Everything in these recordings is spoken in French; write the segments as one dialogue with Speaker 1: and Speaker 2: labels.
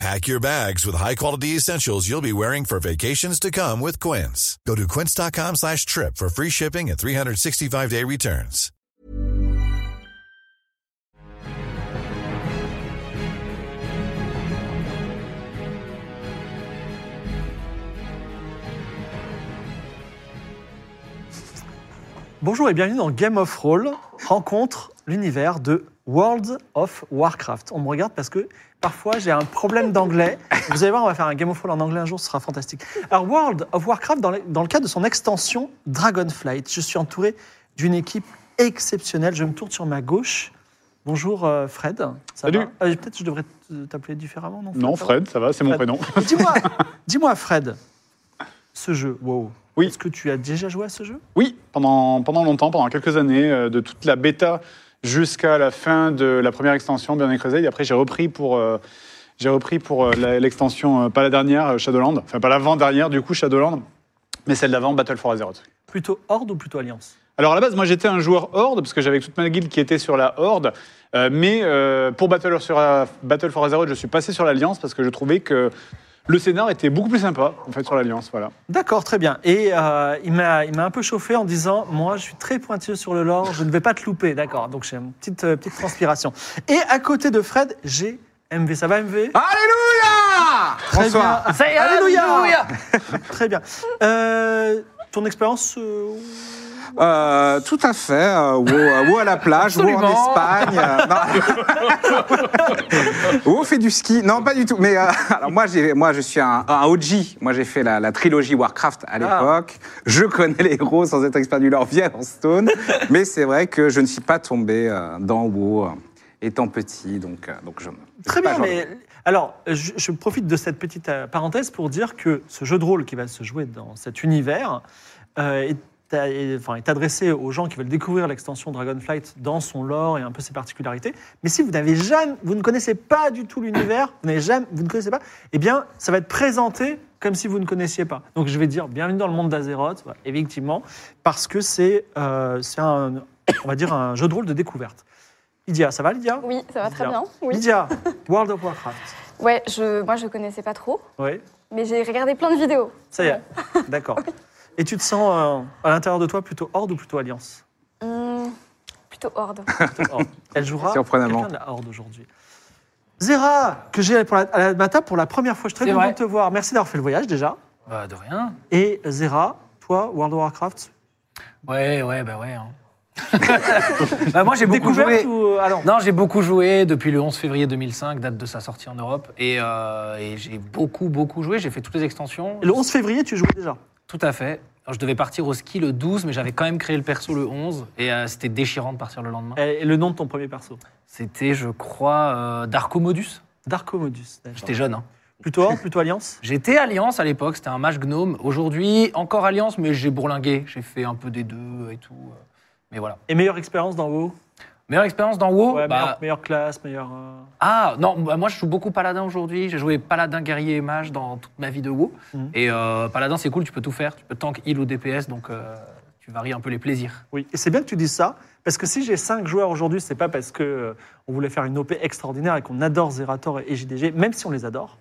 Speaker 1: Pack your bags with high-quality essentials you'll be wearing for vacations to come with Quince. Go to quince.com slash trip for free shipping and 365-day returns.
Speaker 2: Bonjour et bienvenue dans Game of Roll, rencontre l'univers de World of Warcraft. On me regarde parce que parfois j'ai un problème d'anglais. Vous allez voir, on va faire un Game of Roll en anglais un jour, ce sera fantastique. Alors World of Warcraft, dans le, dans le cadre de son extension Dragonflight, je suis entouré d'une équipe exceptionnelle. Je me tourne sur ma gauche. Bonjour euh, Fred. Ça
Speaker 3: Salut.
Speaker 2: va Euh, Peut-être je devrais t- t'appeler différemment, non
Speaker 3: Non,
Speaker 2: ça va
Speaker 3: Fred, ça va, c'est mon
Speaker 2: Fred.
Speaker 3: prénom.
Speaker 2: Mais Dis-moi, dis-moi Fred, ce jeu, wow.
Speaker 3: Oui.
Speaker 2: Est-ce que tu as déjà joué à ce jeu
Speaker 3: Oui, pendant, pendant longtemps, pendant quelques années, euh, de toute la bêta jusqu'à la fin de la première extension Bien Creuset. Et après, j'ai repris pour, euh, j'ai repris pour euh, la- l'extension, euh, pas la dernière, euh, Shadowland. Enfin, pas l'avant-dernière, du coup, Shadowland, mais celle d'avant, Battle for Azeroth.
Speaker 2: Plutôt Horde ou plutôt Alliance
Speaker 3: Alors à la base, moi j'étais un joueur Horde, parce que j'avais toute ma guilde qui était sur la Horde. Euh, mais euh, pour Battle, sur, euh, Battle for Azeroth, je suis passé sur l'Alliance parce que je trouvais que le scénar était beaucoup plus sympa, en fait, sur l'Alliance. Voilà.
Speaker 2: D'accord, très bien. Et euh, il m'a il m'a un peu chauffé en disant Moi, je suis très pointilleux sur le lore, je ne vais pas te louper. D'accord, donc j'ai une petite, euh, petite transpiration. Et à côté de Fred, j'ai MV. Ça va, MV
Speaker 4: Ah, Alléluia
Speaker 2: Très bien.
Speaker 4: C'est
Speaker 2: Alléluia. Très bien. Euh, ton expérience euh,
Speaker 4: Euh, tout à fait. euh, WoW, euh, WoW à la plage, WoW en
Speaker 5: Absolument.
Speaker 4: Espagne. euh, non. WoW fait du ski. Non, pas du tout. Mais euh, alors moi, j'ai- moi, je suis un, un OG. Moi, j'ai fait la, la trilogie Warcraft
Speaker 2: Ah.
Speaker 4: à l'époque. Je connais les héros sans être expert du lore via Hearthstone. mais c'est vrai que je ne suis pas tombé euh, dans WoW euh, étant petit. Donc, euh, donc je, je
Speaker 2: Très
Speaker 4: suis pas
Speaker 2: bien,
Speaker 4: genre-
Speaker 2: mais alors je, je profite de cette petite euh, parenthèse pour dire que ce jeu de rôle qui va se jouer dans cet univers euh, est, à- est- enfin, est adressé aux gens qui veulent découvrir l'extension Dragonflight dans son lore et un peu ses particularités. Mais si vous n'avez jamais, vous ne connaissez pas du tout l'univers, vous n'avez jamais, vous ne connaissez pas, eh bien ça va être présenté comme si vous ne connaissiez pas. Donc je vais dire bienvenue dans le monde d'Azeroth, voilà, effectivement, parce que c'est euh, c'est un, on va dire un jeu de rôle de découverte. Lydia, ça va Lydia
Speaker 6: Oui, ça va très
Speaker 2: Lydia.
Speaker 6: bien. Oui.
Speaker 2: Lydia, World of Warcraft.
Speaker 6: Ouais, je, moi je connaissais pas trop,
Speaker 2: Oui,
Speaker 6: mais j'ai regardé plein de vidéos.
Speaker 2: ça y est. D'accord. Et tu te sens euh, à l'intérieur de toi plutôt Horde ou plutôt Alliance
Speaker 6: Hmm, plutôt horde.
Speaker 2: Plutôt Horde. Elle jouera
Speaker 4: Surprenamment.
Speaker 2: quelqu'un de la Horde aujourd'hui. Zera, que j'ai pour la- à la- ma table pour la première fois, je suis très
Speaker 5: C'est
Speaker 2: content
Speaker 5: vrai.
Speaker 2: de te voir. Merci d'avoir fait le voyage déjà.
Speaker 5: Bah, de rien.
Speaker 2: Et Zera, toi, World of Warcraft,
Speaker 5: Ouais, ouais, bah ouais. hein. bah, moi, j'ai beaucoup
Speaker 2: découverte
Speaker 5: joué.
Speaker 2: ou euh, alors
Speaker 5: Non, j'ai beaucoup joué depuis le 11 février 2005, date de sa sortie en Europe. Et, euh, et j'ai beaucoup, beaucoup joué. J'ai fait toutes les extensions.
Speaker 2: Le 11 février, tu jouais déjà.
Speaker 5: Tout à fait. Alors, je devais partir au ski le 12, mais j'avais quand même créé le perso le 11. Et euh, c'était déchirant de partir le lendemain.
Speaker 2: Et et le nom de ton premier perso
Speaker 5: C'était, je crois, euh, Darko Modus.
Speaker 2: Darko Modus. d'accord.
Speaker 5: J'étais jeune, hein.
Speaker 2: Plutôt Horde, plutôt Alliance
Speaker 5: J'étais Alliance à l'époque, c'était un match Gnome. Aujourd'hui, encore Alliance, mais j'ai bourlingué. J'ai fait un peu des deux et tout. Mais voilà.
Speaker 2: Et meilleure expérience dans WoW
Speaker 5: Meilleure expérience dans WoW
Speaker 2: ouais,
Speaker 5: bah,
Speaker 2: meilleure, meilleure classe, meilleure. euh,
Speaker 5: Ah non, bah, moi je joue beaucoup paladin aujourd'hui. J'ai joué paladin, guerrier et mage dans toute ma vie de WoW.
Speaker 2: Mhm.
Speaker 5: Et euh, paladin c'est cool, tu peux tout faire. Tu peux tank, heal ou DPS, donc euh, tu varies un peu les plaisirs.
Speaker 2: Oui, et c'est bien que tu dises ça, parce que si j'ai cinq joueurs aujourd'hui, c'est pas parce que euh, on voulait faire une OP extraordinaire et qu'on adore Zerator et JDG, même si on les adore.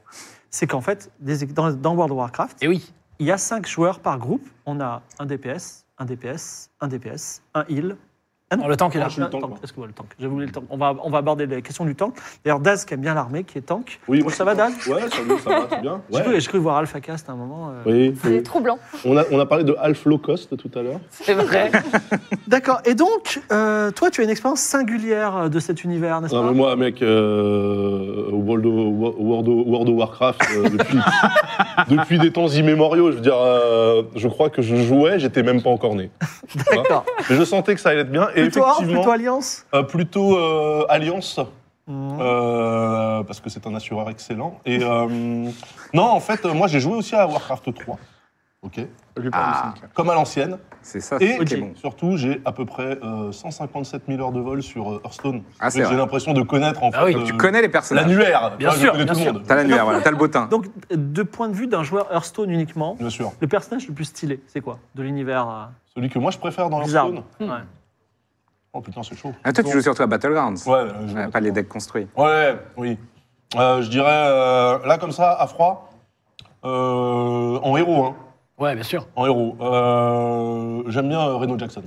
Speaker 2: C'est qu'en fait, des- dans, dans World of Warcraft,
Speaker 5: Et oui,
Speaker 2: il y a cinq joueurs par groupe. On a un DPS, un DPS, un DPS, un heal. Ah
Speaker 5: alors, le tank est là.
Speaker 2: Ah, tank, Est-ce que vous voulez le tank J'ai voulu le tank. On va, on va aborder la question du tank. D'ailleurs, Daz qui aime bien l'armée, qui est tank.
Speaker 7: Oui,
Speaker 2: Bon, ça va, Dan
Speaker 7: Ouais, ça va, ça va, très bien.
Speaker 2: J'ai cru- J'ai cru voir Alpha Cast à un moment. euh.
Speaker 7: Oui,
Speaker 6: C'est troublant.
Speaker 7: On, a, on a parlé de Half Low Cost tout à l'heure.
Speaker 5: C'est vrai.
Speaker 2: D'accord. Et donc, euh, toi, tu as une expérience singulière euh, de cet univers, n'est-ce
Speaker 7: Non,
Speaker 2: pas
Speaker 7: Ah, mais moi, mec, euh, World, of, World of- World of Warcraft, euh, depuis, depuis des temps immémoriaux, je veux dire, euh, je crois que je jouais, j'étais même pas encore né.
Speaker 2: D'accord.
Speaker 7: Mais je sentais que ça allait être bien. Et
Speaker 2: Plutôt Horde,
Speaker 7: effectivement,
Speaker 2: plutôt Alliance
Speaker 7: euh, plutôt euh, Alliance,
Speaker 2: Hmm.
Speaker 7: euh, parce que c'est un assureur excellent. Et euh, non, en fait, euh, moi, j'ai joué aussi à Warcraft 3. Ok.
Speaker 3: Je lui parle
Speaker 4: Ah,
Speaker 3: aussi, ok.
Speaker 7: Comme à l'ancienne.
Speaker 4: c'est ça,
Speaker 7: Et-
Speaker 4: c'est
Speaker 2: Ok.
Speaker 4: bon.
Speaker 7: Surtout, j'ai à peu près euh, 157 000 heures de vol sur euh, Hearthstone.
Speaker 4: Ah, c'est
Speaker 7: Donc,
Speaker 4: vrai.
Speaker 7: J'ai l'impression de connaître en
Speaker 5: Ah oui,
Speaker 7: fait,
Speaker 4: Tu
Speaker 7: euh,
Speaker 4: connais les personnages.
Speaker 7: l'annuaire.
Speaker 5: Bien
Speaker 7: Enfin,
Speaker 5: sûr,
Speaker 7: je connais
Speaker 5: bien
Speaker 7: tout
Speaker 5: sûr.
Speaker 7: le monde.
Speaker 4: T'as l'annuaire, voilà, t'as le bottin.
Speaker 2: Donc, euh, de point de vue d'un joueur Hearthstone uniquement,
Speaker 7: Bien sûr.
Speaker 2: le personnage le plus stylé, c'est quoi De l'univers euh,
Speaker 7: Celui que moi je préfère dans
Speaker 2: bizarre.
Speaker 7: Hearthstone.
Speaker 2: Ouais.
Speaker 7: Oh putain, c'est chaud.
Speaker 4: Ah, toi, tu joues surtout à Battlegrounds.
Speaker 7: Ouais, euh, je-
Speaker 4: Ouais, pas les decks construits.
Speaker 7: Ouais, oui. Euh, je dirais, euh, là, comme ça, à froid, euh, en héros, hein.
Speaker 5: Ouais, bien sûr.
Speaker 7: En héros. Euh, J'aime bien euh, Reno Jackson.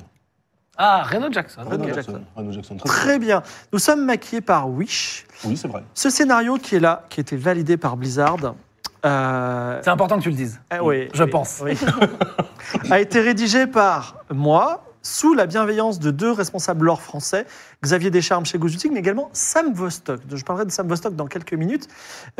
Speaker 5: Ah, Renaud Jackson.
Speaker 2: Renaud
Speaker 5: ok.
Speaker 2: Jackson.
Speaker 7: Reno Jackson. Très,
Speaker 2: Très bien. Nous sommes maquillés par Wish.
Speaker 7: bien. Oui, c'est vrai.
Speaker 2: Ce scénario qui est là, qui a été validé par Blizzard, euh,
Speaker 5: C'est important que tu le dises.
Speaker 2: ah oui,
Speaker 5: Je
Speaker 2: oui,
Speaker 5: pense.
Speaker 2: oui. a été rédigé par moi, sous la bienveillance de deux responsables lore français, Xavier Descharmes chez Gouzutik, mais également Sam Vostok. Je parlerai de Sam Vostok dans quelques minutes.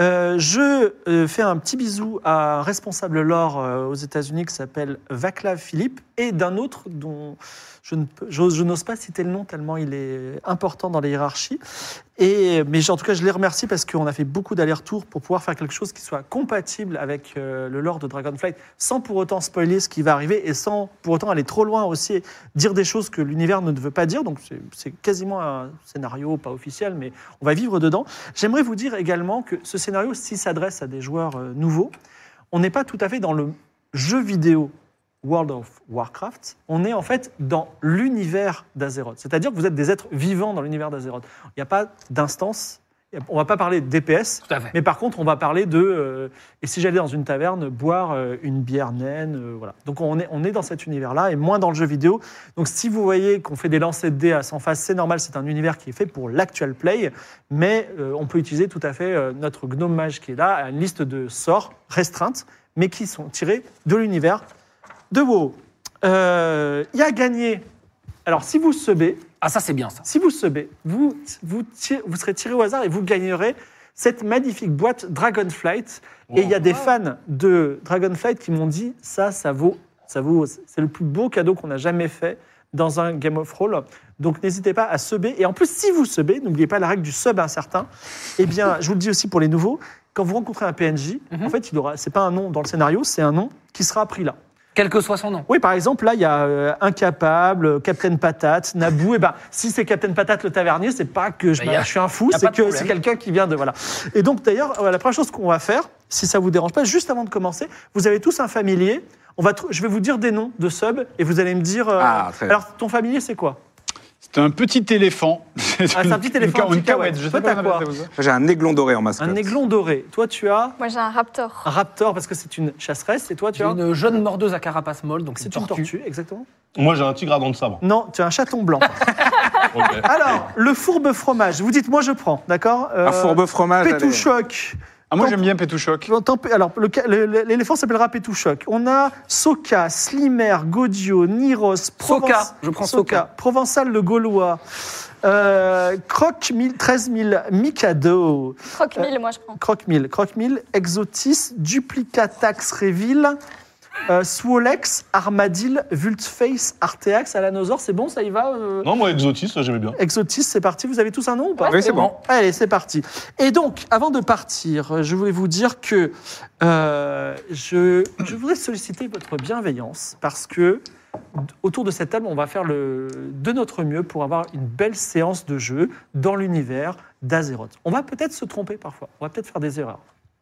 Speaker 2: Euh, je euh, fais un petit bisou à un responsable lore euh, aux États-Unis qui s'appelle Vaclav Philippe et d'un autre dont je ne peux- j'ose- je n'ose pas citer le nom tellement il est important dans les hiérarchies. Et, mais j'ai- en tout cas, je les remercie parce qu'on a fait beaucoup d'allers-retours pour pouvoir faire quelque chose qui soit compatible avec euh, le lore de Dragonflight, sans pour autant spoiler ce qui va arriver et sans pour autant aller trop loin aussi, et dire des choses que l'univers ne veut pas dire. Donc c'est- c'est quasiment un scénario pas officiel, mais on va vivre dedans. J'aimerais vous dire également que ce scénario, s'il s'adresse à des joueurs euh, nouveaux, on n'est pas tout à fait dans le jeu vidéo World of Warcraft, on est en fait dans l'univers d'Azeroth. C'est-à-dire que vous êtes des êtres vivants dans l'univers d'Azeroth. Il n'y a pas d'instance, il y a- on ne va pas parler de DPS,
Speaker 5: Tout à fait.
Speaker 2: mais par contre, on va parler de. euh, et si j'allais dans une taverne, boire euh, une bière naine, euh, voilà. Donc on est, on est dans cet univers-là et moins dans le jeu vidéo. Donc si vous voyez qu'on fait des lancers de dés à 100 faces, c'est normal, c'est un univers qui est fait pour l'actual play, mais euh, on peut utiliser tout à fait euh, notre gnome mage qui est là, à une liste de sorts restreintes, mais qui sont tirés de l'univers de WoW. Euh, Il y a gagné. Alors si vous sebez,
Speaker 5: Ah, ça, c'est bien, ça.
Speaker 2: si vous sebez, vous, vous, tirez- vous serez tiré au hasard et vous gagnerez cette magnifique boîte Dragonflight. Et il y a des fans de Dragonflight qui m'ont dit ça, ça vaut, ça vaut, c'est le plus beau cadeau qu'on a jamais fait dans un Game of Roll. Donc n'hésitez pas à seber. Et en plus, si vous sebez, n'oubliez pas la règle du sub incertain. Eh bien, je vous le dis aussi pour les nouveaux, quand vous rencontrez un PNJ, en fait, il aura, c'est pas un nom dans le scénario, c'est un nom qui sera pris là.
Speaker 5: Quel que soit son nom.
Speaker 2: Oui, par exemple, là, il y a euh, Incapable, euh, Captain Patate, Naboo. Et ben, si c'est Captain Patate le tavernier, c'est pas que je,
Speaker 5: Ben, y a-
Speaker 2: je suis un fou,
Speaker 5: y a
Speaker 2: c'est
Speaker 5: pas de
Speaker 2: que
Speaker 5: problème.
Speaker 2: c'est quelqu'un qui vient de. Voilà. Et donc, d'ailleurs, euh, la première chose qu'on va faire, si ça vous dérange pas, juste avant de commencer, vous avez tous un familier. On va tr- je vais vous dire des noms de subs et vous allez me dire. euh,
Speaker 4: Ah, très bien.
Speaker 2: alors, ton familier, c'est quoi
Speaker 3: C'est un petit éléphant.
Speaker 2: Ah, c'est un petit éléphant,
Speaker 3: Une,
Speaker 2: un petit
Speaker 3: une carouette,
Speaker 2: carouette.
Speaker 3: je sais
Speaker 2: Toi,
Speaker 3: pas
Speaker 2: t'as
Speaker 3: comment on appelle
Speaker 2: quoi
Speaker 3: ça, vous.
Speaker 4: J'ai un aiglon doré en mascotte.
Speaker 2: Un aiglon doré. Toi, tu as
Speaker 6: Moi, j'ai un raptor.
Speaker 2: un raptor parce que c'est une chasseresse. Et toi, tu
Speaker 5: J'ai
Speaker 2: as.
Speaker 5: une jeune mordeuse à carapace molle, donc
Speaker 2: C'est une tortue, exactement.
Speaker 7: Moi, j'ai un tigre à dents de sabre.
Speaker 2: Non, tu as un chaton blanc.
Speaker 7: Ok.
Speaker 2: Alors, le fourbe fromage. Vous dites, moi, je prends, d'accord
Speaker 4: Un
Speaker 2: Euh,
Speaker 4: fourbe fromage. allez.
Speaker 2: Pétouchoc.
Speaker 3: Ah, moi, j'aime bien Pétouchoc.
Speaker 2: Bon, tant pis. Alors, le ca- le- le- l'éléphant s'appellera Pétouchoc. On a Soka, Slimer, Godio, Niros, Provence-
Speaker 5: Soka. Je prends Soka.
Speaker 2: Provençal le Gaulois, euh, Croc 1000, 13 000, Mikado,
Speaker 6: Croque-mille, moi, je prends.
Speaker 2: Croc 1000, Croc 1000, Exotis, Duplicatax Réville, euh, Swolex, Armadil, Vultface, Arteax, Alanosaur. C'est bon, ça y va euh,
Speaker 7: Non, moi, Exotis, ça, j'aimais bien.
Speaker 2: Exotis, c'est parti. Vous avez tous un nom ou pas
Speaker 4: Oui, c'est bon.
Speaker 2: Allez, c'est parti. Et donc, avant de partir, je voulais vous dire que euh, je, je voudrais solliciter votre bienveillance parce que d- autour de cette table, on va faire le, de notre mieux pour avoir une belle séance de jeu dans l'univers d'Azeroth. On va peut-être se tromper parfois, on va peut-être faire des erreurs.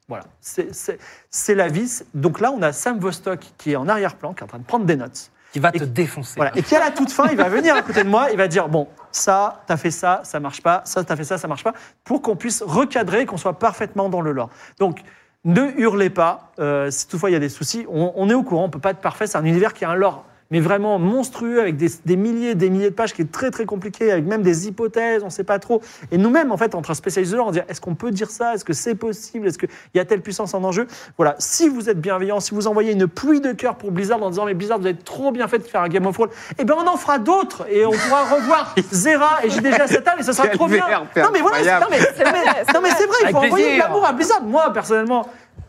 Speaker 2: Voilà, C'est- c'est c'est la vie. C'est- Donc là, on a Sam Vostok qui est en arrière-plan, qui est en train de prendre des notes.
Speaker 5: Qui va te
Speaker 2: Et-
Speaker 5: défoncer.
Speaker 2: Voilà. Et puis à la toute fin, il va venir à côté de moi, il va dire bon, ça, t'as fait ça, ça marche pas, ça, t'as fait ça, ça marche pas, pour qu'on puisse recadrer et qu'on soit parfaitement dans le lore. Donc ne hurlez pas. euh, si toutefois il y a des soucis, on, on est au courant, on peut pas être parfait. C'est un univers qui a un lore. Mais vraiment monstrueux, avec des, des milliers et des milliers de pages, qui est très très compliqué, avec même des hypothèses, on ne sait pas trop. Et nous-mêmes, en fait, entre spécialistes de lore, on dit est-ce qu'on peut dire ça Est-ce que c'est possible Est-ce qu'il y a telle puissance en enjeu Voilà, si vous êtes bienveillant, si vous envoyez une pluie de cœur pour Blizzard en disant mais Blizzard, vous avez trop bien fait de faire un Game of Thrones, eh bien on en fera d'autres et on pourra revoir Zera et j'ai déjà cette table et ce sera
Speaker 4: Quel
Speaker 2: trop bien.
Speaker 4: verbe
Speaker 2: Non mais voilà, c'est- non, mais-
Speaker 6: C'est vrai,
Speaker 2: non mais c'est vrai, il
Speaker 5: Avec
Speaker 2: faut envoyer de
Speaker 5: plaisir.
Speaker 2: l'amour à Blizzard. Moi personnellement,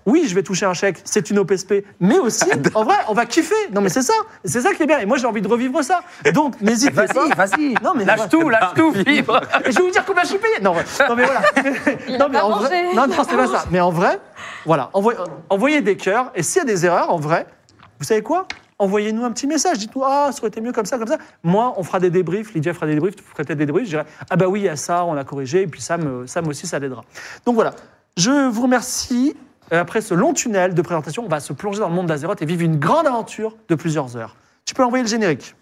Speaker 2: oui, je vais toucher un chèque, c'est une OPSP, mais aussi en vrai, on va kiffer. Non mais c'est ça, c'est ça qui est bien et moi j'ai envie de revivre ça. Donc n'hésitez pas.
Speaker 5: Vas-y, vas-y.
Speaker 2: Non, mais-
Speaker 5: lâche tout, lâche tout, fibre.
Speaker 2: Et je vais vous dire combien je suis payé. Non, non, mais voilà.
Speaker 6: Il
Speaker 2: non,
Speaker 6: a
Speaker 2: mais
Speaker 6: pas
Speaker 2: en
Speaker 6: mangé.
Speaker 2: vrai, non, non, c'est pas ça. Mais en vrai, voilà, envoyez, envoyez des cœurs. Et s'il y a des erreurs, en vrai, vous savez quoi Envoyez-nous un petit message, dites-nous, ah, ça aurait été mieux comme ça, comme ça. Moi, on fera des débriefs, Lydia fera des débriefs, tu feras peut-être des débriefs, je dirais, ah bah oui, il y a ça, on l'a corrigé, et puis Sam, euh, Sam aussi, ça l'aidera. Donc voilà, je vous remercie. Euh, Après ce long tunnel de présentation, on va se plonger dans le monde d'Azeroth et vivre une grande aventure de plusieurs heures. Tu peux envoyer le générique.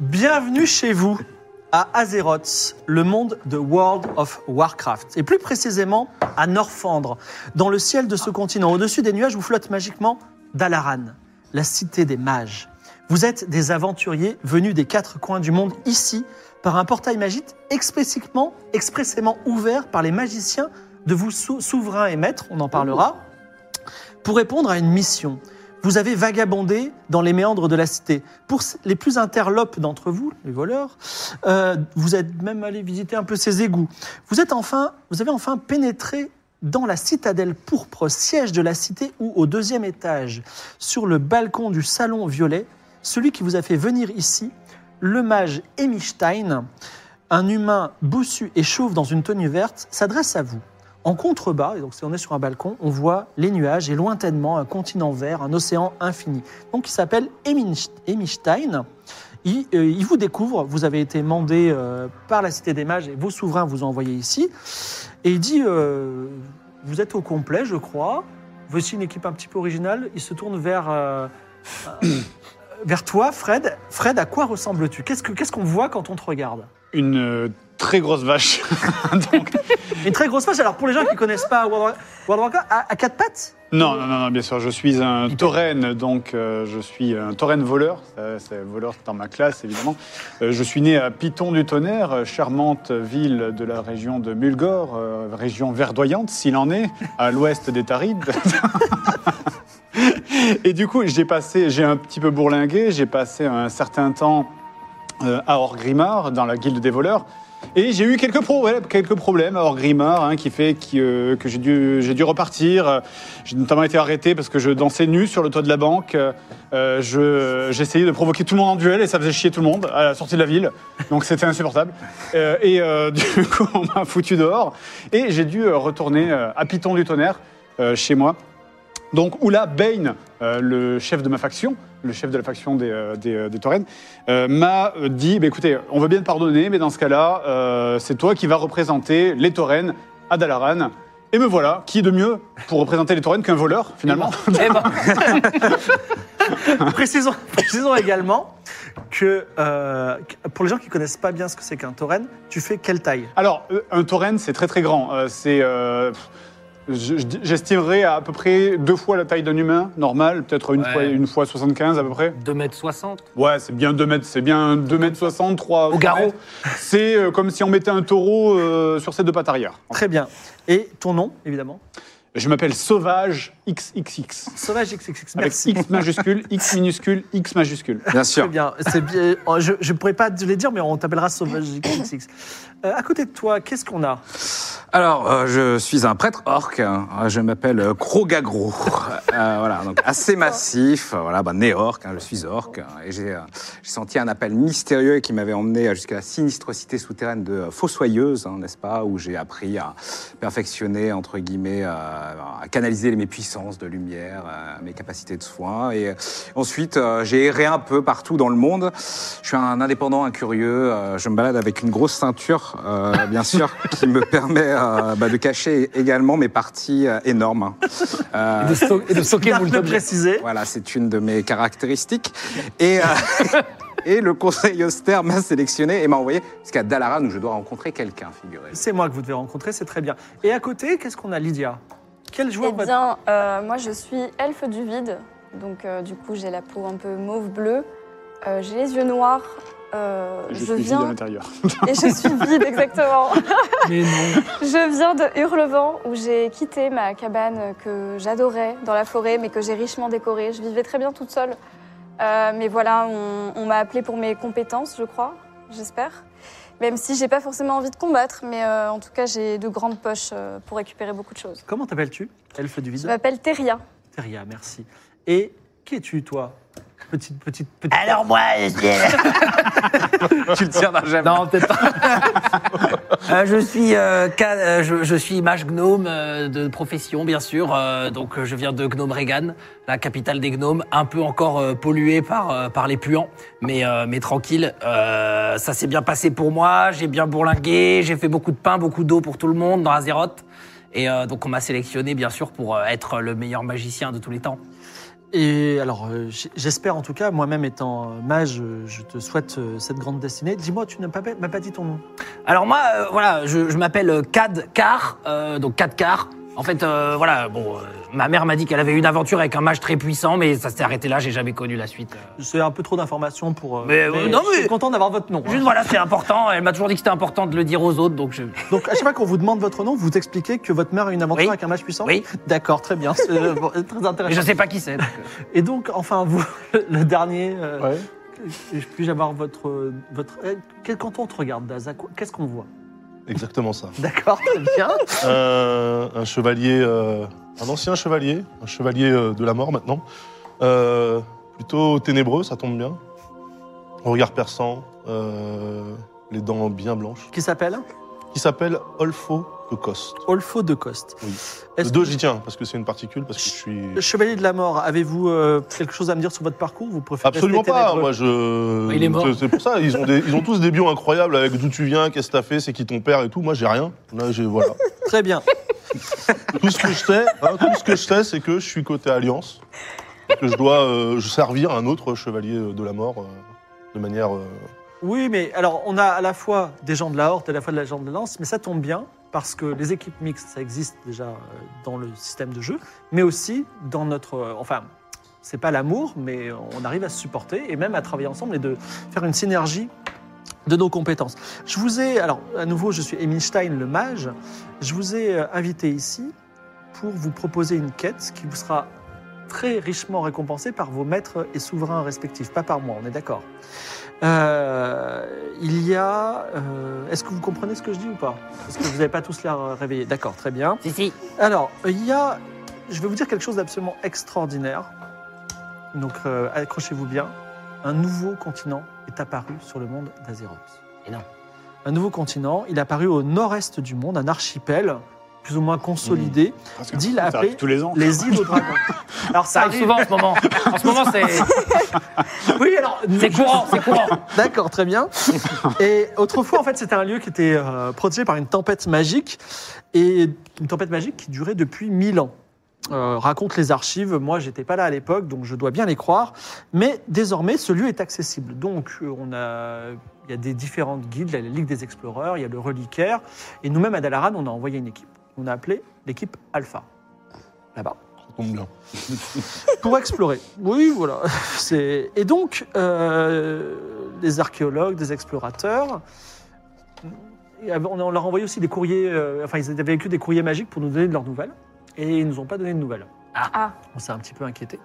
Speaker 2: Bienvenue chez vous à Azeroth, le monde de World of Warcraft, et plus précisément à Norfandre. Dans le ciel de ce continent, au-dessus des nuages, vous flotte magiquement Dalaran, la cité des mages. Vous êtes des aventuriers venus des quatre coins du monde ici par un portail magique explicitement, expressément ouvert par les magiciens de vous sou- souverains et maîtres, on en parlera, pour répondre à une mission. Vous avez vagabondé dans les méandres de la cité. Pour les plus interlopes d'entre vous, les voleurs, euh, vous êtes même allé visiter un peu ses égouts. Vous, êtes enfin, vous avez enfin pénétré dans la citadelle pourpre, siège de la cité, où, au deuxième étage, sur le balcon du salon violet, celui qui vous a fait venir ici, le mage Emistein, un humain bossu et chauve dans une tenue verte, s'adresse à vous. En contrebas, et donc si on est sur un balcon, on voit les nuages et lointainement un continent vert, un océan infini. Donc il s'appelle Eminst- Eminstein. Il, euh, il vous découvre, vous avez été mandé euh, par la Cité des Mages et vos souverains vous ont envoyé ici. Et il dit, euh, vous êtes au complet, je crois. Voici une équipe un petit peu originale. Il se tourne vers, euh, euh, vers toi, Fred. Fred, à quoi ressembles-tu Qu'est-ce que- qu'est-ce qu'on voit quand on te regarde
Speaker 3: Une euh, très grosse vache. Donc,
Speaker 2: Une très grosse face. Alors pour les gens qui connaissent pas World of World of Warcraft, à- à quatre pattes
Speaker 3: non, non, non, non, bien sûr, je suis un tauren, donc euh, je suis un tauren voleur. Ça, c'est voleur c'est dans ma classe, évidemment. Euh, je suis né à Piton du Tonnerre, euh, charmante ville de la région de Mulgore, euh, région verdoyante, s'il en est, à l'ouest des Tarides. Et du coup, j'ai passé, j'ai un petit peu bourlingué, j'ai passé un certain temps euh, à Orgrimmar, dans la guilde des voleurs. Et j'ai eu quelques, pro- ouais, quelques problèmes à Orgrimmar, hein, qui fait qui, euh, que j'ai dû, j'ai dû repartir. Euh, J'ai notamment été arrêté parce que je dansais nu sur le toit de la banque. Euh, euh, je- J'essayais de provoquer tout le monde en duel et ça faisait chier tout le monde à la sortie de la ville. Donc c'était insupportable. Euh, et euh, du coup, on m'a foutu dehors. Et j'ai dû euh, retourner euh, à Piton du Tonnerre, euh, chez moi. Donc, où là, Bane, euh, le chef de ma faction, le chef de la faction des, euh, des, euh, des Tauren, euh, m'a euh, dit bah, écoutez, on veut bien te pardonner, mais dans ce cas-là, euh, c'est toi qui vas représenter les Tauren à Dalaran. Et me voilà, qui de mieux pour représenter les Tauren qu'un voleur, finalement
Speaker 5: Eh ben,
Speaker 2: Précisons, précisons également que euh, que- pour les gens qui connaissent pas bien ce que c'est qu'un tauren, tu fais quelle taille
Speaker 3: Alors, euh, un tauren, c'est très très grand. Euh, c'est. euh, pff, je- je- J'estimerais à, à peu près deux fois la taille d'un humain normal, peut-être une,
Speaker 5: Ouais.
Speaker 3: fois, une fois 75 à peu près.
Speaker 5: 2m60.
Speaker 3: Ouais, c'est bien 2 mètres, c'est bien 2 mètres 60, 3
Speaker 5: Au garrot.
Speaker 3: C'est euh, comme si on mettait un taureau euh, sur ses deux pattes arrière.
Speaker 2: Très bien. Et ton nom, évidemment
Speaker 3: Je m'appelle Sauvage XXX.
Speaker 2: Sauvage XXX.
Speaker 3: Avec
Speaker 2: Merci.
Speaker 3: X majuscule, X minuscule, X majuscule.
Speaker 4: Bien
Speaker 2: Très
Speaker 4: sûr.
Speaker 2: bien. C'est bien. Oh, Je ne pourrais pas te les dire, mais on t'appellera Sauvage XXX. Euh, à côté de toi, qu'est-ce qu'on a
Speaker 4: Alors, euh, je suis un prêtre orc. hein. Euh, Je m'appelle euh, Krogagro. Euh, voilà, donc assez massif. euh, Voilà, bah, né orc. hein, je suis orc. hein, et j'ai euh, j'ai senti un appel mystérieux qui m'avait emmené euh, jusqu'à la sinistre cité souterraine de euh, Fossoyeuse, hein, n'est-ce pas, où j'ai appris à perfectionner entre guillemets, euh, à canaliser mes puissances de lumière, euh, mes capacités de soins. Et euh, ensuite, euh, j'ai erré un peu partout dans le monde. Je suis un indépendant, un curieux. euh, je me balade avec une grosse ceinture, euh, bien sûr, qui me permet euh, bah, de cacher également mes parties euh, énormes. hein. Euh,
Speaker 5: Et de, sto- et de stocker
Speaker 2: Garde
Speaker 5: mon
Speaker 2: le
Speaker 5: objet.
Speaker 2: préciser.
Speaker 4: voilà, c'est une de mes caractéristiques. Et, euh, et le conseil austère m'a sélectionné et m'a envoyé jusqu'à Dalaran où je dois rencontrer quelqu'un, figurez-vous.
Speaker 2: C'est moi que vous devez rencontrer, c'est très bien. Et à côté, qu'est-ce qu'on a, Lydia Quel
Speaker 6: Eh
Speaker 2: joueur va-
Speaker 6: bien, euh, moi je suis elfe du vide, donc euh, du coup j'ai la peau un peu mauve-bleu, Euh, j'ai les yeux noirs, euh,
Speaker 3: Je,
Speaker 6: je,
Speaker 3: suis vide à
Speaker 6: viens
Speaker 3: l'intérieur.
Speaker 6: et je suis vide exactement.
Speaker 5: Mais non.
Speaker 6: Je viens de Hurlevent où j'ai quitté ma cabane que j'adorais dans la forêt mais que j'ai richement décorée. Je vivais très bien toute seule. Euh, mais voilà, on, on m'a appelée pour mes compétences, je crois, j'espère. Même si j'ai pas forcément envie de combattre, mais euh, en tout cas, j'ai de grandes poches euh, pour récupérer beaucoup de choses.
Speaker 2: Comment t'appelles-tu Elfe du
Speaker 6: Je
Speaker 2: vide.
Speaker 6: m'appelle Teria.
Speaker 2: Teria, merci. Et qui es-tu, toi Petite, petite, petite.
Speaker 8: Alors moi, je suis,
Speaker 4: tu le tiens dans la jambe.
Speaker 5: Non, peut-être pas.
Speaker 8: euh, je, suis euh, ca- euh, je, je suis mage gnome euh, de profession, bien sûr. euh, donc euh, je viens de Gnome Regan, la capitale des gnomes, un peu encore euh, polluée par, euh, par les puants, mais, euh, mais tranquille. euh, ça s'est bien passé pour moi, j'ai bien bourlingué, j'ai fait beaucoup de pain, beaucoup d'eau pour tout le monde dans Azeroth. Et euh, donc on m'a sélectionné, bien sûr, pour euh, être le meilleur magicien de tous les temps.
Speaker 2: Et alors, euh, j- j'espère en tout cas, moi-même étant euh, mage, euh, je te souhaite euh, cette grande destinée. Dis-moi, tu n'as pas, m'as pas dit ton nom.
Speaker 8: Alors moi, euh, voilà, je, je m'appelle euh, Cad Car, euh, donc Cad Car. En fait, euh, voilà, bon, euh, ma mère m'a dit qu'elle avait eu une aventure avec un mage très puissant, mais ça s'est arrêté là, j'ai jamais connu la suite. euh.
Speaker 2: C'est un peu trop d'informations pour. euh,
Speaker 8: Mais, euh, non,
Speaker 2: je suis
Speaker 8: mais-
Speaker 2: content d'avoir votre nom. hein.
Speaker 8: Juste voilà, c'est important, elle m'a toujours dit que c'était important de le dire aux autres, donc je...
Speaker 2: Donc, à chaque fois qu'on vous demande votre nom, vous expliquez que votre mère a une aventure
Speaker 8: Oui.
Speaker 2: avec un mage puissant
Speaker 8: Oui,
Speaker 2: D'accord, très bien. C'est euh, bon, très
Speaker 8: mais je
Speaker 2: intéressant.
Speaker 8: sais pas qui c'est. donc, euh.
Speaker 2: Et donc, enfin, vous, le dernier. euh,
Speaker 3: Ouais.
Speaker 2: Je puis avoir votre. votre... eh, Quel canton on te regarde, Daza Qu'est-ce qu'on voit
Speaker 7: Exactement ça.
Speaker 2: D'accord, très bien.
Speaker 7: un, un chevalier, euh, un ancien chevalier, un chevalier euh, de la mort maintenant. Euh, plutôt ténébreux, ça tombe bien. Regard perçant, euh, les dents bien blanches.
Speaker 2: Qui s'appelle
Speaker 7: Qui s'appelle Olfo de Coste.
Speaker 2: Olfo de Coste.
Speaker 7: Oui.
Speaker 2: Est-ce
Speaker 7: Le 2, j'y tiens, parce que c'est une particule, parce que je suis.
Speaker 2: que- Chevalier de la mort, avez-vous euh, quelque chose à me dire sur votre parcours Vous préférez
Speaker 7: Absolument
Speaker 2: rester
Speaker 7: pas,
Speaker 2: ténébreux
Speaker 7: moi je.
Speaker 5: Il est mort.
Speaker 7: C'est- C'est pour ça, ils ont, des- ils ont tous des bios incroyables avec d'où tu viens, qu'est-ce que t'as fait, c'est qui ton père et tout. Moi j'ai rien. Là, j'ai- voilà.
Speaker 2: Très bien.
Speaker 7: Tout ce que je sais, hein, tout ce que je sais, c'est que je suis côté Alliance, et que je dois euh, servir un autre chevalier euh, de la mort euh, de manière. euh,
Speaker 2: Oui, mais alors on a à la fois des gens de la Horte et à la fois de la gens de la Lance, mais ça tombe bien parce que les équipes mixtes, ça existe déjà euh, dans le système de jeu, mais aussi dans notre. euh, Enfin, c'est pas l'amour, mais on arrive à se supporter et même à travailler ensemble et de faire une synergie de nos compétences. Je vous ai. Alors, à nouveau, je suis Eminstein, le mage. Je vous ai euh, invité ici pour vous proposer une quête qui vous sera très richement récompensée par vos maîtres et souverains respectifs, pas par moi, on est d'accord euh, il y a. euh, Est-ce que vous comprenez ce que je dis ou pas Parce que vous n'avez pas tous l'air euh, réveillés. D'accord, très bien.
Speaker 8: Si, si.
Speaker 2: Alors, euh, il y a. Je vais vous dire quelque chose d'absolument extraordinaire. Donc, euh, accrochez-vous bien. Un nouveau continent est apparu sur le monde d'Azeroth.
Speaker 8: Énorme.
Speaker 2: Un nouveau continent. Il est apparu au nord-est du monde, un archipel plus ou moins consolidé,
Speaker 3: Mmh. Parce que
Speaker 2: Dis-le
Speaker 3: ça
Speaker 2: après.
Speaker 3: arrive tous les ans.
Speaker 2: les îles aux dragons. Alors,
Speaker 5: Ça arrive souvent en ce moment. En ce moment, c'est
Speaker 2: Oui, alors.
Speaker 5: c'est courant, c'est courant.
Speaker 2: D'accord, très bien. Et autrefois, en fait, c'était un lieu qui était euh, protégé par une tempête magique, et une tempête magique qui durait depuis 1000 ans. Euh, raconte les archives, moi j'étais pas là à l'époque, donc je dois bien les croire, mais désormais ce lieu est accessible. Donc euh, on a, il y a des différentes guides, la Ligue des Exploreurs, il y a le Reliquaire, et nous-mêmes à Dalaran, on a envoyé une équipe. On a appelé l'équipe Alpha, là-bas
Speaker 7: Ça tombe bien.
Speaker 2: pour explorer. Oui, voilà. C'est... Et donc, euh, les archéologues, des explorateurs, et on on leur envoyait aussi des courriers, euh, enfin, ils avaient vécu des courriers magiques pour nous donner de leurs nouvelles, et ils nous ont pas donné de nouvelles.
Speaker 6: Ah.
Speaker 2: On s'est un petit peu inquiété.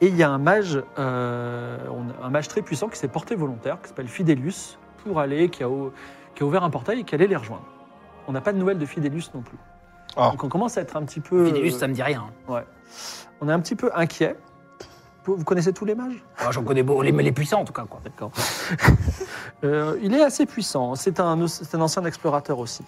Speaker 2: Et il y a un mage, euh, on- un mage très puissant qui s'est porté volontaire, qui s'appelle Fidelius, pour aller, qui a, au- qui a ouvert un portail et qui allait les rejoindre. On n'a pas de nouvelles de Fidelius non plus.
Speaker 7: Ah.
Speaker 2: Donc on commence à être un petit peu.
Speaker 8: Fidelius, ça me dit rien.
Speaker 2: On est un petit peu inquiet. Vous vous connaissez tous les mages
Speaker 8: Moi, J'en connais beaucoup, les, les puissants en tout cas. Quoi.
Speaker 2: D'accord. Euh, il est assez puissant. C'est un, c'est un ancien explorateur aussi.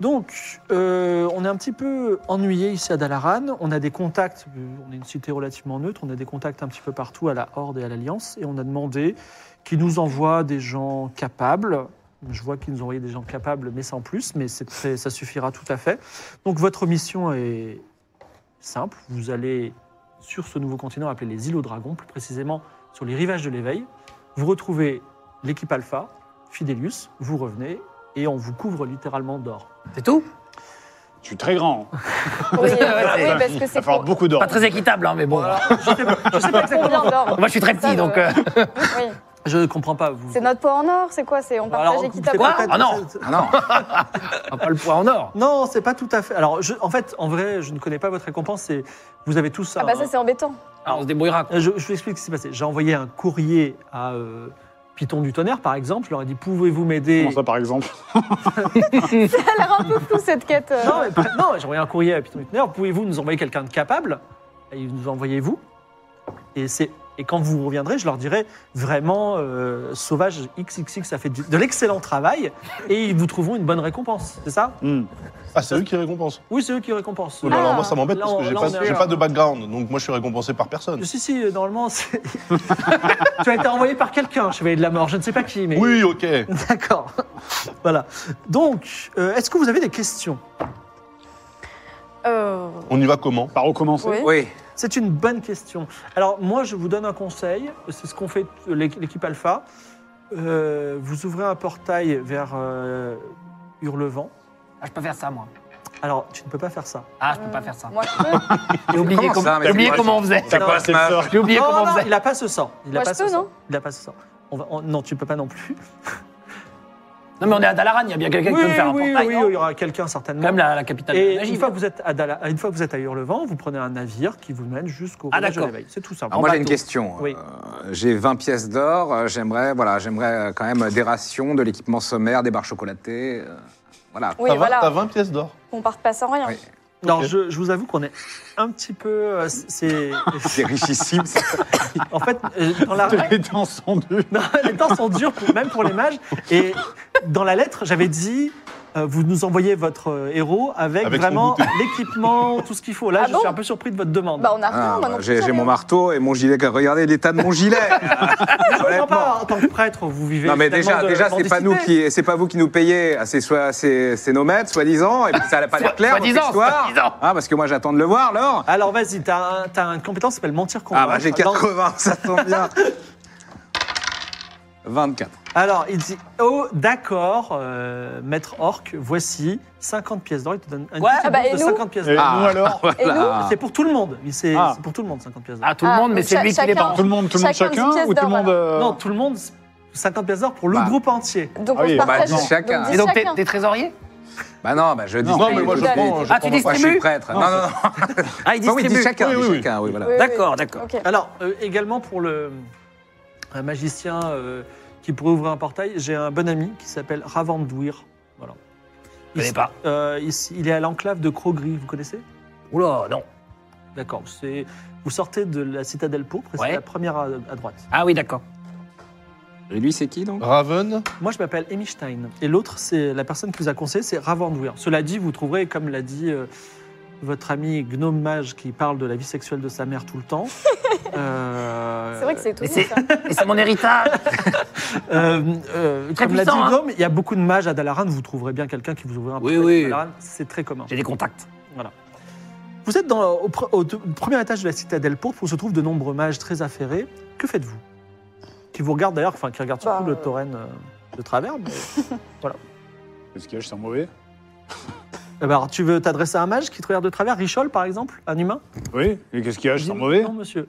Speaker 2: Donc, euh, on est un petit peu ennuyé ici à Dalaran. On a des contacts. euh, On est une cité relativement neutre. On a des contacts un petit peu partout à la Horde et à l'Alliance. Et on a demandé qu'ils nous envoient des gens capables. Je vois qu'ils nous envoyaient des gens capables, mais sans plus. Mais c'est très- ça suffira tout à fait. Donc, votre mission est simple. Vous allez sur ce nouveau continent appelé les îles aux dragons, plus précisément sur les rivages de l'éveil. Vous retrouvez l'équipe Alpha, Fidelius, vous revenez et on vous couvre littéralement d'or.
Speaker 5: C'est tout
Speaker 3: Je suis très grand. hein.
Speaker 6: Oui, euh,
Speaker 5: Ouais,
Speaker 6: oui, parce que
Speaker 3: Il va
Speaker 6: c'est
Speaker 3: falloir
Speaker 6: co-
Speaker 3: beaucoup d'or.
Speaker 5: Pas très équitable, hein, mais bon.
Speaker 6: combien d'or
Speaker 5: Moi, je suis très
Speaker 6: Ça,
Speaker 5: petit, donc.
Speaker 6: le-
Speaker 5: euh,
Speaker 6: Oui.
Speaker 2: Je ne comprends pas, vous.
Speaker 6: C'est notre poids en or, c'est quoi C'est on
Speaker 2: Bah, Alors,
Speaker 6: partage
Speaker 2: on coupe- c'est
Speaker 6: équitablement.
Speaker 2: peut-être-
Speaker 5: Ah non
Speaker 2: c'est-
Speaker 4: Ah non,
Speaker 5: on a pas le poids en or.
Speaker 2: Non, c'est pas tout à fait. Alors, je- en fait, en vrai, je ne connais pas votre récompense. C'est vous avez tout ça. hein?
Speaker 6: Ah bah ça c'est embêtant.
Speaker 5: Alors, on se débrouillera. quoi.
Speaker 2: Je, je vous explique ce qui s'est passé. J'ai envoyé un courrier à euh, Python du tonnerre, par exemple, je leur ai dit pouvez-vous m'aider
Speaker 3: Comment ça, par exemple
Speaker 6: Ça a l'air un peu flou cette quête. euh.
Speaker 2: Non, mais pas- non, j'ai envoyé un courrier à Python du tonnerre pouvez-vous nous envoyer quelqu'un de capable Et ils nous envoyez vous. Et, c'est- et quand vous reviendrez, je leur dirai vraiment euh, Sauvage XXX a fait du- de l'excellent travail et ils vous trouveront une bonne récompense, c'est ça
Speaker 3: Hmm.
Speaker 7: Ah, c'est eux qui récompensent.
Speaker 2: Oui, c'est eux qui récompensent.
Speaker 7: Oh là là,
Speaker 6: Ah.
Speaker 7: moi, ça m'embête
Speaker 2: Là,
Speaker 7: parce que
Speaker 2: on-
Speaker 7: j'ai
Speaker 2: là, on
Speaker 7: pas,
Speaker 2: est
Speaker 7: j'ai
Speaker 2: là.
Speaker 7: pas de background, donc moi, je suis récompensé par personne.
Speaker 2: Si, si, euh, normalement, c'est- tu as été envoyé par quelqu'un, chevalier de la mort, je ne sais pas qui, mais.
Speaker 7: Oui, ok.
Speaker 2: D'accord. voilà. Donc, euh, est-ce que vous avez des questions
Speaker 6: Euh,
Speaker 7: On y va comment
Speaker 3: Par recommencer
Speaker 6: oui.
Speaker 4: Oui.
Speaker 2: C'est une bonne question. Alors, moi, je vous donne un conseil. C'est ce qu'on fait euh, l'équ- l'équipe Alpha. Euh, vous ouvrez un portail vers euh, Hurlevent.
Speaker 5: Ah, je peux faire ça, moi.
Speaker 2: Alors, tu ne peux pas faire ça.
Speaker 5: Ah, je peux pas faire ça.
Speaker 6: Moi, je peux,
Speaker 5: J'ai oublié,
Speaker 4: Comment
Speaker 5: com-
Speaker 4: ça, mais
Speaker 5: j'ai oublié
Speaker 4: c'est quoi,
Speaker 5: comment on faisait.
Speaker 3: T'as
Speaker 2: Non,
Speaker 3: quoi, c'est
Speaker 4: meuf.
Speaker 5: J'ai oublié
Speaker 2: Non,
Speaker 5: comment on
Speaker 2: non,
Speaker 5: faisait.
Speaker 2: il n'a pas ce sort. Il n'a
Speaker 6: Moi,
Speaker 2: pas,
Speaker 6: je
Speaker 2: ce
Speaker 6: peux,
Speaker 2: sort.
Speaker 6: non
Speaker 2: Il a pas ce sort. On va- on- non, tu ne peux pas non plus.
Speaker 5: Non, mais on est à Dalaran, il y a bien quelqu'un qui peut me faire un
Speaker 2: oui,
Speaker 5: portail.
Speaker 2: oui,
Speaker 5: non
Speaker 2: il y aura quelqu'un
Speaker 5: Quand
Speaker 2: certainement.
Speaker 5: même la, la capitale de la
Speaker 2: Et
Speaker 5: magie.
Speaker 2: une fois, que vous êtes à Dala- une fois que vous êtes à Hurlevent, vous prenez un navire qui vous mène jusqu'au
Speaker 5: Ah,
Speaker 2: village de
Speaker 5: d'accord.
Speaker 2: l'éveil. C'est tout simple.
Speaker 4: Alors
Speaker 2: En
Speaker 4: moi j'ai une
Speaker 2: bateau.
Speaker 4: question.
Speaker 2: Oui.
Speaker 4: Euh, j'ai 20 pièces d'or, euh, j'aimerais voilà, j'aimerais euh, quand même des rations, de l'équipement sommaire, des barres chocolatées. euh, voilà.
Speaker 6: oui,
Speaker 7: T'as vingt-
Speaker 6: voilà.
Speaker 7: T'as 20 pièces d'or.
Speaker 6: On parte pas sans rien.
Speaker 4: Oui.
Speaker 2: Alors,
Speaker 7: Ok.
Speaker 2: je, je vous avoue qu'on est un petit peu. euh, c'est.
Speaker 4: C'est richissime. ça.
Speaker 2: en fait, euh, dans la.
Speaker 3: Les dents sont dures.
Speaker 2: Non, les temps sont durs, pour- même pour les mages. Et dans la lettre, j'avais dit. euh, vous nous envoyez votre euh, héros avec,
Speaker 7: Avec son
Speaker 2: vraiment
Speaker 7: goûter.
Speaker 2: l'équipement, tout ce qu'il faut. Là,
Speaker 6: Ah
Speaker 2: je
Speaker 6: bon
Speaker 2: suis un peu surpris de votre demande.
Speaker 6: Bah, on a rien,
Speaker 4: Ah,
Speaker 6: moi non
Speaker 4: bah,
Speaker 6: plus,
Speaker 4: j'ai
Speaker 6: j'ai
Speaker 4: j'ai
Speaker 6: rien.
Speaker 4: mon marteau et mon gilet. Regardez l'état de mon gilet.
Speaker 2: Je comprends pas,
Speaker 4: Honnêtement.
Speaker 2: en tant que prêtre, vous vivez.
Speaker 4: Non mais déjà,
Speaker 2: finalement de
Speaker 4: déjà c'est pas nous
Speaker 2: mendicité.
Speaker 4: qui, c'est pas vous qui nous payez, Ah, c'est soit c'est c'est nos maîtres soi-disant, et puis ça n'a pas l'air clair votre
Speaker 5: soi-disant,
Speaker 4: histoire.
Speaker 5: soi-disant.
Speaker 4: Ah, parce que moi j'attends de le voir alors.
Speaker 2: Alors, vas-y, t'as un- t'as une compétence qui s'appelle mentir convaincre.
Speaker 4: Ah bah j'ai
Speaker 2: Dans-
Speaker 4: 80, ça tombe bien. 24.
Speaker 2: Alors, il dit Oh, d'accord, euh, maître Orc, voici 50 pièces d'or. Il te donne un
Speaker 5: Ouais,
Speaker 2: petit
Speaker 6: ah bah,
Speaker 2: bonus
Speaker 6: et
Speaker 2: de
Speaker 6: nous
Speaker 2: 50 pièces
Speaker 3: Et
Speaker 2: d'or.
Speaker 4: Ah.
Speaker 3: nous alors
Speaker 6: Et nous
Speaker 2: C'est pour tout le monde. Il- C'est
Speaker 3: Ah.
Speaker 2: c'est pour tout le monde, 50 pièces d'or.
Speaker 5: Ah, tout le
Speaker 6: Ah,
Speaker 5: monde, mais
Speaker 6: donc
Speaker 5: c'est
Speaker 6: cha-
Speaker 5: lui qui les
Speaker 6: chacun-
Speaker 5: balance.
Speaker 3: Tout le monde, tout le monde
Speaker 6: Chacun
Speaker 3: chacun
Speaker 6: dix pièces
Speaker 3: Ou tout le
Speaker 6: d'or,
Speaker 3: monde. euh,
Speaker 2: Non, tout le monde, 50 pièces d'or pour le
Speaker 4: Bah.
Speaker 2: groupe entier.
Speaker 6: Donc
Speaker 3: Ah oui,
Speaker 6: on se
Speaker 3: bah,
Speaker 6: partage.
Speaker 4: dix chacun.
Speaker 6: Donc,
Speaker 5: Et
Speaker 6: dix
Speaker 5: donc, t'es
Speaker 6: chacun.
Speaker 5: t'es trésorier
Speaker 4: Bah non, bah je dis.
Speaker 7: Non, mais moi, je
Speaker 6: Ah,
Speaker 7: prends. je
Speaker 5: tu
Speaker 7: prends-
Speaker 5: dis-
Speaker 4: Moi, je suis prêtre. Non, non, non.
Speaker 5: Ah, il
Speaker 4: Non, oui, il dit
Speaker 5: distribue.
Speaker 4: chacun.
Speaker 7: Oui,
Speaker 4: il dit
Speaker 7: oui, oui.
Speaker 4: chacun, oui, voilà.
Speaker 6: Oui, oui.
Speaker 5: D'accord, d'accord.
Speaker 6: Ok.
Speaker 2: Alors, euh, également pour le un magicien euh, qui pourrait ouvrir un portail, j'ai un bon ami qui s'appelle Ravandouir. Voilà.
Speaker 5: Je connais pas.
Speaker 2: Euh, il, s- il est à l'enclave de Crogris, vous connaissez
Speaker 5: Oula, non.
Speaker 2: D'accord. c'est- Vous sortez de la citadelle pourpre, et c'est
Speaker 5: Ouais.
Speaker 2: la première à, à droite.
Speaker 5: Ah oui, d'accord.
Speaker 4: Et lui, c'est qui donc
Speaker 7: Raven,
Speaker 2: Moi, je m'appelle Amy Stein, et l'autre, c'est la personne qui vous a conseillé, c'est Ravandouir. Cela dit, vous trouverez, comme l'a dit euh, votre ami gnome mage qui parle de la vie sexuelle de sa mère tout le temps. euh,
Speaker 6: C'est vrai que c'est tout
Speaker 5: Mais
Speaker 6: ça.
Speaker 5: Et c'est mon héritage.
Speaker 2: Euh, euh,
Speaker 5: Très
Speaker 2: comme l'a dit
Speaker 5: puissant, hein.
Speaker 2: Dom, il y a beaucoup de mages à Dalaran, vous trouverez bien quelqu'un qui vous ouvrira un
Speaker 5: Oui,
Speaker 2: portail
Speaker 5: oui.
Speaker 2: à Dalaran, c'est très commun.
Speaker 5: J'ai des contacts.
Speaker 2: Vous êtes dans, au, pre- au deux- premier étage de la citadelle pourpre où se trouvent de nombreux mages très affairés. Que faites-vous Qui vous regardent d'ailleurs, enfin qui regardent surtout
Speaker 6: Bah,
Speaker 2: le
Speaker 6: euh,
Speaker 2: tauren euh, de travers. mais-
Speaker 3: Les sketchs sont mauvais.
Speaker 2: Eh ben, Alors tu veux t'adresser à un mage qui te regarde de travers, Richol par exemple, un humain
Speaker 3: Oui, les sketchs
Speaker 2: Il
Speaker 3: sont
Speaker 2: dit,
Speaker 3: mauvais.
Speaker 2: Non monsieur.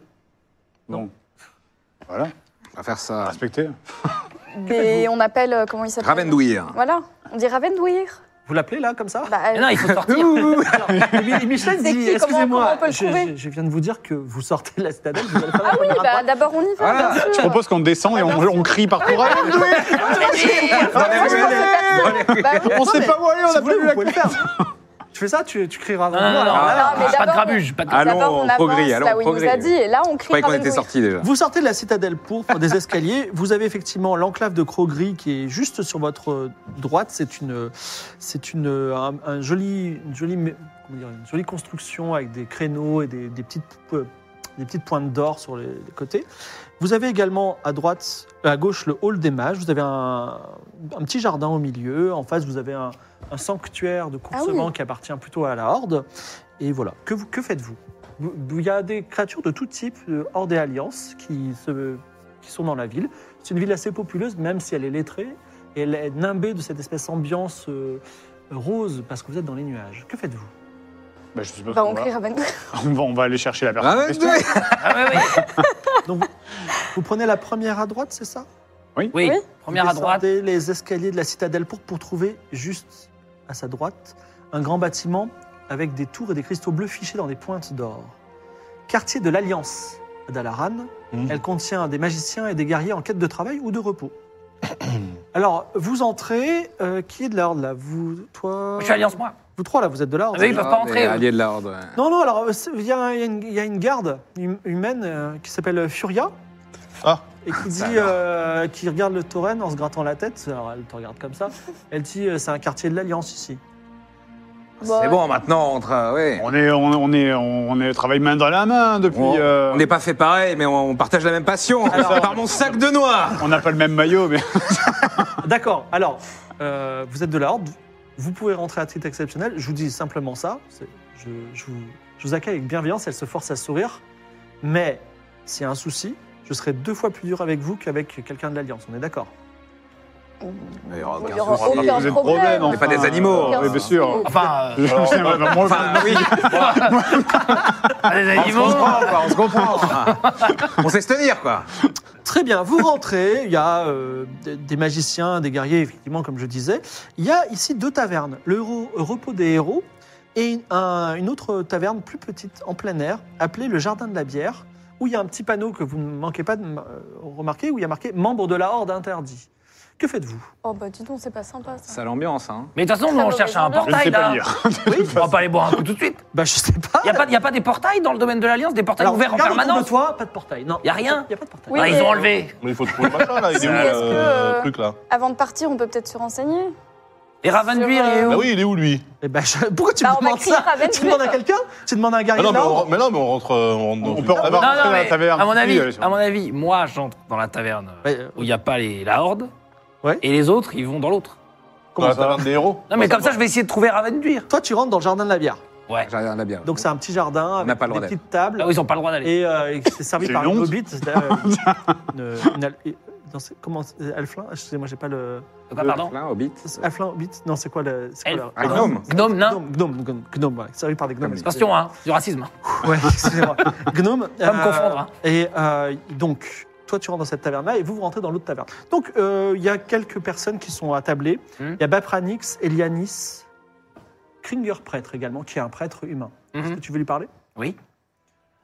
Speaker 3: Bon. Voilà,
Speaker 4: On va faire ça.
Speaker 3: respectez.
Speaker 6: hein. Des- on appelle, euh, comment il s'appelle
Speaker 4: Ravendouir.
Speaker 6: Voilà, on dit Ravendouir.
Speaker 2: Vous l'appelez là comme ça
Speaker 6: Bah,
Speaker 5: Mais non, il faut sortir.
Speaker 2: Alors, et Michel dit,
Speaker 6: C'est qui Comment- comment
Speaker 2: excusez-moi,
Speaker 6: on peut le
Speaker 2: je,
Speaker 6: trouver
Speaker 2: je- je viens de vous dire que vous sortez de la citadelle, vous allez pas la
Speaker 6: Ah oui,
Speaker 2: première
Speaker 6: bah
Speaker 2: droite.
Speaker 6: d'abord on y va,
Speaker 4: Voilà.
Speaker 6: bien sûr.
Speaker 3: Je propose qu'on descend et on,
Speaker 2: Ah,
Speaker 3: on crie partout.
Speaker 6: Moi, je pense que personne. Bah oui.
Speaker 3: on sait pas où aller, on
Speaker 2: Si
Speaker 3: a
Speaker 2: vous voulez,
Speaker 3: plus
Speaker 2: vous
Speaker 3: la
Speaker 2: pouvez le faire. tu fais ça, tu, tu crieras avant
Speaker 5: Non, non,
Speaker 2: moi.
Speaker 5: non,
Speaker 2: Alors là,
Speaker 6: non, mais
Speaker 5: pas de
Speaker 6: d'abord-
Speaker 5: grabuge. Pas de...
Speaker 4: Allons
Speaker 6: Bah, D'abord, on
Speaker 4: au
Speaker 6: avance
Speaker 4: progrès, allons
Speaker 6: là
Speaker 4: au
Speaker 6: où il nous
Speaker 4: progrès.
Speaker 6: a dit, et là on
Speaker 4: Je
Speaker 6: crie
Speaker 4: croyais qu'on était
Speaker 6: Ravendouir.
Speaker 4: sortis déjà.
Speaker 2: Vous sortez de la citadelle pourpre des escaliers. Vous avez effectivement l'enclave de Crogris qui est juste sur votre euh, droite. C'est une, c'est une, euh, un, un joli, une jolie, mé- comment dire, une jolie construction avec des créneaux et des, des petites, euh, des petites pointes d'or sur les, les côtés. Vous avez également à droite, euh, à gauche, le hall des mages. Vous avez un, un petit jardin au milieu. En face, vous avez un, un sanctuaire de Coursevent
Speaker 6: Ah
Speaker 2: qui appartient plutôt à la Horde. Et voilà. Que, vous- que faites-vous Vous- Il y a des créatures de tout type, euh, Horde et Alliance, qui, se, qui sont dans la ville. C'est une ville assez populeuse, même si elle est lettrée. Et elle est nimbée de cette espèce d'ambiance euh, rose, parce que vous êtes dans les nuages. Que faites-vous
Speaker 3: Bah, je sais pas
Speaker 6: Bah,
Speaker 3: on,
Speaker 6: on
Speaker 3: va.
Speaker 6: crie Ravendouir.
Speaker 3: on va. on va aller chercher la personne. en question.
Speaker 4: Ravendouir
Speaker 2: Donc, vous- vous prenez la première à droite, c'est ça
Speaker 5: Oui,
Speaker 6: Oui.
Speaker 5: première à
Speaker 2: Vous
Speaker 5: droite.
Speaker 2: descendez les escaliers de la citadelle pour, pour trouver juste à sa droite un grand bâtiment avec des tours et des cristaux bleus fichés dans des pointes d'or. Quartier de l'Alliance, d'Alaran.
Speaker 7: Mhm.
Speaker 2: Elle contient des magiciens et des guerriers en quête de travail ou de repos. Alors, vous entrez, euh, qui est de l'ordre là Vous, toi
Speaker 8: Je suis alliance, moi.
Speaker 2: Vous trois là, vous êtes de l'ordre
Speaker 8: Ah oui, ils peuvent pas
Speaker 4: L'ordre
Speaker 8: entrer,
Speaker 4: est
Speaker 8: eux.
Speaker 4: Allié de l'ordre. ouais.
Speaker 2: Non, non, alors euh, c'est- il y, a il y a une- il y a une garde hum- humaine euh, qui s'appelle Furia.
Speaker 7: Ah.
Speaker 2: Et qui dit,
Speaker 4: Ça alors.
Speaker 2: euh, qui regarde le tauren en se grattant la tête. Alors elle te regarde comme ça. Elle dit, euh, c'est un quartier de l'Alliance ici.
Speaker 4: C'est bon, maintenant, on tra- ouais.
Speaker 3: On est, on, on est, on est travaille main dans la main depuis.
Speaker 4: On-
Speaker 3: euh,
Speaker 4: on n'est pas fait pareil, mais on partage la même passion.
Speaker 2: Alors-
Speaker 4: Par mon sac de noix
Speaker 3: on n'a pas le même maillot, mais
Speaker 2: D'accord, alors, euh, vous êtes de la Horde. Vous pouvez rentrer à titre exceptionnel. Je vous dis simplement ça. c'est- Je, je vous, je vous accueille avec bienveillance. Elle se force à sourire. Mais s'il y a un souci, je serai deux fois plus dur avec vous qu'avec quelqu'un de l'Alliance. On est d'accord
Speaker 4: Mais oh,
Speaker 6: Il
Speaker 4: aucun
Speaker 6: y aura
Speaker 4: souci.
Speaker 6: aucun
Speaker 3: vous êtes
Speaker 6: problème. Oh,
Speaker 3: problème.
Speaker 4: On n'est pas des animaux.
Speaker 3: euh, Oui, bien sûr.
Speaker 5: Enfin, euh,
Speaker 3: Je- moi, je-
Speaker 4: Enfin, Ah, oui,
Speaker 5: pas des
Speaker 4: on se
Speaker 5: animaux.
Speaker 4: comprend, quoi, on se comprend. on sait se tenir, quoi.
Speaker 2: Très bien, vous rentrez, il y a euh, des- des magiciens, des guerriers, effectivement, comme je disais. Il y a ici deux tavernes, le Ro- repos des héros et une, un- une autre taverne plus petite, en plein air, appelée le Jardin de la Bière, où il y a un petit panneau que vous ne manquez pas de m- euh, remarquer, où il y a marqué « Membre de la Horde interdit ». Que faites-vous
Speaker 6: Oh bah dis donc, c'est pas sympa ça.
Speaker 4: Ça l'ambiance, hein.
Speaker 8: Mais de toute façon, nous, on cherche un
Speaker 6: Je
Speaker 3: je ne sais
Speaker 8: portail,
Speaker 3: pas
Speaker 8: là.
Speaker 3: lire.
Speaker 8: Oui, on va pas aller boire un coup tout de suite.
Speaker 2: ah, Bah je sais pas.
Speaker 8: Il n'y a, pas- y a pas des portails dans le domaine de l'Alliance, des portails
Speaker 2: Alors,
Speaker 8: ouverts en
Speaker 2: regarde autour de
Speaker 8: permanence
Speaker 2: toi, pas de portail. Non,
Speaker 8: Il y a rien.
Speaker 2: Il y a pas de portail.
Speaker 6: Oui,
Speaker 8: Ah, Ils
Speaker 6: mais-
Speaker 8: ont enlevé.
Speaker 7: Mais il faut trouver le machin, là. Il est où,
Speaker 6: Est-ce que,
Speaker 7: euh,
Speaker 6: euh,
Speaker 7: le truc, là
Speaker 6: Avant de partir, on peut peut-être se renseigner.
Speaker 8: Et Ravenduir, il est où
Speaker 7: Bah oui, il est où, lui
Speaker 2: Eh ben, je- Pourquoi tu
Speaker 6: Bah,
Speaker 2: me
Speaker 6: on va
Speaker 2: demandes
Speaker 6: crier
Speaker 2: ça
Speaker 6: Raven,
Speaker 2: Tu
Speaker 6: tu
Speaker 2: demandes
Speaker 6: veux
Speaker 2: à
Speaker 6: pas.
Speaker 2: quelqu'un Tu demandes à un
Speaker 7: Ah
Speaker 2: guerrier
Speaker 7: non,
Speaker 2: de
Speaker 7: mais
Speaker 2: la
Speaker 7: on,
Speaker 2: Horde
Speaker 7: rentre- mais non, mais on rentre, euh, on rentre dans
Speaker 3: On
Speaker 7: une
Speaker 3: peut-
Speaker 7: taverne.
Speaker 8: Non,
Speaker 3: non,
Speaker 8: non,
Speaker 3: Après, la
Speaker 8: mais
Speaker 3: taverne,
Speaker 8: à mon
Speaker 3: oui,
Speaker 8: avis,
Speaker 3: allez, ça va.
Speaker 8: à mon avis, moi, j'entre dans la taverne euh,
Speaker 2: Ouais, euh,
Speaker 8: où il n'y a pas les, la horde,
Speaker 2: Ouais.
Speaker 8: et les autres, ils vont dans l'autre.
Speaker 7: Dans la taverne des héros.
Speaker 8: Non, mais comme ça, je vais essayer de trouver Ravenduir.
Speaker 2: Toi, tu rentres dans le Jardin de la Bière.
Speaker 8: Ouais.
Speaker 4: J'ai rien de la bière.
Speaker 2: Donc c'est un petit jardin
Speaker 4: n'a
Speaker 2: avec
Speaker 4: pas le
Speaker 2: des
Speaker 4: droit
Speaker 2: petites tables
Speaker 8: Là où Ah ils n'ont pas le droit d'aller.
Speaker 2: et euh, et c'est servi
Speaker 3: C'est
Speaker 2: par
Speaker 3: une
Speaker 2: une
Speaker 3: honte.
Speaker 2: hobbit. c'est, euh, une- une al- et- non, c'est- comment c'est- Alflin Excusez-moi, j'ai pas le
Speaker 8: Donc, ah, pardon.
Speaker 4: Là, Hobbit.
Speaker 2: Alflin hobbit. Non, c'est quoi le c'est quoi
Speaker 4: Un
Speaker 2: le-
Speaker 4: gnome.
Speaker 8: Gnome, nain.
Speaker 2: Gnome, gnome, gnome, gnome, voilà, servi par des gnomes.
Speaker 8: Attention, hein, du racisme.
Speaker 2: Ouais, excusez-moi. Gnome.
Speaker 8: Pas me confondre, hein.
Speaker 2: Et euh, donc, toi, tu rentres dans cette taverne-là et vous, vous rentrez dans l'autre taverne. Donc, euh, il y a quelques personnes qui sont attablées. Il
Speaker 8: Mhm.
Speaker 2: y a Bapranix, Elianis, Kringer prêtre également, qui est un prêtre humain. Est-ce que
Speaker 8: Mhm.
Speaker 2: tu veux lui parler
Speaker 8: Oui.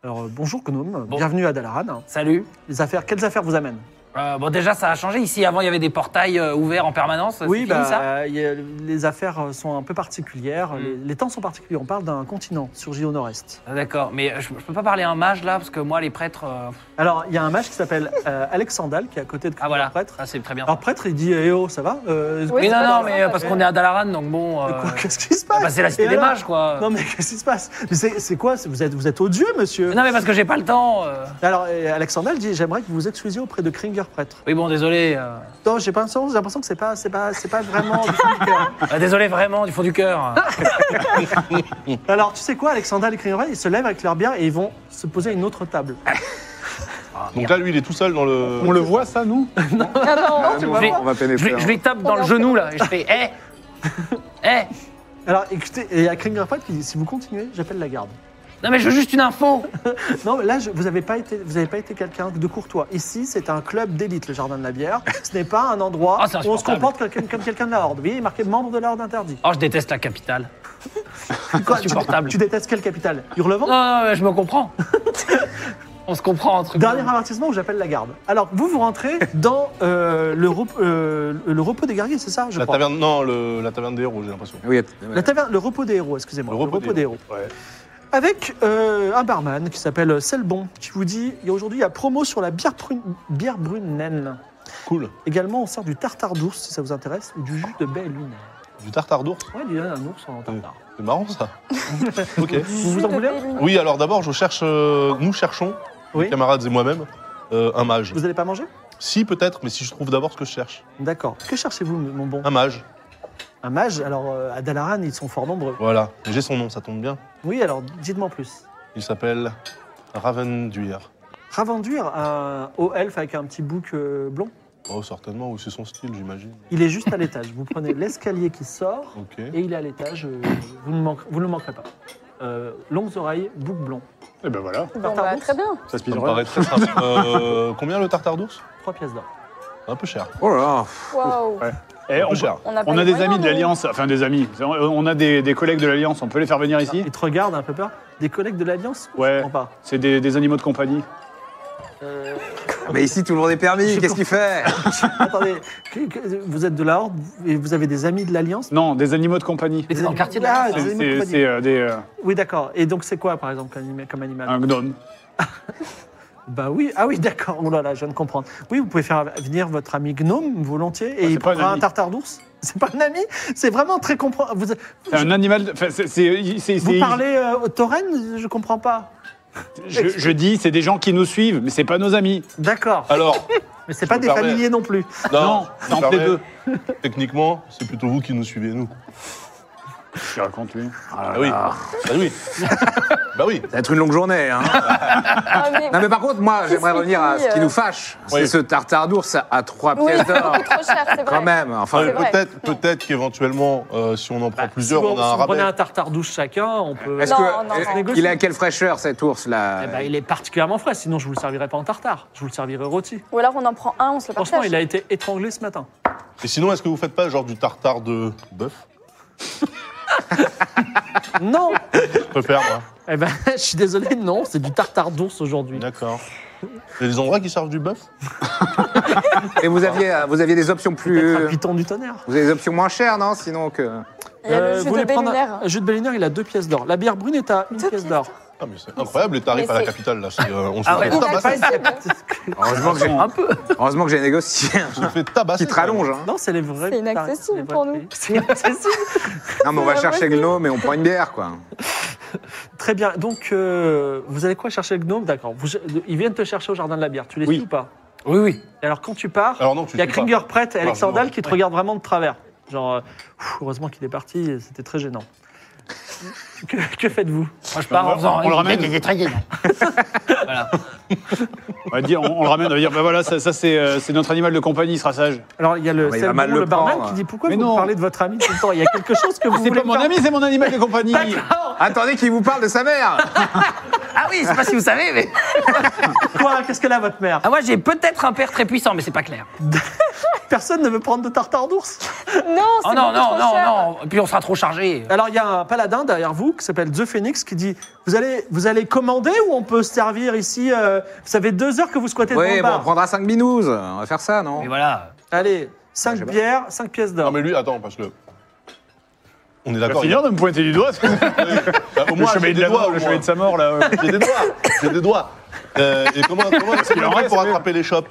Speaker 2: Alors, euh, bonjour Gnome,
Speaker 8: Bon.
Speaker 2: bienvenue à Dalaran.
Speaker 8: Salut.
Speaker 2: Les affaires, quelles affaires vous amènent
Speaker 8: Euh, bon, déjà, ça a changé. Ici, avant, il y avait des portails euh, ouverts en permanence. C'est fini, ça Hmm.
Speaker 2: euh, il y a- les affaires euh, sont un peu particulières. Les, les temps sont particuliers. On parle d'un continent surgi au nord-est.
Speaker 8: Ah, D'accord, mais euh, je, je peux pas parler à un mage là, parce que moi, les prêtres. euh,
Speaker 2: Alors, il y a un mage qui s'appelle euh, Alexandal, qui est à côté de
Speaker 8: Ah, voilà.
Speaker 2: prêtre.
Speaker 8: Ah, c'est très bien.
Speaker 2: Alors, prêtre, il dit Eh oh, ça va Euh,
Speaker 6: Oui,
Speaker 8: mais
Speaker 6: c'est
Speaker 8: non,
Speaker 6: pas
Speaker 8: non,
Speaker 6: grave,
Speaker 8: mais euh,
Speaker 6: ça
Speaker 8: parce
Speaker 6: fait.
Speaker 8: qu'on est à Dalaran, donc bon. euh,
Speaker 2: quoi, Qu'est-ce qui se passe
Speaker 8: ah, bah, c'est la cité
Speaker 2: Et
Speaker 8: des
Speaker 2: alors
Speaker 8: mages, quoi.
Speaker 2: Non, mais qu'est-ce qui se passe Mais c'est c'est quoi c'est- vous êtes, vous êtes odieux, monsieur
Speaker 8: Non, mais parce que j'ai pas le temps. euh.
Speaker 2: Alors, euh, Alexandal dit J'aimerais que vous vous excusiez auprès de Kringer prêtre.
Speaker 8: Oui, bon, désolé. euh.
Speaker 2: Non, j'ai pas l'impression j'ai l'impression que c'est pas, c'est pas, c'est pas vraiment. du fond du cœur.
Speaker 8: Ah, désolé vraiment, du fond du cœur.
Speaker 5: Ah,
Speaker 2: Alors, tu sais quoi, Alexandra et Kringer, ils se lèvent avec leur bière et ils vont se poser à une autre table.
Speaker 7: Donc là, lui, il est tout seul dans le.
Speaker 3: On le voit, ça, non
Speaker 6: Ah
Speaker 5: Euh,
Speaker 6: non,
Speaker 4: on,
Speaker 8: vas voir.
Speaker 4: on va
Speaker 8: je,
Speaker 4: pénétrer. hein.
Speaker 8: lui- je lui tape dans le genou, là, et je fais
Speaker 5: eh,
Speaker 8: Hé Hé
Speaker 2: Alors, écoutez, et il y a Kringer Prêtre qui dit si vous continuez, j'appelle la garde.
Speaker 8: Non, mais je veux juste une info
Speaker 2: Non, mais là, je- vous n'avez pas été, vous avez pas été quelqu'un de courtois. Ici, c'est un club d'élite, le Jardin de la Bière. Ce n'est pas un endroit
Speaker 8: Ah, c'est
Speaker 2: où on se
Speaker 8: insupportable.
Speaker 2: comporte comme, quelqu'un- comme quelqu'un de la Horde. Vous voyez, il est marqué membre de la Horde interdit.
Speaker 8: Oh, je déteste la capitale.
Speaker 2: Quoi, tu,
Speaker 8: insupportable.
Speaker 2: tu détestes quelle capitale Hurlevent
Speaker 8: Non, non, mais je me comprends. On se comprend entre
Speaker 2: Dernier
Speaker 8: nous.
Speaker 2: avertissement où j'appelle la garde. Alors, vous, vous rentrez dans euh, le, rep- euh, le repos des guerriers, c'est ça, je
Speaker 7: La
Speaker 2: crois
Speaker 7: taverne, non, le- la taverne des héros, j'ai l'impression.
Speaker 4: Oui,
Speaker 2: La taverne, le repos des héros, excusez-moi. Le, repos des héros.
Speaker 7: Ouais.
Speaker 2: Avec euh, un barman qui s'appelle Selbon, qui vous dit il y a aujourd'hui, il y a promo sur la bière, prune, bière brune naine.
Speaker 7: Cool.
Speaker 2: Également, on sert du tartare d'ours, si ça vous intéresse, ou du jus de baie lunaire.
Speaker 7: Du tartare d'ours.
Speaker 2: Ouais, il y a un ours en tartare.
Speaker 7: C'est marrant, ça. ok.
Speaker 2: Vous vous en voulez un
Speaker 7: Oui, alors d'abord, je cherche. euh, nous cherchons,
Speaker 2: Oui.
Speaker 7: mes camarades et moi-même, euh, un mage.
Speaker 2: Vous n'allez pas manger
Speaker 7: Si, peut-être, mais si je trouve d'abord ce que je cherche.
Speaker 2: D'accord. Que cherchez-vous, mon bon
Speaker 7: Un mage.
Speaker 2: Un mage Alors, euh, à Dalaran, ils sont fort nombreux.
Speaker 7: Voilà. J'ai son nom, ça tombe bien.
Speaker 2: Oui, alors, dites-moi en plus.
Speaker 7: Il s'appelle Ravenduir.
Speaker 2: Ravendur, un haut elfe avec un petit bouc euh, blond,
Speaker 7: Oh, certainement, ou c'est son style, j'imagine.
Speaker 2: il est juste à l'étage. Vous prenez l'escalier qui sort
Speaker 7: Ok.
Speaker 2: et il est à l'étage. euh, vous, ne manquerez- vous ne le manquerez pas. Euh, longues oreilles, bouc blond.
Speaker 3: Eh ben voilà,
Speaker 6: Bon, bah, très bien.
Speaker 3: ça
Speaker 7: Ça me
Speaker 3: speedrun.
Speaker 7: paraît très simple. Euh, combien le tartare d'ours
Speaker 2: Trois pièces d'or.
Speaker 7: Un peu cher.
Speaker 4: Oh là là.
Speaker 6: Waouh.
Speaker 3: Ouais. Eh,
Speaker 7: Un
Speaker 3: on,
Speaker 7: peu cher.
Speaker 6: On a, pas
Speaker 3: on a
Speaker 6: les
Speaker 3: des
Speaker 6: moyens,
Speaker 3: amis de
Speaker 6: nous.
Speaker 3: l'Alliance, enfin des amis, on- on a des, des collègues de l'Alliance, on peut les faire venir ici
Speaker 2: Il te regarde un peu peur. Des collègues de l'Alliance
Speaker 3: Ouais,
Speaker 2: ou pas
Speaker 3: c'est des, des animaux de compagnie.
Speaker 2: Euh,
Speaker 4: Mais ici, tout le monde est permis. Qu'est-ce qu'il fait
Speaker 2: attendez, que- que- vous êtes de la Horde et vous avez des amis de l'Alliance
Speaker 3: Non, des animaux de compagnie.
Speaker 5: Mais t'es dans le quartier de
Speaker 2: Ah,
Speaker 5: la
Speaker 2: des
Speaker 3: C'est
Speaker 2: animaux de
Speaker 3: c'est-
Speaker 2: compagnie.
Speaker 3: c'est, euh, des, euh,
Speaker 2: Oui, d'accord. Et donc, c'est quoi, par exemple, comme anima- comme animal
Speaker 3: un gnome.
Speaker 2: Bah oui, ah oui, d'accord. Oh là là, je viens de comprendre. Oui, vous pouvez faire venir votre ami Gnome volontiers et
Speaker 3: Ouais,
Speaker 2: il
Speaker 3: Bah, c'est pas un
Speaker 2: prendra un
Speaker 3: ami.
Speaker 2: tartare d'ours. C'est pas un ami C'est vraiment très comprend. Vous,
Speaker 3: C'est un animal. de- enfin, c'est- c'est- c'est-
Speaker 2: vous
Speaker 3: c'est-
Speaker 2: parlez euh, au tauren Je comprends pas.
Speaker 3: Je, je dis, c'est des gens qui nous suivent, mais c'est pas nos amis.
Speaker 2: D'accord.
Speaker 7: Alors,
Speaker 2: Mais c'est pas
Speaker 7: me
Speaker 2: des
Speaker 7: permets.
Speaker 2: familiers non plus.
Speaker 7: non,
Speaker 3: c'est entre les deux.
Speaker 7: Techniquement, c'est plutôt vous qui nous suivez, nous.
Speaker 3: Tu racontes, lui.
Speaker 7: Bah oui. Bah oui. bah oui.
Speaker 4: Ça va être une longue journée. Hein.
Speaker 6: Ah, mais-
Speaker 4: Non, mais par contre, moi, j'aimerais
Speaker 6: qui,
Speaker 4: revenir à ce qui
Speaker 6: euh,
Speaker 4: nous fâche. C'est
Speaker 7: Oui.
Speaker 4: ce tartare d'ours à trois
Speaker 6: Oui,
Speaker 4: pièces
Speaker 6: c'est
Speaker 4: d'or.
Speaker 6: beaucoup trop cher, c'est vrai.
Speaker 4: Quand même. Enfin,
Speaker 6: C'est
Speaker 7: Enfin,
Speaker 6: vrai.
Speaker 7: Ah, peut-être peut-être qu'éventuellement, euh, si on en prend plusieurs,
Speaker 2: Bah, si vous,
Speaker 7: on a
Speaker 2: si
Speaker 7: un
Speaker 2: vous prenez
Speaker 7: rabais.
Speaker 2: un tartare douce chacun, on peut.
Speaker 4: est-ce
Speaker 6: Non,
Speaker 4: que.
Speaker 6: non, non.
Speaker 4: Il a quelle fraîcheur, cet ours-là
Speaker 2: Eh ben, il est particulièrement frais, sinon je vous le servirais pas en tartare. Je vous le servirais rôti.
Speaker 6: Ou alors on en prend un, on se le partage.
Speaker 2: Franchement, il a été étranglé ce matin.
Speaker 7: Et sinon, est-ce que vous faites pas genre du tartare de bœuf
Speaker 2: Non
Speaker 7: Je préfère, moi.
Speaker 2: Eh ben, je suis désolé, non, c'est du tartare d'ours aujourd'hui.
Speaker 7: D'accord. Il y a des endroits qui servent du bœuf
Speaker 4: Et vous aviez, euh, vous aviez des options plus.
Speaker 2: Un piton du tonnerre.
Speaker 4: Vous avez des options moins chères, non Sinon que.
Speaker 6: Il y a
Speaker 2: Euh,
Speaker 6: le
Speaker 2: vous
Speaker 6: jus de
Speaker 2: voulez prendre
Speaker 6: Bellunaire.
Speaker 2: un- un jus de Bélinaire, il a deux pièces d'or. La bière brune est à une
Speaker 6: Deux
Speaker 2: pièce
Speaker 6: pièces
Speaker 2: d'or.
Speaker 7: Ah, mais c'est incroyable les tarifs
Speaker 6: Mais
Speaker 7: à la
Speaker 6: c'est-
Speaker 7: capitale, là. C'est, euh, on se
Speaker 5: Ah ouais,
Speaker 7: fait
Speaker 2: bah,
Speaker 5: non,
Speaker 7: tabasser.
Speaker 4: Heureusement que j'ai. Heureusement que j'ai négocié.
Speaker 7: On se fait
Speaker 6: Ah,
Speaker 7: tabasser.
Speaker 4: Qui te rallonge, hein.
Speaker 2: Non, c'est les vrais.
Speaker 6: C'est inaccessible
Speaker 2: les vrais
Speaker 6: pour nous.
Speaker 2: prix. C'est inaccessible.
Speaker 4: Non, mais on va chercher le gnome et on prend une bière, quoi.
Speaker 2: Très bien. Donc, euh, vous allez quoi chercher le gnome D'accord. Vous- Ils viennent te chercher au jardin de la bière. Tu les
Speaker 3: Oui.
Speaker 2: suis ou pas
Speaker 5: Oui, oui.
Speaker 2: Et alors, quand tu pars,
Speaker 7: Alors non, tu
Speaker 2: il y a
Speaker 7: le fais pas.
Speaker 2: Kringer prête et
Speaker 7: Alors,
Speaker 2: Alexandre Dahl
Speaker 7: je me-
Speaker 2: qui te regarde vraiment de travers. Genre, euh, Pff, heureusement qu'il est parti, c'était très gênant. que que faites-vous
Speaker 5: Moi, je pars
Speaker 3: On
Speaker 5: en
Speaker 3: le-
Speaker 5: faisant.
Speaker 3: on le ramène.
Speaker 5: J'ai des traînées. Voilà.
Speaker 3: On, va dire, on, on le ramène, on va dire, ben voilà, ça, ça, c'est euh, c'est notre animal de compagnie, il sera sage.
Speaker 2: Alors, il y a le,
Speaker 4: Ah, bah, il
Speaker 2: c'est
Speaker 4: va
Speaker 2: le
Speaker 4: mal
Speaker 2: bon,
Speaker 4: le
Speaker 2: le barman
Speaker 4: prendre.
Speaker 2: qui dit Pourquoi
Speaker 3: Mais
Speaker 2: vous
Speaker 3: non.
Speaker 2: me parlez de votre ami tout le temps Il y a quelque chose que vous
Speaker 3: C'est
Speaker 2: voulez
Speaker 3: pas
Speaker 2: me
Speaker 3: mon
Speaker 2: faire
Speaker 3: ami, c'est mon animal de compagnie.
Speaker 4: Ah, Attendez qu'il vous parle de sa mère
Speaker 5: Ah oui, je sais pas si vous savez, mais.
Speaker 2: Quoi Qu'est-ce qu'elle a, votre mère
Speaker 5: Ah, moi, j'ai peut-être un père très puissant, mais c'est pas clair.
Speaker 2: Personne ne veut prendre de tartare d'ours. Ah,
Speaker 6: Non, c'est
Speaker 5: Oh non,
Speaker 6: beaucoup
Speaker 5: non,
Speaker 6: trop
Speaker 5: non,
Speaker 6: cher.
Speaker 5: non. Et puis, on sera trop chargé.
Speaker 2: Alors il y a un paladin derrière vous qui s'appelle The Phoenix qui dit vous allez vous allez commander ou on peut se servir ici euh, Ça fait deux heures que vous squattez devant
Speaker 4: Oui,
Speaker 2: le
Speaker 4: bon, on
Speaker 2: bar.
Speaker 4: prendra 5 binous. On va faire ça, non
Speaker 5: Mais voilà.
Speaker 2: Allez, cinq
Speaker 4: Je sais pas.
Speaker 2: bières, cinq pièces
Speaker 7: Non,
Speaker 2: d'or.
Speaker 7: mais lui, attends, parce que. On est
Speaker 3: Il va
Speaker 7: d'accord. il y a-
Speaker 3: finir de me pointer du doigt.
Speaker 7: Bah, au
Speaker 3: Le
Speaker 7: moins,
Speaker 3: chevet
Speaker 7: j'ai
Speaker 3: de
Speaker 7: des
Speaker 3: la
Speaker 7: doigts.
Speaker 3: mort,
Speaker 7: au
Speaker 3: le
Speaker 7: moins.
Speaker 3: chevet de sa mort, là.
Speaker 7: J'ai des doigts. J'ai des doigts. Euh, et comment, comment est-ce qu'il
Speaker 3: en
Speaker 7: en fait
Speaker 3: reste,
Speaker 7: pour
Speaker 3: oui.
Speaker 7: attraper les chopes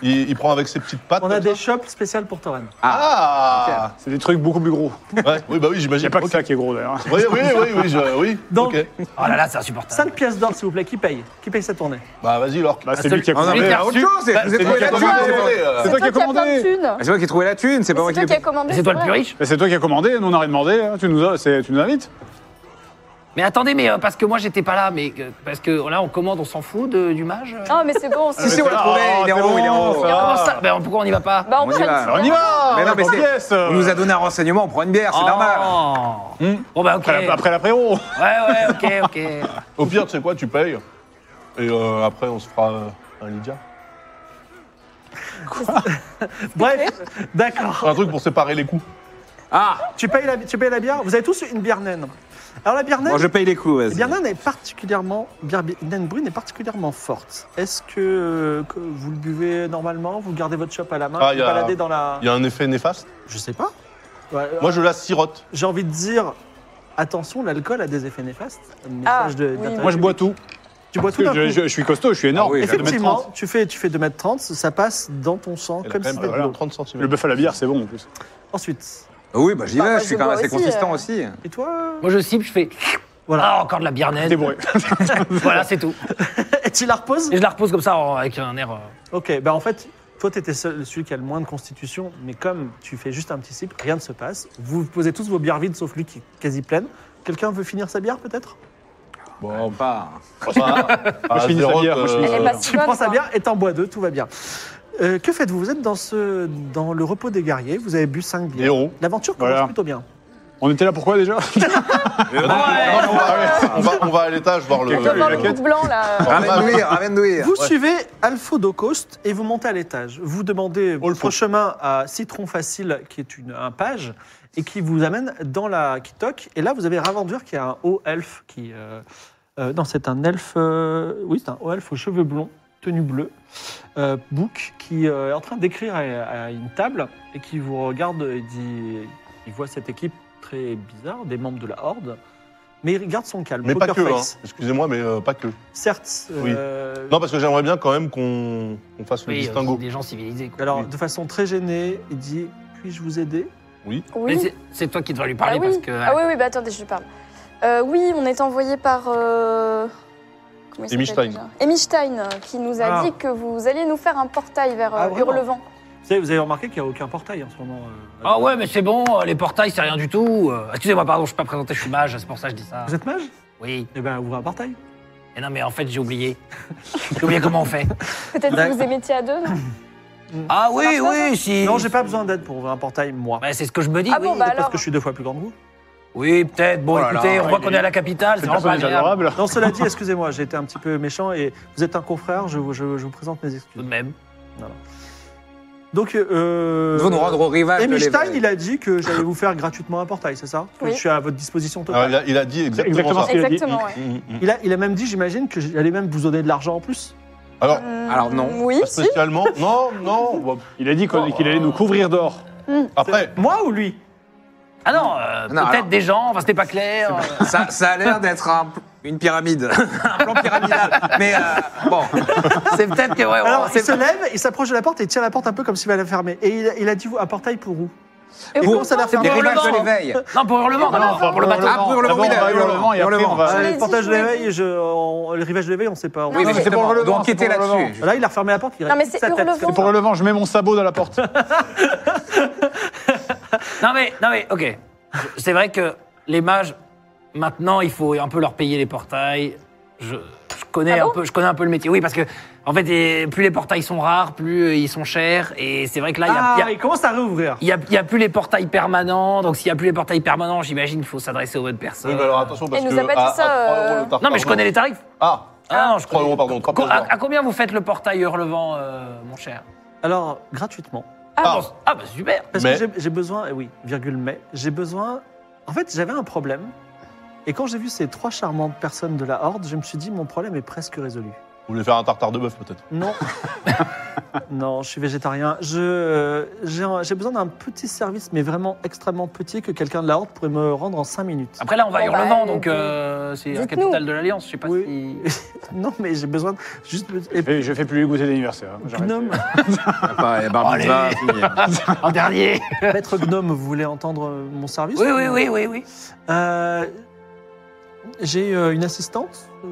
Speaker 7: il, il prend avec ses petites pattes.
Speaker 2: On a
Speaker 7: comme
Speaker 2: des
Speaker 7: ça
Speaker 2: shops spéciales pour Toran.
Speaker 7: Ah
Speaker 3: C'est des trucs beaucoup plus gros.
Speaker 7: Ouais, Oui, bah
Speaker 3: Il
Speaker 7: oui,
Speaker 3: n'y
Speaker 7: j'imagine.
Speaker 3: a pas que
Speaker 7: Ok.
Speaker 3: ça qui est gros, d'ailleurs.
Speaker 7: Oui, oui, oui, oui, je- oui.
Speaker 2: Donc-
Speaker 7: ok.
Speaker 5: Oh là là, c'est insupportable.
Speaker 2: Cinq pièces d'or s'il vous plaît. Qui paye Qui paye cette tournée
Speaker 7: Bah vas-y, Lorc.
Speaker 3: Bah, c'est lui qui a
Speaker 4: Ah, non,
Speaker 3: commandé.
Speaker 4: mais
Speaker 5: qui a
Speaker 4: faire autre
Speaker 5: reçu.
Speaker 4: chose, c'est- vous
Speaker 7: c'est
Speaker 4: avez
Speaker 7: lui
Speaker 4: trouvé
Speaker 7: qui a
Speaker 4: la thune c'est
Speaker 7: commandé. euh,
Speaker 6: C'est
Speaker 3: toi qui as
Speaker 6: as plein de
Speaker 3: commandé.
Speaker 6: thunes.
Speaker 4: pas- Ah, C'est toi qui as trouvé la thune, c'est pas moi
Speaker 6: C'est
Speaker 4: qui
Speaker 6: toi
Speaker 4: l'ai
Speaker 6: qui as commandé.
Speaker 5: C'est toi le
Speaker 6: vrai.
Speaker 5: plus riche.
Speaker 3: Mais C'est toi qui as commandé, nous on n'a rien demandé, hein. tu, nous as, c'est- tu nous invites.
Speaker 5: Mais attendez, mais euh, parce que moi, j'étais pas là, mais euh, parce que là, on commande, on s'en fout de- du mage. euh.
Speaker 6: Ah, mais c'est bon,
Speaker 4: Si,
Speaker 6: c'est
Speaker 4: si, on l'a trouvé, il est en haut, il est en haut.
Speaker 3: ça
Speaker 5: Comment
Speaker 3: va.
Speaker 5: ça Ben, pourquoi on n'y va pas
Speaker 6: Bah, on,
Speaker 4: On y
Speaker 6: prend une
Speaker 4: va.
Speaker 6: petite
Speaker 3: Alors, on y va
Speaker 4: Mais non, mais
Speaker 3: Dans
Speaker 4: c'est-
Speaker 3: pièce, euh,
Speaker 4: On nous a donné un renseignement, on prend une bière, c'est
Speaker 5: Oh.
Speaker 4: normal.
Speaker 5: Bon, bah, ok.
Speaker 3: Après, la- après l'apéro
Speaker 5: Ouais, ouais, ok, ok.
Speaker 7: Au pire, tu sais quoi, tu payes. Et euh, après, on se fera euh, un Lydia.
Speaker 2: Bref, d'accord.
Speaker 7: Un truc pour séparer les coups.
Speaker 4: Ah,
Speaker 2: Tu payes la tu payes la bière. Vous avez tous une bière naine. Alors la bière naine.
Speaker 4: bon, je paye les coups,
Speaker 2: La
Speaker 4: vas-y.
Speaker 2: bière naine est particulièrement bière bi- naine brune est particulièrement forte. Est-ce que, que vous le buvez normalement Vous gardez votre chope à la main
Speaker 7: Ah,
Speaker 2: Vous
Speaker 7: il y a-
Speaker 2: baladez dans la
Speaker 7: Il y a un effet néfaste.
Speaker 2: Je sais pas. Ouais, euh,
Speaker 7: Moi, je la sirote.
Speaker 2: J'ai envie de dire, attention, l'alcool a des effets néfastes. Un
Speaker 6: Ah,
Speaker 2: message de-
Speaker 6: oui.
Speaker 2: d'intérêt
Speaker 3: Moi je bois tout.
Speaker 2: Tu bois
Speaker 3: Parce
Speaker 2: tout
Speaker 3: que
Speaker 2: d'un
Speaker 3: je,
Speaker 2: coup.
Speaker 3: je- je suis costaud, je suis énorme.
Speaker 4: Ah oui,
Speaker 3: Je fais 2m30.
Speaker 2: Effectivement, tu fais, tu fais 2m30, ça passe dans ton sang
Speaker 7: Elle a
Speaker 2: comme
Speaker 7: quand
Speaker 2: si
Speaker 7: même,
Speaker 2: c'était de
Speaker 7: bah voilà,
Speaker 2: l'eau.
Speaker 7: 30 cm.
Speaker 3: Le bœuf à la bière, c'est bon en plus.
Speaker 2: Ensuite,
Speaker 4: Oui, bah j'y
Speaker 6: Bah,
Speaker 4: vais,
Speaker 6: moi,
Speaker 4: je suis
Speaker 6: je
Speaker 4: quand même
Speaker 6: bois
Speaker 4: assez
Speaker 6: aussi,
Speaker 4: consistant
Speaker 6: euh.
Speaker 4: aussi.
Speaker 2: et toi
Speaker 5: Moi, je cible, je fais.
Speaker 2: Voilà.
Speaker 5: Ah, encore de la bière naine.
Speaker 3: T'es bourré.
Speaker 5: Voilà, c'est tout.
Speaker 2: Et tu la reposes
Speaker 5: Et je la repose comme ça en- avec un air. euh,
Speaker 2: Ok, bah en fait, toi, t'étais seul- celui qui a le moins de constitution, mais comme tu fais juste un petit sip, rien ne se passe. Vous posez tous vos bières vides, sauf lui qui est quasi pleine. Quelqu'un veut finir sa bière peut-être
Speaker 7: Bon,
Speaker 4: Pas.
Speaker 7: Bah, moi,
Speaker 3: je finis sa bière, moi, je
Speaker 7: euh,
Speaker 3: finis
Speaker 6: Elle est pas si
Speaker 2: Tu
Speaker 6: bonne,
Speaker 2: prends sa
Speaker 6: quoi.
Speaker 2: bière et t'en bois deux, tout va bien. Euh, que faites-vous Vous êtes dans, ce, dans le repos des guerriers, vous avez bu 5 bières.
Speaker 7: Héros.
Speaker 2: L'aventure commence
Speaker 3: Voilà.
Speaker 2: plutôt bien.
Speaker 3: On était là pourquoi déjà
Speaker 7: on, va, on va- on va à l'étage voir le.
Speaker 3: Ah, Quelqu'un,
Speaker 6: Comme dans
Speaker 3: la
Speaker 6: le
Speaker 3: quête.
Speaker 6: groupe blanc, là.
Speaker 4: Ramène douille, ramène douille.
Speaker 2: Vous suivez Alpha Docost et vous montez à l'étage. Vous demandez votre chemin à Citron Facile, qui est une, un page, et qui vous amène dans la qui toque. Et là, vous avez Ravendur, qui est un haut elfe. Qui, euh, euh, non, c'est un elfe. euh, oui, c'est un haut elfe aux cheveux blonds, tenue bleue, euh, Book, qui euh, est en train d'écrire à, à une table et qui vous regarde et dit il voit cette équipe très bizarre, des membres de la Horde, mais il garde son calme.
Speaker 7: Mais pas
Speaker 2: poker
Speaker 7: que, hein.
Speaker 2: face.
Speaker 7: excusez-moi, mais euh, pas que.
Speaker 2: Certes.
Speaker 7: Oui.
Speaker 2: euh,
Speaker 7: Non, parce que j'aimerais bien quand même qu'on qu'on fasse le
Speaker 5: Oui, euh,
Speaker 7: distinguo.
Speaker 5: des gens civilisés. quoi.
Speaker 2: Alors,
Speaker 7: oui.
Speaker 2: de façon très gênée, il dit Puis-je vous aider
Speaker 5: Mais
Speaker 6: Oui.
Speaker 5: c'est- c'est toi qui devrais lui
Speaker 6: Ah
Speaker 5: parler parce
Speaker 6: oui.
Speaker 5: que. euh,
Speaker 6: ah oui, oui, bah attendez, je lui parle. Euh, oui, on est envoyé par. Euh... comment il s'appelle
Speaker 7: Amy Stein.
Speaker 6: déjà Amy Stein, euh, qui nous a
Speaker 2: Ah.
Speaker 6: dit que vous alliez nous faire un portail vers
Speaker 2: Ah,
Speaker 6: euh,
Speaker 2: vraiment
Speaker 6: Hurlevent.
Speaker 2: Vous savez, vous avez remarqué qu'il n'y a aucun portail en ce moment. euh,
Speaker 5: Ah ouais, mais c'est bon, euh, les portails, c'est rien du tout. Euh, Excusez-moi, pardon, je suis pas présenté, je suis mage, c'est pour ça que je dis ça.
Speaker 2: Vous êtes mage
Speaker 5: Oui.
Speaker 2: Eh bien, ouvrez un portail.
Speaker 5: Et non, mais en fait, j'ai oublié. J'ai oublié comment on fait.
Speaker 6: Peut-être que
Speaker 2: D'accord.
Speaker 6: vous émettiez à deux, non
Speaker 5: Ah oui,
Speaker 6: marche pas,
Speaker 5: oui, si.
Speaker 2: Non, j'ai pas besoin d'aide pour ouvrir un portail, moi.
Speaker 5: Bah, c'est ce que je me dis,
Speaker 6: Ah
Speaker 5: oui.
Speaker 6: bon, bah
Speaker 2: Parce
Speaker 6: alors.
Speaker 2: que je suis deux fois plus grand que vous.
Speaker 5: Oui, peut-être. Bon,
Speaker 4: Oh là
Speaker 5: écoutez,
Speaker 4: là,
Speaker 5: on voit
Speaker 4: il
Speaker 5: qu'on
Speaker 4: est-
Speaker 5: est à la capitale, c'est
Speaker 3: Cette
Speaker 5: vraiment pas
Speaker 3: personne est
Speaker 5: agréable.
Speaker 3: adorable.
Speaker 2: Non, cela dit, excusez-moi, j'ai été un petit peu méchant et vous êtes un confrère, je vous, je- je vous présente mes
Speaker 5: Tout
Speaker 2: excuses.
Speaker 5: de même.
Speaker 2: Donc, euh.
Speaker 4: Nous devons nous rendre au rivage. de
Speaker 2: Amy Stein,
Speaker 4: l'Everest.
Speaker 2: il a dit que j'allais vous faire gratuitement un portail, c'est ça Que
Speaker 6: Oui.
Speaker 2: Je suis à votre disposition
Speaker 7: Alors, Ah, il,
Speaker 2: totale.
Speaker 7: a, il a dit exactement,
Speaker 3: Exactement
Speaker 7: ça.
Speaker 3: ce qu'il a dit.
Speaker 6: Exactement, ouais.
Speaker 7: Mm, mm, mm.
Speaker 2: Il a, il a même dit, j'imagine, que j'allais même vous donner de l'argent en plus.
Speaker 7: Alors,
Speaker 6: Hmm,
Speaker 4: Alors, non.
Speaker 6: Oui,
Speaker 7: pas
Speaker 6: si.
Speaker 7: spécialement. non, non. bah,
Speaker 3: Il a dit qu'on- qu'il allait nous couvrir d'or.
Speaker 7: Après,
Speaker 2: Moi ou lui
Speaker 5: Ah non, euh,
Speaker 4: Non,
Speaker 5: peut-être
Speaker 4: alors-
Speaker 5: des gens, enfin, c'était pas clair.
Speaker 4: Ça, ça a l'air d'être un- une pyramide. un plan pyramidal. Mais euh, bon,
Speaker 5: c'est peut-être que, ouais, on-
Speaker 2: Alors, il
Speaker 5: Oh, c'est
Speaker 2: se lève, il s'approche de la porte et tire la porte un peu comme s'il allait la fermer. Et il, il a dit un portail pour où
Speaker 6: Et
Speaker 2: Et
Speaker 6: vous,
Speaker 2: comment ça l'a fait
Speaker 4: les
Speaker 5: Pour le
Speaker 4: rivages de
Speaker 5: vent.
Speaker 4: l'éveil.
Speaker 5: Non, pour Hurlevent, d'abord,
Speaker 7: non,
Speaker 5: pour le bateau.
Speaker 7: Hurlevent.
Speaker 4: Ah, pour le
Speaker 3: D'abord,
Speaker 4: vent,
Speaker 3: on va
Speaker 4: oui,
Speaker 3: au Levant, et
Speaker 4: on
Speaker 3: après,
Speaker 4: le vent.
Speaker 3: on va-
Speaker 2: Ah,
Speaker 6: l'ai
Speaker 2: le
Speaker 6: dit,
Speaker 2: portage
Speaker 6: je
Speaker 2: de
Speaker 6: vous l'ai
Speaker 2: l'éveil,
Speaker 6: dit.
Speaker 2: je- on- le rivage de l'éveil, on ne sait pas.
Speaker 4: Oui,
Speaker 6: Non,
Speaker 4: mais
Speaker 6: mais
Speaker 4: c'est
Speaker 3: c'est
Speaker 4: pour
Speaker 3: pour
Speaker 4: le
Speaker 3: le
Speaker 4: vent.
Speaker 3: vent,
Speaker 4: Donc,
Speaker 3: c'est
Speaker 4: quitter
Speaker 3: pour le
Speaker 4: là-dessus.
Speaker 2: Là, il a refermé la porte. Il
Speaker 6: Non, mais
Speaker 2: reste
Speaker 6: c'est
Speaker 2: sa tête.
Speaker 6: Hurlevent.
Speaker 2: comme
Speaker 3: C'est pour le vent, je mets mon sabot dans la porte.
Speaker 5: Non mais, non mais, ok. C'est vrai que les mages, maintenant, il faut un peu leur payer les portails. Je, je connais
Speaker 6: Ah
Speaker 5: un
Speaker 6: bon
Speaker 5: peu, je connais un peu le métier. Oui, parce que en fait, eh, plus les portails sont rares, plus euh, ils sont chers. Et c'est vrai que là, il y a-
Speaker 2: Ah,
Speaker 5: il y a,
Speaker 2: il commence à réouvrir.
Speaker 5: il y a, il y a plus les portails permanents. Donc s'il y a plus les portails permanents, j'imagine qu'il faut s'adresser aux bonnes personnes.
Speaker 7: oui, mais alors attention parce
Speaker 6: nous
Speaker 7: que
Speaker 6: a pas dit
Speaker 7: à- à
Speaker 6: ça,
Speaker 7: 3 euros
Speaker 6: euh,
Speaker 7: le tartare,
Speaker 5: non mais je connais les tarifs.
Speaker 7: Ah,
Speaker 5: Ah, non, je
Speaker 7: 3 euros, pardon, 3
Speaker 5: Co- Ah,
Speaker 7: euros.
Speaker 5: à, à combien vous faites le portail Hurlevent, euh, mon cher
Speaker 2: Alors, gratuitement.
Speaker 5: ah,
Speaker 7: Ah.
Speaker 5: bon, ah, bah super.
Speaker 2: Parce
Speaker 7: Mais-
Speaker 2: que j'ai- j'ai besoin, eh oui, virgule mais, j'ai besoin. En fait, j'avais un problème. Et quand j'ai vu ces trois charmantes personnes de la Horde, je me suis dit, mon problème est presque résolu.
Speaker 7: Vous voulez faire un tartare de bœuf peut-être
Speaker 2: Non. non, je suis végétarien. Je, euh, j'ai un- j'ai besoin d'un petit service, mais vraiment extrêmement petit, que quelqu'un de la Horde pourrait me rendre en cinq minutes.
Speaker 5: Après là, on va à
Speaker 6: Bon, bah,
Speaker 5: Hurlevent, donc
Speaker 6: euh,
Speaker 5: euh, c'est la
Speaker 6: dites-nous.
Speaker 5: capitale de l'Alliance. Je sais pas
Speaker 2: Oui.
Speaker 5: si.
Speaker 2: Non, mais j'ai besoin de- juste. Et
Speaker 3: Et je fais plus lui goûter d'anniversaire. hein, j'arrête.
Speaker 2: Gnome,
Speaker 4: Bah, Barbuda, fini.
Speaker 5: En dernier.
Speaker 2: maître Gnome, vous voulez entendre euh, mon service
Speaker 5: Oui, oui, oui, oui, oui.
Speaker 2: Euh, j'ai euh, une assistante euh,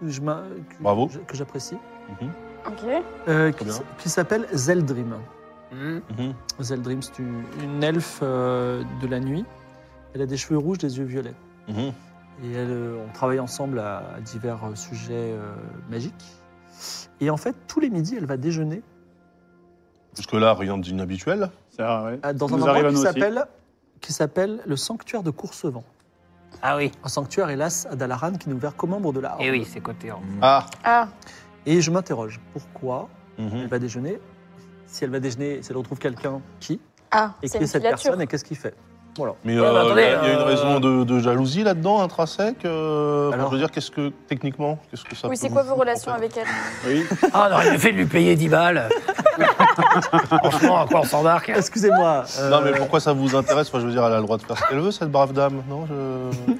Speaker 2: que je m'in- que-
Speaker 7: Bravo.
Speaker 2: que- que j'apprécie,
Speaker 5: Mhm,
Speaker 6: Ok.
Speaker 2: euh,
Speaker 7: Très
Speaker 2: qui, s-
Speaker 7: bien.
Speaker 2: qui s'appelle Zeldrim.
Speaker 5: Hmm.
Speaker 7: Mhm.
Speaker 2: Zeldrim, c'est une, une elfe euh, de la nuit. Elle a des cheveux rouges, des yeux violets.
Speaker 7: Mhm.
Speaker 2: Et elle, euh, on travaille ensemble à, à divers euh, sujets euh, magiques. Et en fait, tous les midis, elle va déjeuner
Speaker 7: Jusque-là, rien d'inhabituel.
Speaker 3: Ça, ouais.
Speaker 2: à- euh, dans
Speaker 3: Ça
Speaker 2: un
Speaker 3: nous
Speaker 2: endroit
Speaker 3: arrive à
Speaker 2: qui
Speaker 3: nous aussi.
Speaker 2: s'appelle, qui s'appelle le sanctuaire de Courcevent.
Speaker 5: Ah oui,
Speaker 2: Un sanctuaire, hélas, à Dalaran, qui n'est ouvert qu'aux membres de la Horde.
Speaker 5: et Eh oui, c'est côté en.
Speaker 7: Ah,
Speaker 6: Ah,
Speaker 2: Et je m'interroge, pourquoi
Speaker 7: mhm.
Speaker 2: Elle va déjeuner. Si elle va déjeuner, si elle retrouve quelqu'un, qui
Speaker 6: ah
Speaker 2: Et qui
Speaker 6: c'est
Speaker 2: est
Speaker 6: une
Speaker 2: cette
Speaker 6: filature.
Speaker 2: personne et qu'est-ce qu'il fait
Speaker 7: mais il
Speaker 5: Ouais, bah, attendez,
Speaker 7: y, a- y a une
Speaker 5: euh,
Speaker 7: raison de, de jalousie là-dedans, intrinsèque. euh, enfin,
Speaker 2: Alors
Speaker 7: je veux dire, qu'est-ce que techniquement, qu'est-ce que ça
Speaker 6: Oui,
Speaker 7: peut
Speaker 6: c'est
Speaker 7: vous
Speaker 6: quoi vos
Speaker 7: foutre,
Speaker 6: relations
Speaker 7: en fait
Speaker 6: avec elle
Speaker 3: Oui.
Speaker 5: Ah non, il fait de lui payer 10 balles. Franchement, à quoi on s'embarque hein.
Speaker 2: Excusez-moi.
Speaker 7: Non,
Speaker 2: euh,
Speaker 7: mais pourquoi ça vous intéresse Enfin, je veux dire, elle a le droit de faire ce qu'elle veut, cette brave dame, non je-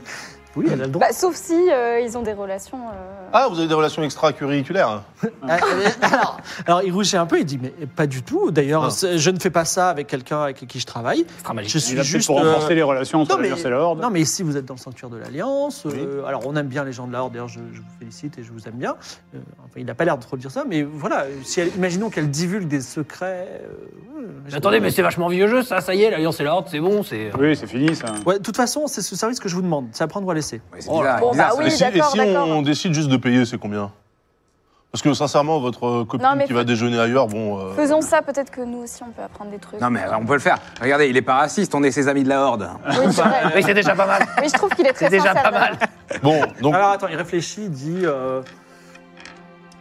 Speaker 2: Oui, elle a le droit.
Speaker 6: Bah, sauf si euh, ils ont des relations. euh,
Speaker 7: Ah, vous avez des relations extracurriculaires
Speaker 6: Bah,
Speaker 2: alors, Ah,
Speaker 6: euh,
Speaker 2: alors, il rougit un peu, il dit Mais pas du tout.
Speaker 7: Ah.
Speaker 2: D'ailleurs, c'est- je ne fais pas ça avec quelqu'un avec qui je travaille. Je
Speaker 3: Il
Speaker 2: suis
Speaker 3: a fait
Speaker 2: juste.
Speaker 3: pour
Speaker 2: euh,
Speaker 3: renforcer les relations entre
Speaker 2: non, mais-
Speaker 3: l'Alliance et la Horde.
Speaker 2: Non, mais si vous êtes dans le sanctuaire de l'Alliance, euh, alors on aime bien les gens de la Horde, d'ailleurs je, je vous félicite et je vous aime bien. Euh, enfin, il n'a pas l'air de trop dire ça, mais voilà, si elle- imaginons qu'elle divulgue des secrets. euh, ouais,
Speaker 5: Mais Attendez, mais c'est vachement vieux jeu, ça, ça y est, l'Alliance et la Horde, c'est bon, c'est.
Speaker 3: Oui, c'est fini ça.
Speaker 2: Ouais, de toute façon, c'est ce service que je vous demande, c'est à prendre ou à laisser.
Speaker 4: Ouais, C'est bizarre.
Speaker 6: Bon,
Speaker 4: bizarre,
Speaker 6: bah
Speaker 4: ça.
Speaker 6: oui,
Speaker 7: Et si, et
Speaker 6: d'accord,
Speaker 7: si on,
Speaker 6: d'accord.
Speaker 7: décide juste de payer, c'est combien Parce que sincèrement, votre euh, copine
Speaker 6: Non, mais
Speaker 7: qui va
Speaker 6: fais-
Speaker 7: déjeuner ailleurs, bon. euh,
Speaker 6: Faisons ça, peut-être que nous aussi on peut apprendre des trucs.
Speaker 4: Non, mais euh, on peut le faire. Regardez, il est pas raciste, on est ses amis de la Horde.
Speaker 6: Oui, c'est vrai.
Speaker 5: Oui, c'est déjà pas mal.
Speaker 6: Mais je trouve qu'il est très
Speaker 5: C'est déjà
Speaker 6: sincère.
Speaker 5: pas mal.
Speaker 7: Bon, donc.
Speaker 6: Ah.
Speaker 2: Alors attends, il réfléchit, il dit euh,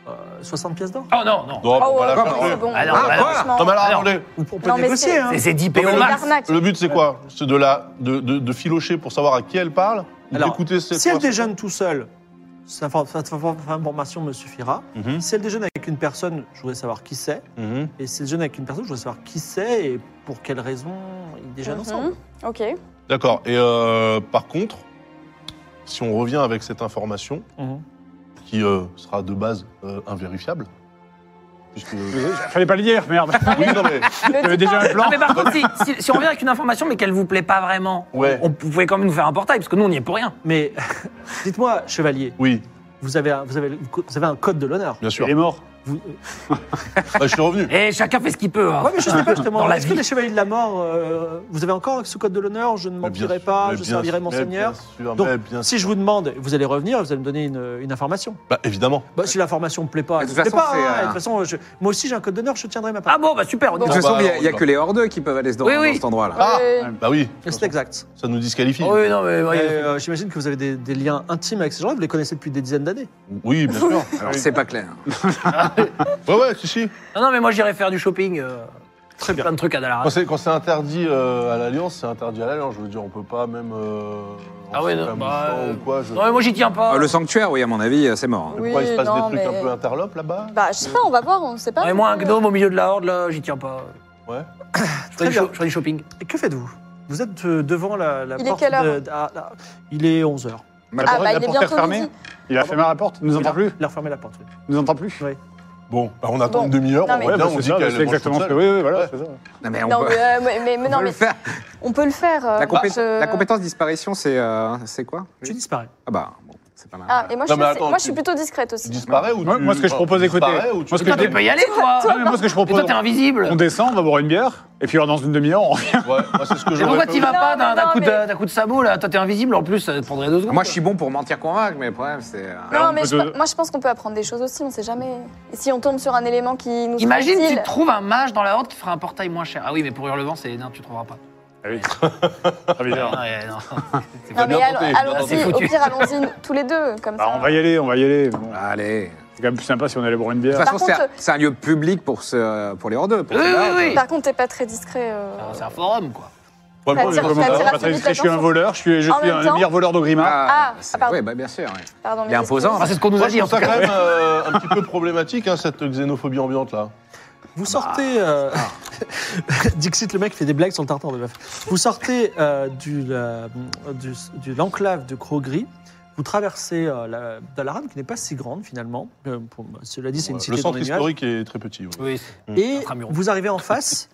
Speaker 2: euh, 60 pièces d'or.
Speaker 5: Oh non, non.
Speaker 7: non,
Speaker 6: Oh,
Speaker 7: on va la
Speaker 6: ouais,
Speaker 7: faire
Speaker 6: c'est
Speaker 7: jouer.
Speaker 6: bon.
Speaker 5: Ah, non, bah,
Speaker 4: non.
Speaker 6: franchement.
Speaker 7: Non, mais alors,
Speaker 5: Alors,
Speaker 7: attendez,
Speaker 2: On peut
Speaker 6: Non, mais
Speaker 2: négocier.
Speaker 6: c'est-
Speaker 2: hein.
Speaker 5: C'est- C'est 10 PO
Speaker 6: C'est
Speaker 5: max.
Speaker 6: l'arnaque.
Speaker 7: le but c'est quoi C'est de, la, de, de, de filocher pour savoir à qui elle parle ou
Speaker 2: Alors,
Speaker 7: d'écouter cette
Speaker 2: Si elle
Speaker 7: conversation
Speaker 2: déjeune tout seule, Cette infor- cette infor- information me suffira.
Speaker 7: Mhm,
Speaker 2: Si elle déjeune avec une personne, je voudrais savoir qui c'est.
Speaker 7: mhm.
Speaker 2: Et si elle déjeune avec une personne, je voudrais savoir qui c'est et pour quelle raison ils déjeunent
Speaker 6: Mhm.
Speaker 2: ensemble.
Speaker 6: Ok.
Speaker 7: D'accord. Et euh, par contre, si on revient avec cette information,
Speaker 2: Mhm.
Speaker 7: qui euh, sera de base euh, invérifiable, puisque...
Speaker 3: Fallait pas le dire, merde.
Speaker 7: Oui, non, mais...
Speaker 6: Le
Speaker 3: J'avais
Speaker 6: dit
Speaker 3: déjà
Speaker 6: pas.
Speaker 3: un plan.
Speaker 5: Non, Ah, mais par contre, si, si- si on revient avec une information mais qu'elle vous plaît pas vraiment,
Speaker 7: Ouais.
Speaker 5: on, vous pouvez quand même nous faire un portail, parce que nous, on n'y est pour rien.
Speaker 2: Mais dites-moi, chevalier,
Speaker 7: Oui,
Speaker 2: vous avez, un- vous, avez, vous avez un code de l'honneur.
Speaker 7: bien sûr.
Speaker 3: Il est mort.
Speaker 2: Vous-
Speaker 7: Bah, je suis revenu.
Speaker 5: Et chacun fait ce qu'il peut. hein.
Speaker 2: Ouais, mais je sais pas justement.
Speaker 5: Dans la
Speaker 2: Est-ce
Speaker 5: vie.
Speaker 2: que les chevaliers de la mort, euh, vous avez encore ce code de l'honneur Je ne
Speaker 7: Mais bien
Speaker 2: mentirai
Speaker 7: sûr,
Speaker 2: pas,
Speaker 7: mais
Speaker 2: je
Speaker 7: bien
Speaker 2: servirai
Speaker 7: sûr,
Speaker 2: mon
Speaker 7: mais
Speaker 2: seigneur.
Speaker 7: Bien sûr,
Speaker 2: Donc,
Speaker 7: mais bien sûr.
Speaker 2: Si je vous demande, vous allez revenir, vous allez me donner une, une information.
Speaker 7: Bah, évidemment.
Speaker 2: Bah, si l'information me plaît pas,
Speaker 4: De
Speaker 2: elle me
Speaker 4: toute
Speaker 2: plaît
Speaker 4: façon,
Speaker 2: pas.
Speaker 4: c'est,
Speaker 2: hein.
Speaker 4: euh,
Speaker 2: De toute façon, je- moi aussi j'ai un code d'honneur, je tiendrai ma part.
Speaker 5: Ah bon, bah super, on y
Speaker 4: De
Speaker 5: va.
Speaker 4: toute
Speaker 7: Bon,
Speaker 4: façon,
Speaker 7: bah,
Speaker 4: il y a- il n'y a,
Speaker 7: on y va.
Speaker 4: que les hors deux qui peuvent aller dans,
Speaker 5: Oui,
Speaker 4: dans
Speaker 5: oui.
Speaker 4: cet endroit-là.
Speaker 7: Ah,
Speaker 6: Euh,
Speaker 7: Bah oui,
Speaker 2: c'est exact.
Speaker 7: ça nous disqualifie.
Speaker 5: Oh oui, non, mais.
Speaker 2: Et,
Speaker 5: ouais,
Speaker 2: euh, J'imagine que vous avez des, des liens intimes avec ces gens-là, vous les connaissez depuis des dizaines d'années.
Speaker 7: Oui, bien sûr.
Speaker 4: Alors, c'est pas clair.
Speaker 7: Ouais, ouais, si, si.
Speaker 5: Non, non, mais moi, j'irai faire du shopping. euh,
Speaker 2: Très bien.
Speaker 5: plein de trucs à Dallara.
Speaker 7: Quand c'est, quand c'est interdit euh, à l'Alliance, c'est interdit à l'Alliance. Je veux dire, on peut pas même. euh,
Speaker 5: Ah
Speaker 7: en
Speaker 5: ouais,
Speaker 7: faire
Speaker 5: non, bah,
Speaker 7: un mouvement
Speaker 5: euh,
Speaker 7: ou quoi. Je...
Speaker 5: Non, mais moi, j'y tiens pas.
Speaker 4: Euh, le sanctuaire, oui, à mon avis, euh, c'est mort.
Speaker 6: Oui,
Speaker 7: Pourquoi il se passe
Speaker 6: non,
Speaker 7: des trucs
Speaker 6: mais-
Speaker 7: un peu interlopes là-bas
Speaker 6: Bah, je sais pas, on va voir, on sait pas.
Speaker 5: Ouais, moi, un gnome au milieu de la horde, là, j'y tiens pas.
Speaker 7: Ouais.
Speaker 5: Je ferai, du,
Speaker 2: bien.
Speaker 5: sho- je ferai du shopping.
Speaker 2: Et que faites-vous Vous êtes euh, devant la, la
Speaker 6: Il est
Speaker 2: porte.
Speaker 6: quelle heure
Speaker 2: de- de- ah, là, il est 11h.
Speaker 3: La
Speaker 6: Ah,
Speaker 3: porte-
Speaker 6: bah,
Speaker 3: la
Speaker 6: il est
Speaker 3: porte est
Speaker 6: bientôt
Speaker 3: refermée.
Speaker 6: midi.
Speaker 3: Il a fermé la porte. Il nous entend plus.
Speaker 2: Il a refermé la porte. oui.
Speaker 3: Il nous entend plus.
Speaker 7: Bon, bah, on attend
Speaker 6: Bon.
Speaker 7: une demi-heure,
Speaker 6: Non,
Speaker 7: on
Speaker 6: mais-
Speaker 7: revient,
Speaker 3: bah,
Speaker 7: on
Speaker 3: c'est
Speaker 7: dit
Speaker 3: ça,
Speaker 7: qu'elle
Speaker 3: c'est exactement ce que. Oui, oui, voilà, c'est ça.
Speaker 4: Non, mais on
Speaker 6: Non,
Speaker 4: peut,
Speaker 6: mais, euh, mais, mais- mais
Speaker 4: on
Speaker 6: non,
Speaker 4: peut
Speaker 6: mais
Speaker 4: le faire.
Speaker 6: on peut le faire. euh,
Speaker 4: La, compé-
Speaker 6: je-
Speaker 4: la compétence disparition, c'est euh, c'est quoi
Speaker 2: Tu disparais.
Speaker 4: Ah bah, bon, c'est pas mal.
Speaker 6: Ah, et moi, je
Speaker 7: Non,
Speaker 6: suis,
Speaker 7: mais
Speaker 6: assez-
Speaker 7: attends,
Speaker 6: moi, je suis
Speaker 7: tu-
Speaker 6: plutôt discrète aussi.
Speaker 7: Tu disparais ou
Speaker 3: Moi-
Speaker 7: tu-
Speaker 3: moi, ce que je
Speaker 7: enfin,
Speaker 3: propose,
Speaker 7: tu
Speaker 3: écoutez,
Speaker 7: disparais ou tu-
Speaker 3: moi, ce que
Speaker 5: Toi,
Speaker 3: je
Speaker 5: tu peux y aller, toi
Speaker 6: Toi,
Speaker 3: Non, mais moi, ce que je
Speaker 5: Mais toi, t'es
Speaker 3: propose,
Speaker 5: invisible
Speaker 3: on descend, on va boire une bière, et puis dans une demi-heure, on revient.
Speaker 7: Ouais, moi, c'est ce que
Speaker 5: Mais
Speaker 7: j'aurais
Speaker 5: pourquoi
Speaker 7: fait
Speaker 5: t'y vas
Speaker 6: Non,
Speaker 5: pas d'un
Speaker 6: mais
Speaker 5: d'un
Speaker 6: non,
Speaker 5: coup, de-
Speaker 6: mais-
Speaker 5: d'un coup de sabot, là Toi, t'es invisible, en plus, ça te prendrait deux secondes.
Speaker 4: Moi, je suis bon pour mentir convaincre, mais le problème, c'est. euh,
Speaker 6: Non,
Speaker 3: on
Speaker 6: mais
Speaker 3: peut
Speaker 6: je
Speaker 3: te-
Speaker 6: pe- moi, je pense qu'on peut apprendre des choses aussi, on sait jamais. Et si on tombe sur un élément qui nous
Speaker 5: Imagine,
Speaker 6: serait
Speaker 5: tu
Speaker 6: utile-
Speaker 5: trouves un mage dans la horde qui fera un portail moins cher. Ah oui, mais pour Hurlevent, c'est. Non, tu trouveras pas. Ah, ouais, non.
Speaker 6: Non, mais
Speaker 7: bien
Speaker 6: allons-
Speaker 7: tenté,
Speaker 6: allons-y,
Speaker 7: bien
Speaker 5: tenté.
Speaker 6: au pire, allons-y tous les deux, comme
Speaker 3: Bah,
Speaker 6: ça.
Speaker 3: on va y aller, on va y aller. Bon,
Speaker 4: Allez.
Speaker 3: c'est quand même plus sympa si on allait boire une
Speaker 4: De
Speaker 3: bière.
Speaker 4: toute façon,
Speaker 6: Par
Speaker 4: c'est un-
Speaker 6: contre-
Speaker 4: c'est un lieu public pour, ce, pour les hors deux. pour
Speaker 5: Oui,
Speaker 4: ces
Speaker 5: oui,
Speaker 4: larges.
Speaker 5: oui.
Speaker 6: Par contre, t'es pas très discret. euh,
Speaker 5: Alors, C'est un forum, quoi.
Speaker 7: Ouais, moi,
Speaker 6: Attire-
Speaker 7: je recommande-
Speaker 6: attire-
Speaker 3: Ah, Patrick,
Speaker 6: rapidement,
Speaker 3: je suis un
Speaker 6: attention.
Speaker 3: voleur, je suis, je
Speaker 6: En
Speaker 3: suis
Speaker 6: même
Speaker 3: un
Speaker 6: temps-
Speaker 3: meilleur voleur d'Ogrima.
Speaker 6: Ah,
Speaker 4: c'est-
Speaker 6: pardon.
Speaker 4: Oui, bah, bien sûr. oui.
Speaker 6: Pardon,
Speaker 4: Il
Speaker 6: mes
Speaker 4: est imposant,
Speaker 5: Enfin,
Speaker 6: excuses.
Speaker 5: c'est ce qu'on nous
Speaker 7: Moi,
Speaker 5: a
Speaker 7: je
Speaker 5: dit, en
Speaker 7: trouve
Speaker 5: tout
Speaker 7: ça
Speaker 5: cas.
Speaker 7: quand même euh, un petit peu problématique, hein, cette xénophobie ambiante là. Ah bah.
Speaker 2: Vous sortez. euh, Dixit, le mec, fait des blagues sur le tartan de meuf. Vous sortez euh, du, la- du- du- l'enclave de Crogris. Vous traversez euh, la Dalaran, qui n'est pas si grande finalement. Euh, pour- cela dit, c'est une
Speaker 7: Le
Speaker 2: cité dans
Speaker 7: centre
Speaker 2: les nuages.
Speaker 7: historique est très petit. ouais.
Speaker 5: Oui, c'est-
Speaker 2: Et
Speaker 5: Intramuros.
Speaker 2: vous arrivez en face,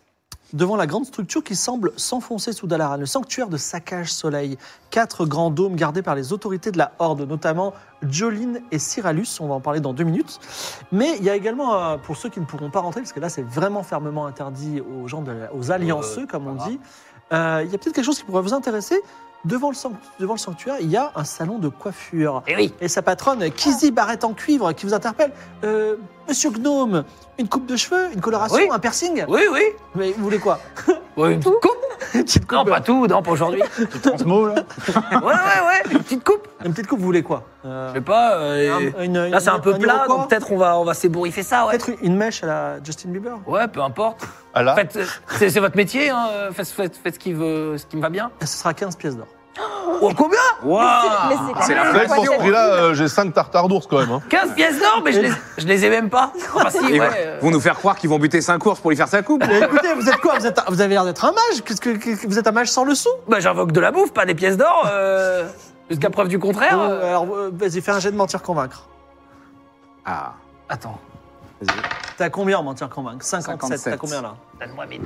Speaker 2: devant la grande structure qui semble s'enfoncer sous Dalaran, le sanctuaire de Saccage Soleil. Quatre grands dômes gardés par les autorités de la Horde, notamment Jolin et Cyralus. On va en parler dans deux minutes. Mais il y a également, euh, pour ceux qui ne pourront pas rentrer, parce que là c'est vraiment fermement interdit aux gens, de la- aux allianceux, comme on
Speaker 5: voilà.
Speaker 2: dit, euh, il y a peut-être quelque chose qui pourrait vous intéresser. Devant le, sanct- devant le sanctuaire, il y a un salon de coiffure
Speaker 5: Eh oui.
Speaker 2: et sa patronne, Kizzy Barrette en cuivre, qui vous interpelle. Euh, Monsieur Gnome, une coupe de cheveux, une coloration,
Speaker 5: Oui.
Speaker 2: un piercing
Speaker 5: Oui, oui.
Speaker 2: Mais vous voulez quoi
Speaker 5: Ouais, une petite coupe.
Speaker 2: Une petite coupe
Speaker 5: Non, pas tout, non, pas aujourd'hui.
Speaker 3: On se mot, là.
Speaker 5: Ouais, ouais, ouais. Une petite coupe.
Speaker 2: Une petite coupe, vous voulez quoi Euh,
Speaker 5: Je sais pas. euh,
Speaker 2: un- une-
Speaker 5: Là, c'est
Speaker 2: une-
Speaker 5: un peu plat,
Speaker 2: Iroquois
Speaker 5: donc peut-être on va, on va s'ébouriffer ça, ouais.
Speaker 2: Peut-être une mèche à la Justin Bieber
Speaker 5: Ouais, peu importe.
Speaker 7: Ah là,
Speaker 5: En fait, euh, c'est c'est votre métier, hein. euh, Faites, faites- faites ce qui veut, ce qui me va bien.
Speaker 2: Et ce sera 15 pièces d'or.
Speaker 5: Oh, combien Ah,
Speaker 6: Mais c'est- mais quand
Speaker 4: C'est
Speaker 6: même
Speaker 4: la
Speaker 6: une
Speaker 7: c'est vrai que pour
Speaker 6: poignée.
Speaker 7: ce prix-là, euh, j'ai 5 tartares d'ours quand même. hein.
Speaker 5: 15 pièces d'or, mais je les, je les ai même pas. Enfin, si,
Speaker 4: Ils
Speaker 5: ouais.
Speaker 4: vont-
Speaker 5: euh,
Speaker 4: vont nous faire croire qu'ils vont buter 5 courses pour lui faire sa coupe.
Speaker 2: Mais écoutez, vous êtes quoi vous, êtes un- vous avez l'air d'être un mage Qu'est-ce que, que- Vous êtes un mage sans le sou
Speaker 5: Bah, j'invoque de la bouffe, pas des pièces d'or. euh, Jusqu'à preuve du contraire.
Speaker 2: Euh,
Speaker 5: euh.
Speaker 2: Alors, euh, vas-y, fais un jet de mentir-convaincre.
Speaker 4: Ah,
Speaker 5: Attends,
Speaker 4: vas-y.
Speaker 2: T'as combien en mentir-convaincre 57.
Speaker 4: 57.
Speaker 2: T'as combien là
Speaker 5: donne-moi mille.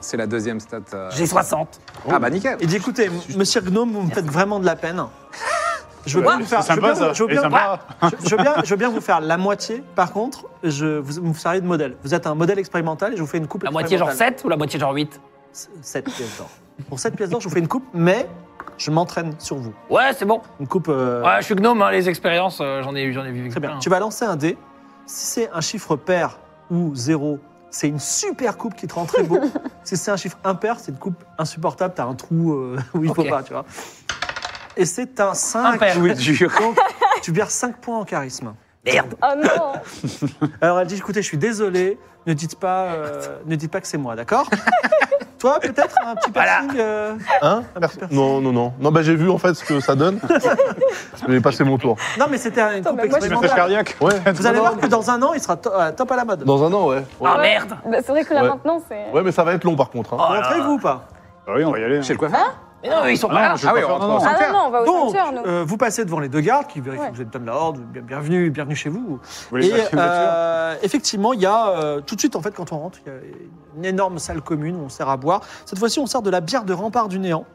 Speaker 4: c'est la deuxième stat. euh,
Speaker 5: J'ai 60.
Speaker 4: Ah bah nickel.
Speaker 2: Il dit écoutez, monsieur Gnome, vous me faites vraiment de la peine. Je veux bien vous faire.
Speaker 3: C'est
Speaker 2: je veux
Speaker 3: sympa,
Speaker 2: bien-
Speaker 3: ça.
Speaker 2: je veux
Speaker 3: Et
Speaker 2: bien-
Speaker 3: sympa.
Speaker 2: Ah, Je, je veux bien, je veux bien vous faire la moitié. Par contre, je, vous, vous servez de modèle. Vous êtes un modèle expérimental et je vous fais une coupe.
Speaker 5: La moitié genre
Speaker 2: expérimentale.
Speaker 5: 7 ou la moitié genre 8
Speaker 2: Sept pièces d'or. Pour 7 pièces d'or, je vous fais une coupe, mais je m'entraîne sur vous.
Speaker 5: Ouais, c'est bon.
Speaker 2: Une coupe. euh,
Speaker 5: Ouais, je suis gnome, hein, les expériences, euh, j'en ai, eu- j'en ai vu.
Speaker 2: Très bien.
Speaker 5: plein.
Speaker 2: Tu vas lancer un dé. Si c'est un chiffre pair ou zéro, c'est une super coupe qui te rend très beau. si c'est un chiffre impair, c'est une coupe insupportable. T'as un trou euh, où il ne
Speaker 5: Ok.
Speaker 2: faut pas, tu vois. Et c'est un 5.
Speaker 5: Impair.
Speaker 4: Jouer dur.
Speaker 2: Tu perds 5 points en charisme.
Speaker 5: Merde.
Speaker 6: Oh non
Speaker 2: Alors elle dit écoutez, je suis désolé, ne dites pas, euh, ne dites pas que c'est moi, d'accord toi, peut-être Un petit piercing euh,
Speaker 7: Hein
Speaker 2: un petit piercing.
Speaker 7: Non, non, non. Non, bah j'ai vu en fait ce que ça donne. J'ai passé mon tour.
Speaker 2: Non, mais c'était un
Speaker 6: Attends,
Speaker 2: coupe
Speaker 6: mais moi, je
Speaker 3: Massage
Speaker 2: expérimental.
Speaker 3: cardiaque.
Speaker 7: Ouais.
Speaker 2: Vous allez voir que dans un an, il sera to- euh, top à la mode.
Speaker 7: Dans un an, ouais. Ouais,
Speaker 5: Ah merde
Speaker 6: Bah, c'est vrai que là
Speaker 7: Ouais.
Speaker 6: maintenant, c'est.
Speaker 7: Ouais, mais ça va être long par contre. hein.
Speaker 5: Oh là
Speaker 2: Rentrez-vous ou pas
Speaker 3: Ah oui, on va y aller.
Speaker 4: Chez le coiffeur
Speaker 5: Mais non, mais ils sont pas là
Speaker 4: Ah oui, on rentre au
Speaker 6: Ah non,
Speaker 4: sanctuaire.
Speaker 6: non, on va au
Speaker 2: Donc,
Speaker 6: sanctuaire, nous.
Speaker 2: euh, vous passez devant les deux gardes qui vérifient
Speaker 6: Ouais.
Speaker 2: que vous êtes bien de la Horde, bien- bienvenue, bienvenue chez vous.
Speaker 3: Vous voulez
Speaker 2: Et
Speaker 3: passer une voiture
Speaker 2: euh, effectivement, il y a euh, tout de suite, en fait, quand on rentre, il y a une énorme salle commune où on sert à boire. Cette fois-ci, on sert de la bière de rempart du néant,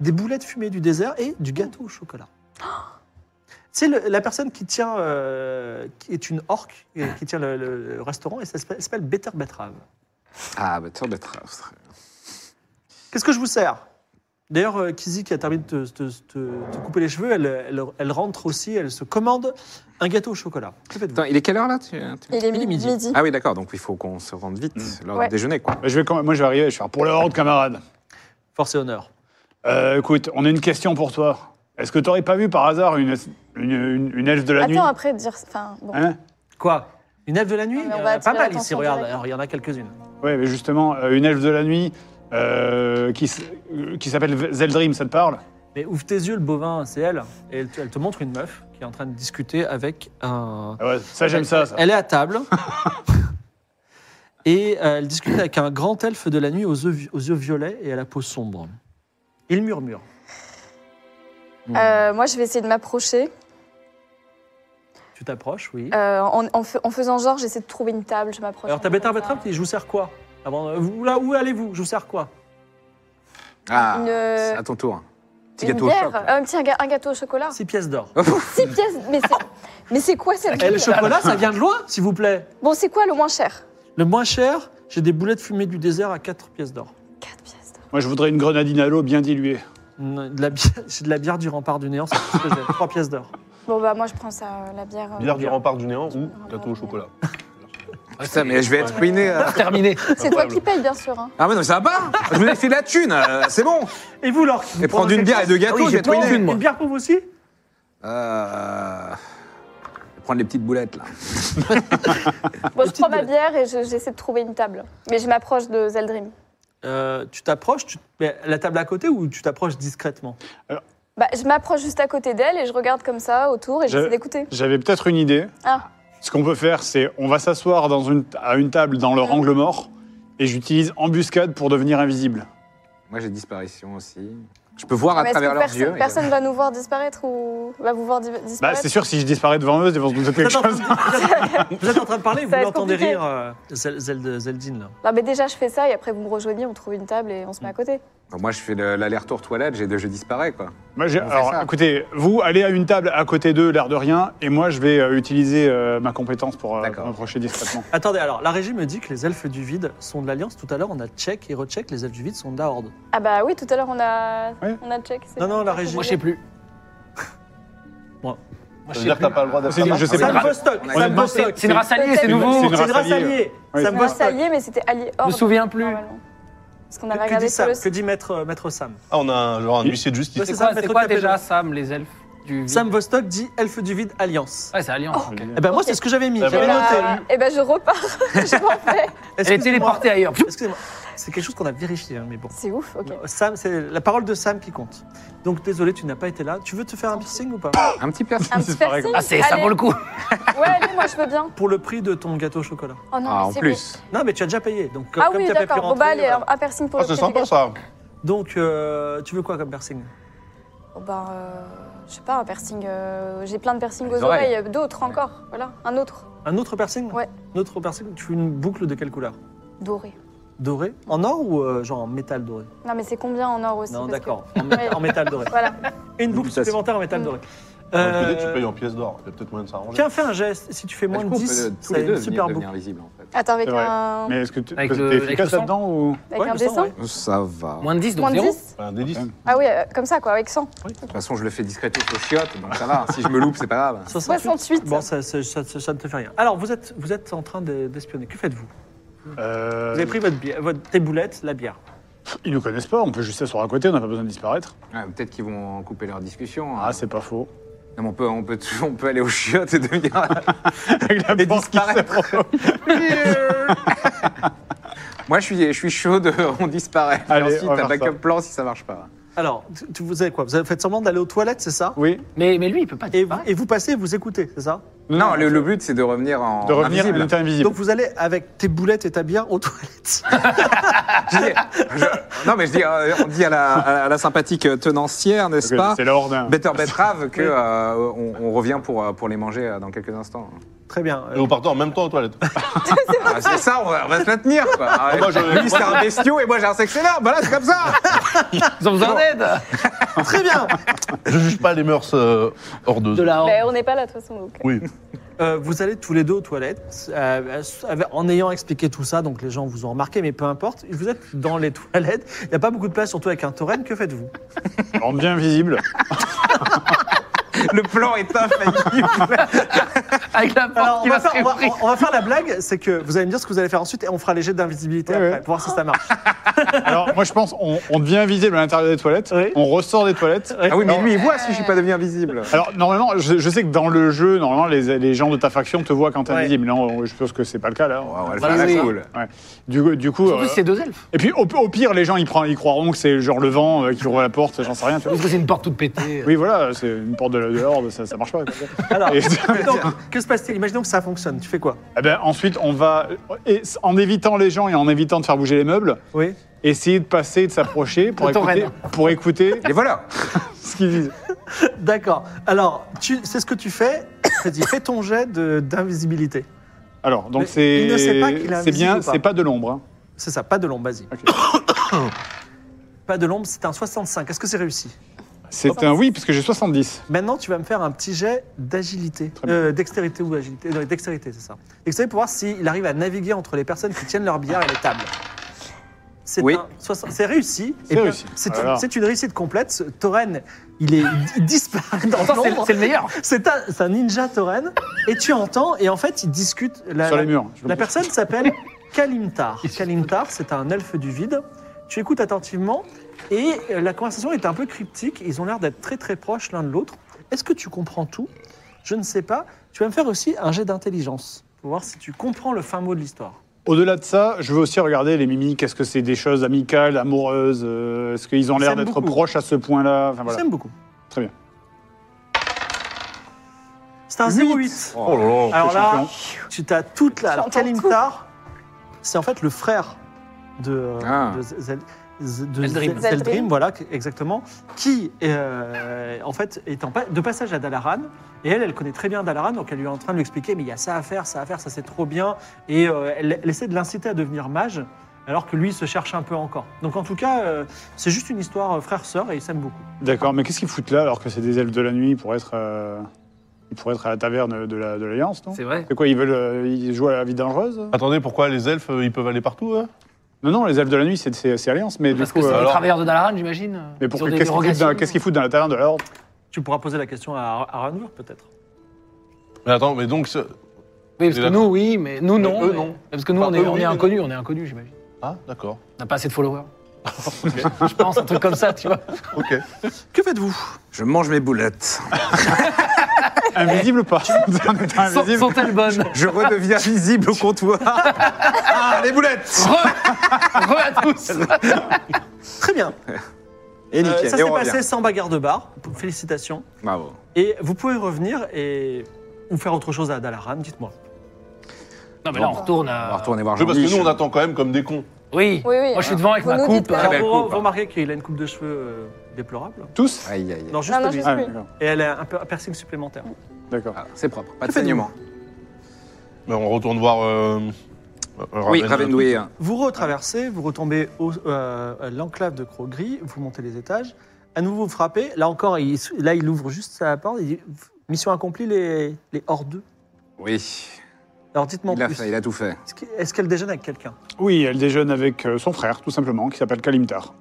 Speaker 2: des boulettes fumées du désert et du gâteau au chocolat. C'est le- la personne qui tient, euh, qui est une orque, euh, qui tient le, le restaurant et ça s'appelle- s'appelle Better Betrave.
Speaker 4: Ah, bah, tiens, bah, tra-
Speaker 2: Qu'est-ce que je vous sers D'ailleurs, euh, Kizzy, qui a terminé de te, te- te- te couper les cheveux, elle, elle- elle rentre aussi, elle se commande un gâteau au chocolat. Que faites-vous
Speaker 4: Attends, il est quelle heure là tu- tu-
Speaker 6: Il est mi- midi.
Speaker 4: Ah oui, d'accord, donc il faut qu'on se rende vite lors
Speaker 6: Mm. Ouais.
Speaker 4: du déjeuner, quoi.
Speaker 3: Bah, je vais quand même- Moi, je vais arriver. Je vais faire pour le horde, camarade.
Speaker 2: Force et honneur.
Speaker 3: Euh, écoute, on a une question pour toi. Est-ce que t'aurais pas vu par hasard une, une, une- une elfe de la nuit
Speaker 6: Attends, après de dire. Enfin, bon.
Speaker 3: Hein
Speaker 2: Quoi Une elfe de la nuit
Speaker 6: Non, Ah,
Speaker 2: Il
Speaker 6: mais
Speaker 2: y
Speaker 6: on
Speaker 2: en
Speaker 6: va
Speaker 2: a pas
Speaker 6: attirer
Speaker 2: mal ici,
Speaker 6: l'attention
Speaker 2: regarde.
Speaker 6: direct.
Speaker 2: Alors, il y en a quelques-unes.
Speaker 3: Ouais, mais justement, euh, une elfe de la nuit euh, qui, s- euh, qui s'appelle Zeldrim, ça te parle
Speaker 2: Mais ouvre tes yeux, le bovin, c'est elle. Et elle te, elle te montre une meuf qui est en train de discuter avec un.
Speaker 3: Ah ouais, Ça, j'aime ça, ça.
Speaker 2: Elle est à table. et euh, elle discute avec un grand elfe de la nuit aux yeux, vi- aux yeux violets et à la peau sombre. Il murmure.
Speaker 6: Euh, moi, je vais essayer de m'approcher.
Speaker 2: Tu t'approches, oui.
Speaker 6: Euh, en, en fai- en faisant genre, j'essaie de trouver une table, je m'approche.
Speaker 2: Alors, ta bêta betrave, je vous sers quoi Avant, euh, vous, là, où allez-vous Je vous sers quoi
Speaker 4: Ah,
Speaker 6: Une- euh,
Speaker 4: c'est à ton tour. Petit
Speaker 6: Une
Speaker 4: gâteau au
Speaker 6: bière, euh,
Speaker 4: choc. là.
Speaker 6: Un petit ga- un gâteau au chocolat.
Speaker 2: Six pièces d'or.
Speaker 3: Oh,
Speaker 6: Six pièces. Mais c'est- Mais c'est quoi
Speaker 4: Ah,
Speaker 6: cette
Speaker 2: Et le
Speaker 6: ville
Speaker 2: chocolat, ça vient de loin, s'il vous plaît.
Speaker 6: Bon, c'est quoi le moins cher
Speaker 2: Le moins cher, j'ai des boulettes fumées du désert à 4 pièces d'or.
Speaker 6: 4 pièces d'or.
Speaker 3: Moi, je voudrais une grenadine à l'eau bien diluée.
Speaker 2: Non, de la bière- C'est de la bière du rempart du néant, c'est tout ce que j'ai. 3 pièces d'or.
Speaker 6: Bon, bah, moi, je prends ça, euh, la bière. euh,
Speaker 7: Bière du rempart du néant ou gâteau au
Speaker 6: du
Speaker 7: chocolat.
Speaker 4: Putain, mais je vais être ruiné. euh.
Speaker 5: Terminé
Speaker 6: C'est toi qui paye, bien sûr. hein.
Speaker 4: Ah, mais non, mais ça va pas Je vous ai fait de la thune, euh, c'est bon
Speaker 2: Et vous, Lorc vous
Speaker 4: Et prendre une
Speaker 2: quelque
Speaker 4: bière et
Speaker 2: chose
Speaker 4: deux gâteaux,
Speaker 5: Ah oui,
Speaker 4: je vais être
Speaker 5: j'ai pas
Speaker 4: ruiné.
Speaker 5: envie de-
Speaker 2: Une bière pour vous aussi
Speaker 4: Euh. je vais Prendre les petites boulettes, là.
Speaker 6: Bon, je
Speaker 2: Petite
Speaker 6: prends ma
Speaker 2: boulette.
Speaker 6: bière et je- j'essaie de trouver une table. Mais je m'approche de Zeldrim.
Speaker 2: Euh, Tu t'approches, tu te mets à la table à côté ou tu t'approches discrètement
Speaker 6: Bah, je m'approche juste à côté d'elle et je regarde comme ça autour et
Speaker 3: Je-
Speaker 6: j'essaie d'écouter.
Speaker 3: J'avais peut-être une idée.
Speaker 6: Ah.
Speaker 3: Ce qu'on peut faire, c'est on va s'asseoir dans une, à une table dans leur angle mort et j'utilise embuscade pour devenir invisible.
Speaker 4: Moi, j'ai disparition aussi. Je peux voir à
Speaker 6: Mais est-ce
Speaker 4: travers
Speaker 6: que
Speaker 4: leurs
Speaker 6: personne,
Speaker 4: yeux. et-
Speaker 6: personne va nous voir disparaître ou va vous voir di- disparaître
Speaker 3: Bah, c'est sûr, si je disparais devant eux, ils vont se douter de quelque
Speaker 2: vous êtes, en train
Speaker 3: chose.
Speaker 2: de, vous êtes en train de parler, vous
Speaker 6: va être
Speaker 2: l'entendez
Speaker 6: compliqué.
Speaker 2: rire, euh, Zel- Zel- Zeldin. Là.
Speaker 6: Non, mais déjà, je fais ça et après, vous me rejoignez, on trouve une table et on
Speaker 2: Mm.
Speaker 6: se met à côté.
Speaker 4: Bon, moi, je fais le- l'aller-retour toilette, j'ai deux, je disparais, quoi.
Speaker 3: Moi, j'ai-
Speaker 4: On fait
Speaker 3: alors,
Speaker 4: ça.
Speaker 3: écoutez, vous allez à une table à côté d'eux, l'air de rien, et moi, je vais euh, utiliser euh, ma compétence pour euh,
Speaker 4: D'accord.
Speaker 3: m'approcher discrètement.
Speaker 2: Attendez, alors, la régie me dit que les elfes du vide sont de l'Alliance. Tout à l'heure, on a check et recheck, les elfes du vide sont de la Horde.
Speaker 6: Ah, bah oui, tout à l'heure, on a,
Speaker 3: Ouais.
Speaker 6: on a check. c'est-
Speaker 2: Non, non, la régie.
Speaker 5: Moi, je sais plus.
Speaker 2: Moi.
Speaker 5: Moi, je
Speaker 7: Ça veut
Speaker 5: sais
Speaker 7: dire que
Speaker 5: plus.
Speaker 7: t'as pas le droit
Speaker 3: C'est-
Speaker 7: d'être
Speaker 3: je sais
Speaker 2: Sam
Speaker 3: pas.
Speaker 2: Bostock,
Speaker 4: On a-
Speaker 2: Sam
Speaker 4: on a-
Speaker 2: Bostock.
Speaker 5: C'est une race alliée, c'est
Speaker 6: C'est
Speaker 5: nouveau
Speaker 3: C'est une
Speaker 2: C'est une
Speaker 3: race
Speaker 2: race
Speaker 3: alliée.
Speaker 2: alliée. Sam
Speaker 3: Oui.
Speaker 6: C'est un
Speaker 2: Bostock.
Speaker 6: salier, mais c'était allié
Speaker 5: Je
Speaker 6: hors.
Speaker 5: me souviens plus.
Speaker 6: normalement. Parce qu'on avait
Speaker 2: Que
Speaker 6: regardé
Speaker 2: dit
Speaker 6: sur
Speaker 2: Sam
Speaker 6: le
Speaker 2: Que dit maître, euh, maître Sam
Speaker 7: Ah, on a un- genre un huissier de justice.
Speaker 2: c'est
Speaker 5: C'est
Speaker 2: ça,
Speaker 5: quoi,
Speaker 2: maître
Speaker 5: c'est quoi
Speaker 2: Capello.
Speaker 5: déjà, Sam, les elfes du vide
Speaker 2: Sam Vostok dit Elfe du vide Alliance.
Speaker 5: Ouais, c'est Alliance.
Speaker 3: Oh,
Speaker 5: ok.
Speaker 2: Eh ben moi,
Speaker 6: Ok.
Speaker 2: c'est ce que j'avais mis.
Speaker 7: Eh ben,
Speaker 2: J'avais noté.
Speaker 6: Et ben je repars, je m'en vais.
Speaker 5: Elle est
Speaker 2: Excusez-moi.
Speaker 5: téléportée ailleurs.
Speaker 2: Excusez-moi. C'est quelque chose qu'on a vérifié, hein, mais bon.
Speaker 6: C'est ouf, ok.
Speaker 2: Sam, c'est la parole de Sam qui compte. Donc désolé, tu n'as pas été là. Tu veux te faire un piercing ou pas
Speaker 4: Un petit piercing.
Speaker 6: Un petit piercing.
Speaker 5: Ah, c'est, ça
Speaker 6: allez.
Speaker 5: vaut le coup.
Speaker 6: Ouais, allez, moi je veux bien.
Speaker 2: Pour le prix de ton gâteau au chocolat.
Speaker 6: Oh non,
Speaker 4: Ah,
Speaker 6: mais
Speaker 4: en
Speaker 6: c'est
Speaker 4: plus.
Speaker 2: Non, mais tu as déjà payé. Donc
Speaker 6: bon. Ah
Speaker 2: comme
Speaker 6: oui,
Speaker 2: t'as pas pu
Speaker 6: d'accord. Bon
Speaker 2: rentrer, euh,
Speaker 6: bah allez,
Speaker 2: voilà.
Speaker 6: alors, un piercing pour
Speaker 7: Ah,
Speaker 6: le
Speaker 7: c'est
Speaker 6: prix du
Speaker 7: sympa
Speaker 6: gâteau.
Speaker 7: ça.
Speaker 2: Donc euh, tu veux quoi comme piercing
Speaker 6: Bon, bah, euh, je sais pas, un piercing. euh, J'ai plein de piercings
Speaker 4: Les
Speaker 6: aux
Speaker 4: oreilles.
Speaker 6: oreilles, euh, d'autres encore. Voilà, un autre
Speaker 2: Un autre piercing
Speaker 6: Ouais.
Speaker 2: Un autre piercing. Tu veux une boucle de quelle couleur
Speaker 6: doré.
Speaker 2: Doré En or ou euh, genre en métal doré
Speaker 6: Non, mais c'est combien en or aussi
Speaker 2: Non,
Speaker 6: parce
Speaker 2: d'accord.
Speaker 6: que-
Speaker 2: En, mé-
Speaker 6: Ouais.
Speaker 2: en métal doré.
Speaker 6: Voilà.
Speaker 2: Une boucle
Speaker 4: Députation.
Speaker 2: supplémentaire en métal
Speaker 6: Mm.
Speaker 2: doré.
Speaker 4: Ah,
Speaker 7: Peut-être
Speaker 2: Euh,
Speaker 7: Tu payes en pièces d'or. Il y a peut-être moyen de s'arranger.
Speaker 2: Tiens, fais un geste. Si tu fais moins
Speaker 4: Du
Speaker 2: de
Speaker 4: coup, on peut,
Speaker 2: 10,
Speaker 4: euh, tous
Speaker 2: ça a
Speaker 4: les deux
Speaker 2: une
Speaker 4: venir-
Speaker 2: super boucle.
Speaker 4: devenir visible, en fait.
Speaker 6: Attends, avec
Speaker 3: C'est vrai.
Speaker 6: un,
Speaker 3: Mais est-ce que tu
Speaker 5: Avec
Speaker 3: parce que
Speaker 5: le-
Speaker 3: t'es
Speaker 5: avec
Speaker 3: efficace
Speaker 5: le sang.
Speaker 3: là-dedans ou...
Speaker 6: avec
Speaker 2: Ouais,
Speaker 6: un
Speaker 2: le sang,
Speaker 6: dessin
Speaker 2: ouais.
Speaker 3: Oh,
Speaker 4: Ça va.
Speaker 5: Moins de 10, donc
Speaker 6: Moins de
Speaker 5: 0.
Speaker 6: 10
Speaker 7: Un délice.
Speaker 6: Ah oui, euh, comme ça quoi, avec 100.
Speaker 4: De toute façon, je le fais discrètement aux chiottes, donc ça va. Si je me loupe, c'est pas grave.
Speaker 6: 68.
Speaker 2: Bon, ça, ça- ça- ça- ça ne te fait rien. Alors, vous êtes, vous êtes en train de- d'espionner. Que faites-vous
Speaker 3: Euh,
Speaker 2: Vous avez pris votre, bière, votre tes boulettes, la bière.
Speaker 3: Ils nous connaissent pas, on peut juste s'asseoir à côté, on n'a pas besoin de disparaître.
Speaker 4: Ouais, Peut-être qu'ils vont couper leur discussion. hein.
Speaker 3: Ah, c'est pas faux.
Speaker 4: Non, mais on, peut, on, peut, on peut aller aux chiottes et devenir.
Speaker 3: Avec la
Speaker 4: Et
Speaker 3: porte qui
Speaker 4: disparaître.
Speaker 3: s'approche.
Speaker 4: Moi, je suis, je suis chaud de on disparaît. Et
Speaker 3: Allez,
Speaker 4: ensuite,
Speaker 3: on va
Speaker 4: un
Speaker 3: faire ça.
Speaker 4: backup plan si ça marche pas.
Speaker 2: Alors, tu- tu- vous avez quoi Vous avez- faites semblant d'aller aux toilettes, c'est ça
Speaker 3: Oui,
Speaker 5: Mais, mais lui, il peut pas
Speaker 2: et
Speaker 5: dire
Speaker 2: vous, et vous passez et vous écoutez, c'est ça
Speaker 4: Non, le, le but, c'est de revenir en
Speaker 3: de revenir à
Speaker 4: invisible.
Speaker 3: l'état invisible.
Speaker 2: Donc vous allez avec tes boulettes et ta bière aux toilettes.
Speaker 4: Je dis- je- non, mais je dis, euh, on dit à la, à la sympathique tenancière, n'est-ce
Speaker 3: Ok,
Speaker 4: pas
Speaker 3: C'est l'ordre. hein.
Speaker 4: Better betterave que euh, on, on revient pour, euh, pour les manger euh, dans quelques instants.
Speaker 2: Très bien.
Speaker 7: Et on partait en même temps aux toilettes.
Speaker 4: Ah, c'est ça, on va, on va se la tenir. Quoi. Ah,
Speaker 7: moi, je-
Speaker 4: Lui, c'est un bestiau et moi, j'ai un sexénat. Voilà, c'est comme ça.
Speaker 5: Ils ont besoin d'aide
Speaker 2: Euh, très bien.
Speaker 7: Je juge pas les mœurs euh, hors de.
Speaker 5: De
Speaker 4: Ah.
Speaker 5: la
Speaker 6: Ben, on n'est pas là de toute façon. donc.
Speaker 7: Oui.
Speaker 2: Euh, vous allez tous les deux aux toilettes, euh, avec- en ayant expliqué tout ça, donc les gens vous ont remarqué, mais peu importe. Vous êtes dans les toilettes. Il n'y a pas beaucoup de place, surtout avec un tauren. Que faites-vous
Speaker 3: Rendre bien invisible.
Speaker 4: Le plan est infaillible.
Speaker 5: Avec la porte
Speaker 2: Alors, on
Speaker 5: qui
Speaker 2: va,
Speaker 5: va se
Speaker 2: faire, on va-
Speaker 5: réouvrir.
Speaker 2: on va faire la blague, c'est que vous allez me dire ce que vous allez faire ensuite et on fera les jets d'invisibilité
Speaker 3: Ouais,
Speaker 2: après
Speaker 3: ouais.
Speaker 2: pour voir si ça marche.
Speaker 3: Alors, moi, je pense, on, on devient invisible à l'intérieur des toilettes,
Speaker 2: Oui.
Speaker 3: on ressort des toilettes.
Speaker 2: Ouais.
Speaker 4: Ah oui, mais lui, il voit si je suis pas devenu invisible.
Speaker 3: Alors, normalement, je, je sais que dans le jeu, normalement, les, les gens de ta faction te voient quand t'es
Speaker 2: Ouais.
Speaker 3: invisible. Non, je pense que c'est pas le cas, là.
Speaker 4: Ah, Ouais, on va le
Speaker 5: Bah
Speaker 4: faire à la
Speaker 5: oui.
Speaker 4: cool.
Speaker 3: Ouais. Du, coup- du coup.
Speaker 5: Surtout
Speaker 3: euh,
Speaker 5: si c'est deux elfes.
Speaker 3: Et puis, au, au pire, les gens, ils, prend- ils croiront que c'est genre le vent euh, qui ouvre la porte, j'en sais rien, tu vois.
Speaker 5: Parce que c'est une porte toute pétée.
Speaker 3: Oui, voilà, c'est une porte de, la- de l'ordre, ça, ça marche pas. quoi.
Speaker 2: Alors,
Speaker 3: Et-
Speaker 2: donc, que se passe-t-il Imaginons que ça fonctionne. Tu fais quoi
Speaker 3: Eh ben, ensuite, on va, et en évitant les gens et en évitant de faire bouger les meubles,
Speaker 2: Oui.
Speaker 3: essayer de passer, et de s'approcher pour
Speaker 5: Le
Speaker 3: écouter, pour écouter
Speaker 4: Et voilà.
Speaker 3: ce qu'ils disent.
Speaker 2: D'accord. Alors, tu- c'est ce que tu fais. Je dis, fais ton jet de- d'invisibilité.
Speaker 3: Alors, donc
Speaker 2: Mais
Speaker 3: c'est
Speaker 2: il ne sait pas qu'il est
Speaker 3: c'est
Speaker 2: invisible
Speaker 3: bien,
Speaker 2: ou pas.
Speaker 3: c'est pas de l'ombre. hein.
Speaker 2: C'est ça, pas de l'ombre, vas-y.
Speaker 3: Ok.
Speaker 2: pas de l'ombre, c'est un 65. Est-ce que c'est réussi
Speaker 3: C'est un oui, puisque j'ai 70.
Speaker 2: Maintenant, tu vas me faire un petit jet d'agilité.
Speaker 3: Très bien.
Speaker 2: Euh, dextérité ou agilité Non, dextérité, c'est ça. Dextérité pour voir s'il arrive à naviguer entre les personnes qui tiennent leur billard et les tables. C'est
Speaker 4: Oui.
Speaker 2: un 60 c'est réussi.
Speaker 3: C'est
Speaker 2: Et puis,
Speaker 3: réussi. Ah
Speaker 2: C'est
Speaker 3: Voilà.
Speaker 2: une- c'est une réussite complète. Ce Tauren, il, est, il disparaît dans
Speaker 5: Pourtant, c'est-
Speaker 2: l'ombre.
Speaker 5: c'est le meilleur.
Speaker 2: C'est un, c'est un ninja Tauren. Et tu entends, et en fait, ils discutent. La,
Speaker 3: Sur les
Speaker 2: la-
Speaker 3: murs. je veux
Speaker 2: la
Speaker 3: dire.
Speaker 2: personne s'appelle Kalimtar. Kalimtar, c'est un elfe du vide. Tu écoutes attentivement et euh, la conversation est un peu cryptique. Ils ont l'air d'être très très proches l'un de l'autre. Est-ce que tu comprends tout Je ne sais pas. Tu vas me faire aussi un jet d'intelligence pour voir si tu comprends le fin mot de l'histoire.
Speaker 3: Au-delà de ça, je veux aussi regarder les mimiques. Est-ce que c'est des choses amicales, amoureuses euh, Est-ce qu'ils ont
Speaker 2: Ils
Speaker 3: l'air
Speaker 2: s'aiment
Speaker 3: d'être
Speaker 2: beaucoup.
Speaker 3: proches à ce point-là Enfin,
Speaker 2: J'aime
Speaker 3: voilà.
Speaker 2: beaucoup.
Speaker 3: Très bien.
Speaker 2: C'est un 08.
Speaker 7: Oh là là.
Speaker 2: Alors là,
Speaker 3: champion.
Speaker 2: tu as toute la. Alors,
Speaker 6: J'entends
Speaker 2: Kalimtar, c'est en fait le frère de,
Speaker 4: Ah.
Speaker 2: de Zel- Z- de
Speaker 5: Zeldrim.
Speaker 2: Zel-
Speaker 6: Zeldrim.
Speaker 2: Zeldrim, voilà, qui- exactement, qui euh, en fait est en pa- de passage à Dalaran. Et elle, elle connaît très bien Dalaran, donc elle lui est en train de lui expliquer mais il y a ça à faire, ça à faire, ça c'est trop bien. Et euh, elle, elle essaie de l'inciter à devenir mage, alors que lui il se cherche un peu encore. Donc en tout cas, euh, c'est juste une histoire euh, frère-sœur et ils s'aiment beaucoup.
Speaker 3: D'accord, mais qu'est-ce qu'ils foutent là alors que c'est des elfes de la nuit pour être, euh, ils pourraient être à la taverne de la- de l'Alliance, non
Speaker 5: C'est vrai.
Speaker 3: C'est quoi, ils veulent euh, ils jouent à la vie dangereuse
Speaker 7: Attendez, pourquoi les elfes, euh, ils peuvent aller partout hein
Speaker 3: Non, non, les elfes de la nuit, c'est- c'est c'est Alliance, mais
Speaker 5: Parce
Speaker 3: du
Speaker 5: que
Speaker 3: coup...
Speaker 5: c'est
Speaker 3: euh,
Speaker 5: les
Speaker 7: alors-
Speaker 5: travailleurs de Dalaran, j'imagine.
Speaker 3: mais
Speaker 5: Ils
Speaker 3: pour
Speaker 5: ont
Speaker 3: que-
Speaker 5: des
Speaker 3: qu'est-ce qu'ils foutent,
Speaker 5: dérogations.
Speaker 3: dans- qu'est-ce qu'ils foutent dans la taverne de l'Ordre
Speaker 2: Tu pourras poser la question à Aranvur peut-être.
Speaker 7: Mais attends, mais donc. ce-
Speaker 5: Oui, parce
Speaker 7: Et
Speaker 5: que
Speaker 7: d'accord.
Speaker 5: nous, oui, mais nous, non.
Speaker 7: eux,
Speaker 5: mais-
Speaker 7: non.
Speaker 5: Parce que nous,
Speaker 7: Enfin,
Speaker 5: on est,
Speaker 7: eux,
Speaker 5: on est
Speaker 7: oui, mais-
Speaker 5: inconnus, on est inconnus, j'imagine.
Speaker 7: Ah, d'accord.
Speaker 5: On n'a pas assez de followers. Je pense, un truc comme ça, tu vois.
Speaker 7: Ok.
Speaker 2: Que faites-vous
Speaker 4: Je mange mes boulettes.
Speaker 3: Invisible ou pas Ah,
Speaker 5: Sont- Sont-elles bonnes
Speaker 4: Je redeviens visible au comptoir. Ah, les boulettes.
Speaker 5: Re, re à tous
Speaker 2: Très bien.
Speaker 4: Et
Speaker 2: Euh,
Speaker 4: nickel.
Speaker 2: ça
Speaker 4: et
Speaker 2: s'est
Speaker 4: on
Speaker 2: passé
Speaker 4: revient.
Speaker 2: sans bagarre de barre. Félicitations.
Speaker 4: Bravo.
Speaker 2: Et vous pouvez revenir et ou faire autre chose à Dalaran, dites-moi.
Speaker 5: Non, mais là, on retourne. à-
Speaker 4: On va retourner voir
Speaker 7: Oui, Ah, parce que
Speaker 4: Jean-Mich.
Speaker 7: nous, on attend quand même comme des cons.
Speaker 5: Oui.
Speaker 6: Oui, oui.
Speaker 5: Moi, je suis devant avec
Speaker 6: Vous
Speaker 5: ma
Speaker 6: nous dites euh,
Speaker 5: coupe.
Speaker 6: pas.
Speaker 2: Alors,
Speaker 4: belle
Speaker 2: vous,
Speaker 4: coupe,
Speaker 2: vous
Speaker 4: hein.
Speaker 2: remarquez qu'il a une coupe de cheveux euh, déplorable.
Speaker 3: Tous
Speaker 4: Aïe, aïe, aïe.
Speaker 2: Non, juste
Speaker 6: non,
Speaker 2: lui.
Speaker 6: juste-
Speaker 3: Ah,
Speaker 6: Oui.
Speaker 3: d'accord,
Speaker 2: Et elle a un, peu, un piercing supplémentaire.
Speaker 3: d'accord.
Speaker 4: Ah, C'est propre. Pas
Speaker 2: Que
Speaker 4: de
Speaker 2: faites-vous
Speaker 4: saignement.
Speaker 7: Mais on retourne voir. euh, euh,
Speaker 4: Oui, hein.
Speaker 7: Raven-
Speaker 4: Ravenoué.
Speaker 2: Vous retraversez, vous retombez au- euh, à l'enclave de Crogris, vous montez les étages. À nouveau, vous frappez. Là encore, il, là, il ouvre juste sa porte. Il dit Mission accomplie, les, les hors deux.
Speaker 4: Oui.
Speaker 2: Alors, dites-moi
Speaker 4: Il
Speaker 2: en
Speaker 4: a,
Speaker 2: plus.
Speaker 4: fait- il a tout fait.
Speaker 2: Est-ce que- Est-ce qu'elle déjeune avec quelqu'un
Speaker 3: Oui, elle déjeune avec euh, son frère, tout simplement, qui s'appelle Kalimtar.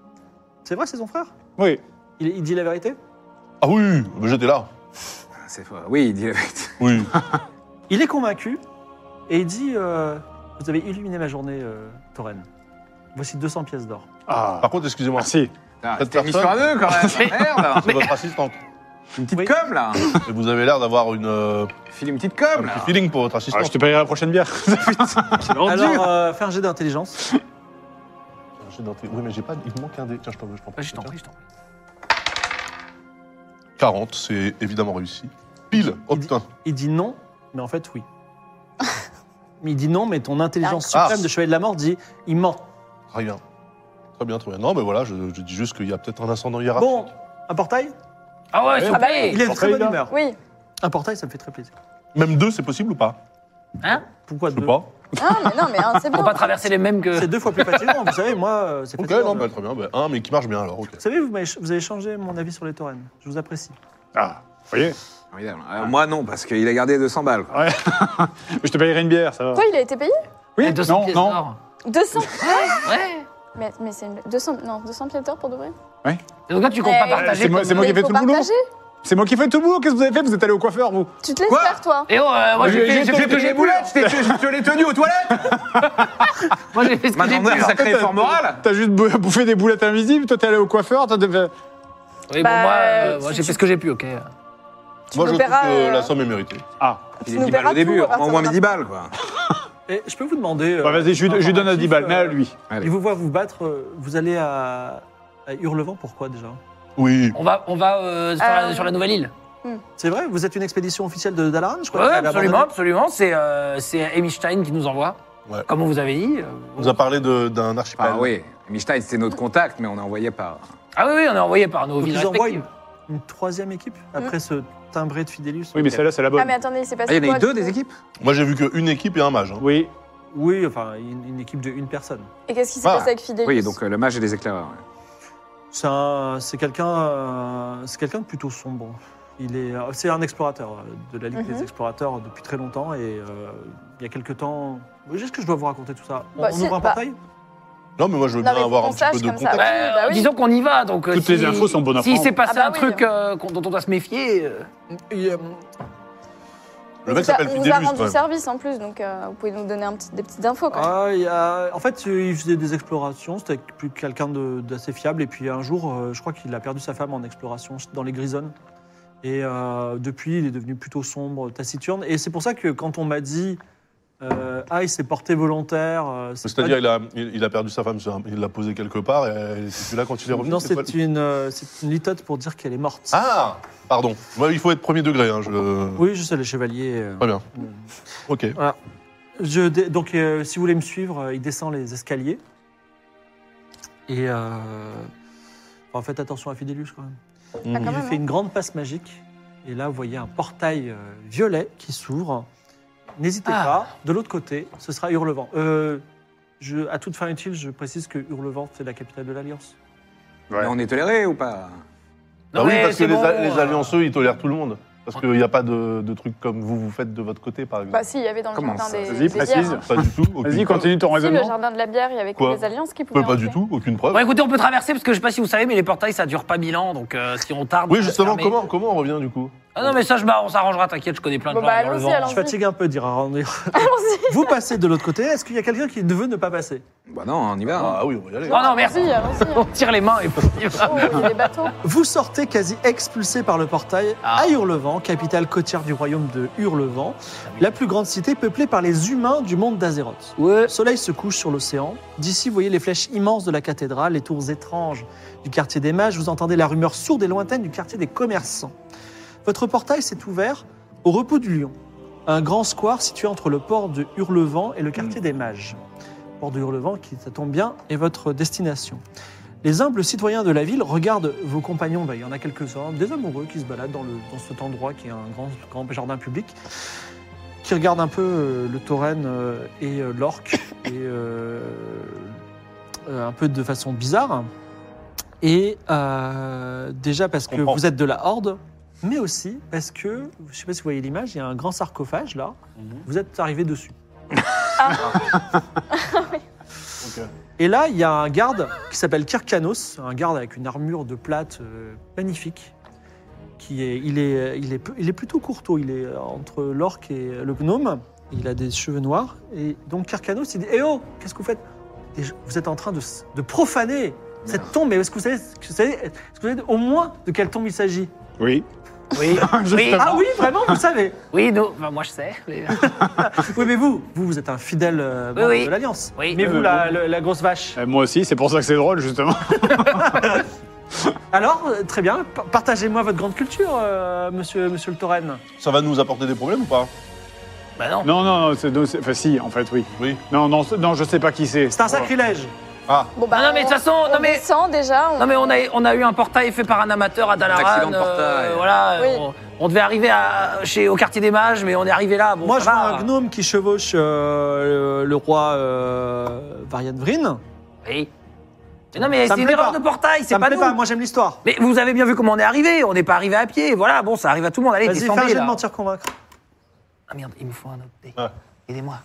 Speaker 2: C'est vrai, c'est son frère
Speaker 3: Oui,
Speaker 2: il, il dit la vérité
Speaker 7: Ah oui, mais j'étais là.
Speaker 4: C'est fort. Oui, il dit la vérité.
Speaker 7: Oui.
Speaker 2: Il est convaincu et il dit euh, Vous avez illuminé ma journée, euh, Tauren. Voici 200 pièces d'or.
Speaker 3: Ah,
Speaker 7: Par contre, excusez-moi. C'est
Speaker 3: merci.
Speaker 4: Ah,
Speaker 7: Cette
Speaker 4: C'était une mission à
Speaker 7: personne-
Speaker 4: deux quand même. Ah, Merde.
Speaker 7: votre assistante.
Speaker 4: Une petite
Speaker 2: Oui.
Speaker 4: com là.
Speaker 7: Et vous avez l'air d'avoir une, euh,
Speaker 4: File une petite
Speaker 7: un
Speaker 4: com
Speaker 7: petit
Speaker 4: là.
Speaker 7: feeling pour votre
Speaker 3: Ah, je
Speaker 7: assistante.
Speaker 3: te paierai la prochaine bière.
Speaker 2: Alors, euh, fais un jet d'intelligence.
Speaker 7: J'ai dans tes- Oui, mais j'ai pas. Il me manque un dé. Tiens, je t'en veux, je
Speaker 5: Ah,
Speaker 7: t'en prie.
Speaker 8: Je t'en
Speaker 7: Tiens.
Speaker 8: prie, je t'en prie.
Speaker 7: 40, c'est évidemment réussi. Pile, oh
Speaker 2: Il-
Speaker 7: putain.
Speaker 2: Il dit non, mais en fait, oui. Mais il dit non, mais ton intelligence
Speaker 7: Ah.
Speaker 2: suprême de chevalier de la mort dit il ment.
Speaker 7: Très bien. Très bien, très bien. Non, mais voilà, je, je dis juste qu'il y a peut-être un ascendant hiérarchique.
Speaker 2: Bon, un portail
Speaker 5: Ah ouais, s'il te
Speaker 6: bah
Speaker 5: plaît.
Speaker 2: Il est de
Speaker 3: Portail,
Speaker 2: très bonne
Speaker 3: là.
Speaker 2: humeur.
Speaker 6: Oui.
Speaker 2: Un portail, ça me fait très plaisir.
Speaker 7: Même deux, c'est possible ou pas
Speaker 2: Pourquoi
Speaker 7: Je sais
Speaker 2: deux
Speaker 7: pas.
Speaker 6: Ah, mais non, mais hein, c'est bien.
Speaker 5: Faut pas traverser les mêmes que.
Speaker 2: C'est deux fois plus fatigant, vous savez, moi, euh, c'est
Speaker 7: Ok,
Speaker 2: fatigant,
Speaker 7: non,
Speaker 2: mais-
Speaker 7: bah, très bien. Bah, un, mais qui marche bien alors, ok.
Speaker 2: Vous savez, vous, m'avez ch- vous avez changé mon avis sur les taurennes. Je vous apprécie.
Speaker 3: Ah, vous voyez
Speaker 4: Formidable. Euh, Moi, non, parce qu'il a gardé 200 balles. quoi.
Speaker 3: Ouais. Mais je te payerai une bière, ça va.
Speaker 6: Quoi, il a été payé
Speaker 3: Oui,
Speaker 5: Et 200
Speaker 3: non,
Speaker 5: pièces
Speaker 3: non.
Speaker 5: d'or.
Speaker 6: 200
Speaker 5: Ouais.
Speaker 6: Mais, mais c'est une... 200... Non, 200 pièces d'or pour de vrai
Speaker 5: Et Donc là, tu comptes
Speaker 6: Eh,
Speaker 5: pas partager.
Speaker 3: c'est moi-
Speaker 5: comme-
Speaker 3: c'est moi qui ai
Speaker 6: Mais
Speaker 3: fait
Speaker 6: faut
Speaker 3: tout le boulot.
Speaker 6: partager.
Speaker 3: C'est moi qui fais tout le boulot, qu'est-ce que vous avez fait Vous êtes allé au coiffeur, vous
Speaker 6: Tu te laisses
Speaker 4: Quoi
Speaker 6: faire, toi
Speaker 5: Eh oh, euh, moi j'ai fait, j'ai fait que j'ai voulu.
Speaker 4: boulettes, je t'ai- je te l'ai tenu aux toilettes
Speaker 5: Moi j'ai fait ce que j'ai
Speaker 4: Maintenant, on
Speaker 5: voulu.
Speaker 4: a un sacré effort moral
Speaker 3: T'as juste bou- bouffé des boulettes invisibles, toi t'es allé au coiffeur, toi t'es fait...
Speaker 5: Oui, bon,
Speaker 6: Bah,
Speaker 5: moi, euh,
Speaker 6: si
Speaker 5: moi, j'ai
Speaker 6: tu-
Speaker 5: fait ce que j'ai pu, ok.
Speaker 6: Tu
Speaker 7: Moi, je
Speaker 6: nous
Speaker 7: trouve que
Speaker 6: paieras, euh,
Speaker 7: la somme est méritée.
Speaker 3: Ah,
Speaker 6: Tu
Speaker 4: Il
Speaker 6: nous
Speaker 4: est 10 balles
Speaker 6: paieras
Speaker 4: au début,
Speaker 6: tout,
Speaker 4: au moins
Speaker 6: Raphaël.
Speaker 4: 10 balles, quoi.
Speaker 2: Et je peux vous demander. euh,
Speaker 3: Bah, vas-y, je, lui- je lui donne à 10 balles,
Speaker 2: euh,
Speaker 3: mais à lui.
Speaker 2: Il vous voit vous battre, euh, vous allez à, à Hurlevent, pourquoi déjà
Speaker 7: Oui.
Speaker 5: On va, on va euh, sur,
Speaker 6: Euh,
Speaker 5: la, sur la nouvelle île.
Speaker 2: C'est vrai Vous êtes une expédition officielle de Dalaran, je
Speaker 5: Ouais,
Speaker 2: crois que vous avez
Speaker 5: absolument,
Speaker 2: abandonné.
Speaker 5: absolument. C'est euh, c'est Amy Stein qui nous envoie.
Speaker 7: Ouais.
Speaker 5: Comme on vous avait dit. euh,
Speaker 7: On nous a parlé de- d'un archipel.
Speaker 4: Ah oui, Michstein, c'était notre contact, mais on envoyait pas.
Speaker 5: Ah oui, oui, on est envoyé par nos
Speaker 2: Donc
Speaker 5: villes
Speaker 2: ils envoient
Speaker 5: respectives.
Speaker 2: une, une troisième équipe
Speaker 6: Mm.
Speaker 2: après ce timbré de Fidelius.
Speaker 3: Oui, mais celle-là, c'est la bonne.
Speaker 6: Ah, mais attendez, il s'est
Speaker 4: Ah,
Speaker 6: passé
Speaker 4: il y en a
Speaker 6: quoi,
Speaker 4: eu deux
Speaker 6: du
Speaker 4: des
Speaker 6: coup
Speaker 4: équipes
Speaker 7: Moi, j'ai vu qu'une équipe et un mage. hein.
Speaker 3: Oui,
Speaker 2: Oui, enfin, une, une équipe de une personne.
Speaker 6: Et qu'est-ce qui s'est
Speaker 4: Ah.
Speaker 6: passé avec Fidelius
Speaker 4: Oui, donc euh, le mage et les éclaireurs. ouais.
Speaker 2: C'est un- c'est quelqu'un, euh, c'est quelqu'un de plutôt sombre. Il est, euh, c'est un explorateur euh, de la Ligue
Speaker 6: Mhm.
Speaker 2: des explorateurs depuis très longtemps et euh, il y a quelque temps. Est-ce que je dois vous raconter tout ça On,
Speaker 6: Bah,
Speaker 2: on
Speaker 6: si,
Speaker 2: ouvre un
Speaker 6: bah,
Speaker 2: portail
Speaker 7: Non, mais moi, je veux
Speaker 6: Non, mais
Speaker 7: bien avoir
Speaker 6: qu'on
Speaker 7: un petit peu
Speaker 6: sache
Speaker 7: de
Speaker 6: comme ça.
Speaker 7: contact.
Speaker 5: Bah,
Speaker 6: oui, bah oui.
Speaker 5: Disons qu'on y va, donc. euh,
Speaker 3: Toutes
Speaker 5: si-
Speaker 3: les infos sont bonnes à
Speaker 5: S'il
Speaker 3: prendre.
Speaker 5: s'est passé
Speaker 6: Ah bah
Speaker 5: un
Speaker 6: oui.
Speaker 5: truc euh, qu'on- dont on doit se méfier. euh,
Speaker 2: Et, euh,
Speaker 7: Le mec
Speaker 6: On vous a-
Speaker 7: s'appelle
Speaker 6: On vous a
Speaker 7: Fidelius, quand
Speaker 6: rendu
Speaker 7: même.
Speaker 6: service en plus, donc euh, vous pouvez nous donner un petit- des petites infos quand même.
Speaker 2: ah, il y a- En fait, euh, il faisait des explorations. C'était plus quelqu'un de- d'assez fiable. Et puis un jour, euh, je crois qu'il a perdu sa femme en exploration dans les Grisonnes. Et euh, depuis, il est devenu plutôt sombre, taciturne. Et c'est pour ça que quand on m'a dit, euh, ah, il s'est porté volontaire. euh, c'est pas
Speaker 7: C'est-à-dire, il a, il il a perdu sa femme, c'est un- il l'a posée quelque part, et elle était plus là quand il est revenu.
Speaker 2: Non,
Speaker 7: c'est quoi
Speaker 2: c'est une, euh, c'est une litote pour dire qu'elle est morte.
Speaker 7: Ah Pardon. Moi, il faut être premier degré. Hein, je...
Speaker 2: Oui, je sais, les chevaliers. euh.
Speaker 7: Très bien. Ok.
Speaker 2: Je dé- donc, euh, si vous voulez me suivre, euh, il descend les escaliers. Et. euh, enfin, faites attention à Fidelius quand même.
Speaker 6: Ah,
Speaker 2: il
Speaker 6: quand même,
Speaker 2: fait
Speaker 6: hein.
Speaker 2: une grande passe magique. Et là, vous voyez un portail euh, violet qui s'ouvre. N'hésitez
Speaker 5: Ah.
Speaker 2: pas, de l'autre côté, ce sera Hurlevent. Euh, je, à toute fin utile, je précise que Hurlevent, c'est la capitale de l'Alliance.
Speaker 4: Mais on est toléré ou pas
Speaker 7: Bah
Speaker 5: Non,
Speaker 7: oui,
Speaker 5: mais
Speaker 7: parce que
Speaker 5: c'est
Speaker 7: les,
Speaker 5: bon,
Speaker 7: a- les
Speaker 5: euh,
Speaker 7: alliances, eux, ils tolèrent tout le monde. Parce qu'il n'y a pas de, de trucs comme vous, vous faites de votre côté, par exemple.
Speaker 6: Bah si, il y avait dans le
Speaker 4: Comment
Speaker 6: jardin
Speaker 4: ça
Speaker 6: des,
Speaker 3: Vas-y,
Speaker 6: des
Speaker 3: précise.
Speaker 6: bières, hein.
Speaker 7: pas du tout. aucune
Speaker 3: vas-y, continue ton
Speaker 6: Si, le
Speaker 3: raisonnement.
Speaker 6: jardin de la bière, il y avait que
Speaker 7: Quoi
Speaker 6: les alliances qui pouvaient
Speaker 3: Bah,
Speaker 7: preuve. Pas
Speaker 6: entrer.
Speaker 7: du tout, aucune preuve.
Speaker 5: Bon, écoutez, on peut traverser parce que je sais pas si vous savez, mais les portails ça dure pas mille ans, donc euh, si on tarde.
Speaker 7: Oui,
Speaker 5: ça
Speaker 7: justement,
Speaker 5: ferme.
Speaker 7: comment, comment on revient du coup
Speaker 5: Ah non, mais ça, je, bah, on s'arrangera, t'inquiète, je connais plein de
Speaker 6: Bon,
Speaker 5: gens
Speaker 6: bah,
Speaker 5: à Hurlevent.
Speaker 6: allons-y, allons-y.
Speaker 2: Je fatigue un peu, dira Randy.
Speaker 6: Allons-y.
Speaker 4: Oh,
Speaker 2: Vous passez de l'autre côté, est-ce qu'il y a quelqu'un qui ne veut ne pas passer
Speaker 4: Bah non, on y va. hein.
Speaker 7: Ah oui, on va y aller.
Speaker 5: Oh non, merci.
Speaker 6: Allons-y, allons-y.
Speaker 5: On tire les mains et puis on y va.
Speaker 6: Oh, il y a des bateaux.
Speaker 2: Vous sortez quasi expulsé par le portail
Speaker 6: Ah.
Speaker 2: à Hurlevent, capitale côtière du royaume de Hurlevent,
Speaker 6: Ah
Speaker 2: la plus grande cité peuplée par les humains du monde d'Azeroth. Le soleil se couche sur l'océan. D'ici, vous voyez les flèches immenses de la cathédrale, les tours étranges du quartier des mages. Vous entendez la rumeur sourde et lointaine du quartier des commerçants. Votre portail s'est ouvert au repos du lion, un grand square situé entre le port de Hurlevent et le quartier des mages. Port de Hurlevent, qui, ça tombe bien, est votre destination. Les humbles citoyens de la ville regardent vos compagnons, bah, il y en a quelques-uns, des amoureux qui se baladent dans, le, dans cet endroit qui est un grand, grand jardin public, qui regardent un peu euh, le tauren euh, et euh, l'orque, et, euh, euh, un peu de façon bizarre. Et euh, déjà parce que
Speaker 7: comprends.
Speaker 2: vous êtes de la Horde, mais aussi parce que, je ne sais pas si vous voyez l'image, il y a un grand sarcophage là,
Speaker 7: Mhm.
Speaker 2: vous êtes arrivé dessus.
Speaker 7: Ah. Ok.
Speaker 2: Et là, il y a un garde qui s'appelle Kirkanos, un garde avec une armure de plate euh, magnifique. Qui est, il, est, il, est, peu- il est plutôt courtois, il est euh, entre l'orque et euh, le gnome. Il a des cheveux noirs. Et donc Kirkanos, il dit Eh oh, qu'est-ce que vous faites Des- Vous êtes en train de, s- de profaner cette tombe. Mais est-ce que vous savez, est-ce que vous savez- est-ce que vous savez au moins de quelle tombe il s'agit
Speaker 3: Oui.
Speaker 5: Oui, oui,
Speaker 2: Ah oui, vraiment, vous savez
Speaker 5: oui, nous, enfin, moi je sais. mais- euh,
Speaker 2: Oui, mais vous, vous, vous êtes un fidèle euh, membre
Speaker 5: oui.
Speaker 2: de l'Alliance.
Speaker 5: Oui. Euh,
Speaker 2: Mais
Speaker 5: Oui,
Speaker 2: vous,
Speaker 5: oui,
Speaker 2: la, le- la grosse vache.
Speaker 3: Euh, Moi aussi, c'est pour ça que c'est drôle, justement.
Speaker 2: Alors, euh, très bien, par- partagez-moi votre grande culture, euh, monsieur, monsieur le Tauren.
Speaker 7: Ça va nous apporter des problèmes ou pas
Speaker 5: Bah non.
Speaker 3: Non, non, non, c'est. non, c'est- Enfin, si, en fait, oui.
Speaker 7: Oui.
Speaker 3: Non, non, c'est- non je sais pas qui c'est.
Speaker 2: C'est un sacrilège.
Speaker 7: Ah,
Speaker 6: Bon,
Speaker 5: Ah non, mais de
Speaker 6: on-
Speaker 5: toute façon,
Speaker 6: on
Speaker 5: non, mais-
Speaker 6: descend déjà. on-
Speaker 5: Non mais on a, on a eu un portail fait par un amateur à Dalaran. euh,
Speaker 4: accident de portail.
Speaker 5: voilà,
Speaker 6: Oui.
Speaker 5: on, on devait arriver à, chez, au quartier des mages, mais on est arrivé là. Bon,
Speaker 2: Moi, je
Speaker 5: ça
Speaker 2: vois
Speaker 5: va.
Speaker 2: un gnome qui chevauche euh, le, le roi euh, Varian Vryn.
Speaker 5: Oui. Mais non mais
Speaker 2: Ça
Speaker 5: c'est
Speaker 2: me
Speaker 5: une
Speaker 2: plaît
Speaker 5: erreur
Speaker 2: pas.
Speaker 5: de portail,
Speaker 2: Ça
Speaker 5: c'est
Speaker 2: me
Speaker 5: pas
Speaker 2: plaît
Speaker 5: nous.
Speaker 2: pas, moi j'aime l'histoire.
Speaker 5: Mais vous avez bien vu comment on est arrivé, on n'est pas arrivé à pied, voilà, bon, ça arrive à tout le monde, allez,
Speaker 2: Vas-y, fais un
Speaker 5: descendez
Speaker 2: jeu de
Speaker 5: là.
Speaker 2: mentir convaincre.
Speaker 5: Ah merde, il me faut un autre dé.
Speaker 7: Ouais.
Speaker 5: Aidez-moi.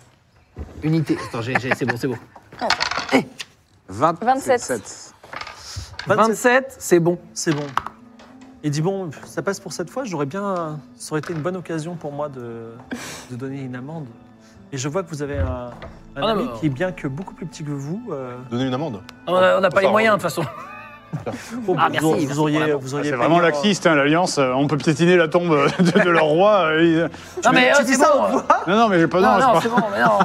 Speaker 5: Unité. Attends, j'ai- j'ai- c'est bon, c'est bon.
Speaker 4: 27.
Speaker 6: 27.
Speaker 2: 27,
Speaker 5: 27, c'est bon.
Speaker 2: c'est bon. Il dit bon, ça passe pour cette fois, j'aurais bien. Ça aurait été une bonne occasion pour moi de, de donner une amende. Et je vois que vous avez un, un
Speaker 5: Ah non,
Speaker 2: ami
Speaker 5: mais-
Speaker 2: qui est bien que beaucoup plus petit que vous. euh,
Speaker 7: donner une amende.
Speaker 5: On a- on n'a pas
Speaker 7: Enfin,
Speaker 5: les moyens
Speaker 7: on-
Speaker 5: de toute façon.
Speaker 2: bon,
Speaker 5: Ah,
Speaker 2: vous,
Speaker 5: merci,
Speaker 2: aur-
Speaker 5: merci
Speaker 2: vous
Speaker 5: pour
Speaker 2: auriez,
Speaker 5: l'amende.
Speaker 2: vous
Speaker 3: Ah,
Speaker 2: auriez
Speaker 3: C'est
Speaker 2: failli,
Speaker 3: vraiment
Speaker 2: euh,
Speaker 3: laxiste, hein, l'Alliance. euh, On peut piétiner la tombe euh, de, de leur roi. euh, ils-
Speaker 5: Non mais euh,
Speaker 2: Tu dis
Speaker 5: c'est
Speaker 2: ça
Speaker 5: bon.
Speaker 2: au roi
Speaker 3: Non, non, mais j'ai pas.
Speaker 5: Non,
Speaker 3: Non,
Speaker 5: non,
Speaker 3: c'est
Speaker 5: c'est bon, mais non.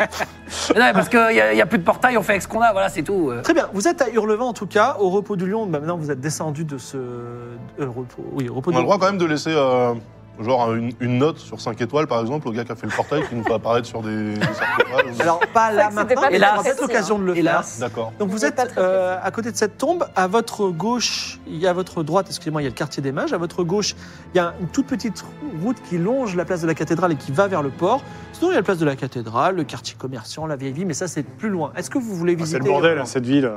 Speaker 5: euh. mais non, mais parce qu'il n'y a, y a plus de portail, on fait avec ce qu'on a, voilà, c'est tout. euh.
Speaker 2: Très bien, vous êtes à Hurlevent en tout cas, au repos du lion. Bah, maintenant vous êtes descendu de ce. euh, repos, oui, au repos
Speaker 7: On
Speaker 2: du
Speaker 7: a le droit
Speaker 2: lion.
Speaker 7: quand même de laisser euh, genre une, une note sur 5 étoiles par exemple au gars qui a fait le portail qui nous fait apparaître sur des, des sarcophages.
Speaker 2: Alors, pas là
Speaker 6: que c'était
Speaker 2: maintenant,
Speaker 6: pas
Speaker 2: mais on
Speaker 5: très
Speaker 2: aura peut-être
Speaker 6: précis,
Speaker 2: l'occasion de le faire.
Speaker 5: Hélas.
Speaker 7: D'accord.
Speaker 2: Donc vous
Speaker 6: C'était
Speaker 2: êtes
Speaker 6: pas très
Speaker 2: euh, à côté de cette tombe, à votre gauche, il y a à votre droite, excusez-moi, il y a le quartier des mages, à votre gauche, il y a une toute petite route qui longe la place de la cathédrale et qui va vers le port. Sinon, il y a la place de la cathédrale, le quartier commerçant, la vieille ville, mais ça c'est plus loin. Est-ce que vous voulez
Speaker 3: Ah,
Speaker 2: visiter
Speaker 3: C'est le bordel,
Speaker 2: euh,
Speaker 3: hein, cette ville.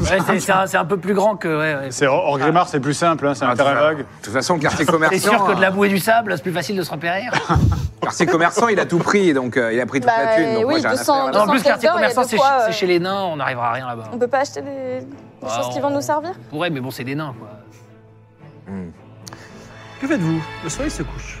Speaker 5: Ouais, c'est- c'est un, c'est un peu plus grand que. ouais, ouais.
Speaker 3: C'est hors Grimard, c'est plus simple, hein, c'est un
Speaker 4: Ah, de toute
Speaker 3: terrain
Speaker 4: fa-
Speaker 3: vague.
Speaker 4: De toute façon, le quartier
Speaker 5: C'est
Speaker 4: commerçant,
Speaker 5: sûr que de la
Speaker 4: hein,
Speaker 5: boue et du sable, c'est plus facile de se repérer.
Speaker 4: le quartier commerçant, il a tout pris, donc euh, il a pris toute
Speaker 6: Bah,
Speaker 4: la thune. Donc moi,
Speaker 6: oui,
Speaker 4: j'ai rien à
Speaker 6: 200,
Speaker 4: faire, là.
Speaker 5: Non, en
Speaker 6: Sans
Speaker 5: plus, quartier
Speaker 6: trésor, il y a
Speaker 5: commerçant,
Speaker 6: de
Speaker 5: c'est
Speaker 6: quoi,
Speaker 5: chez-
Speaker 6: euh,
Speaker 5: c'est chez les nains, on n'arrivera à rien là-bas.
Speaker 6: On peut pas acheter des, des
Speaker 5: Bah,
Speaker 6: choses qui
Speaker 5: on-
Speaker 6: vont nous servir
Speaker 5: On pourrait, mais bon, c'est des nains, quoi.
Speaker 2: Que faites-vous Le soleil se couche.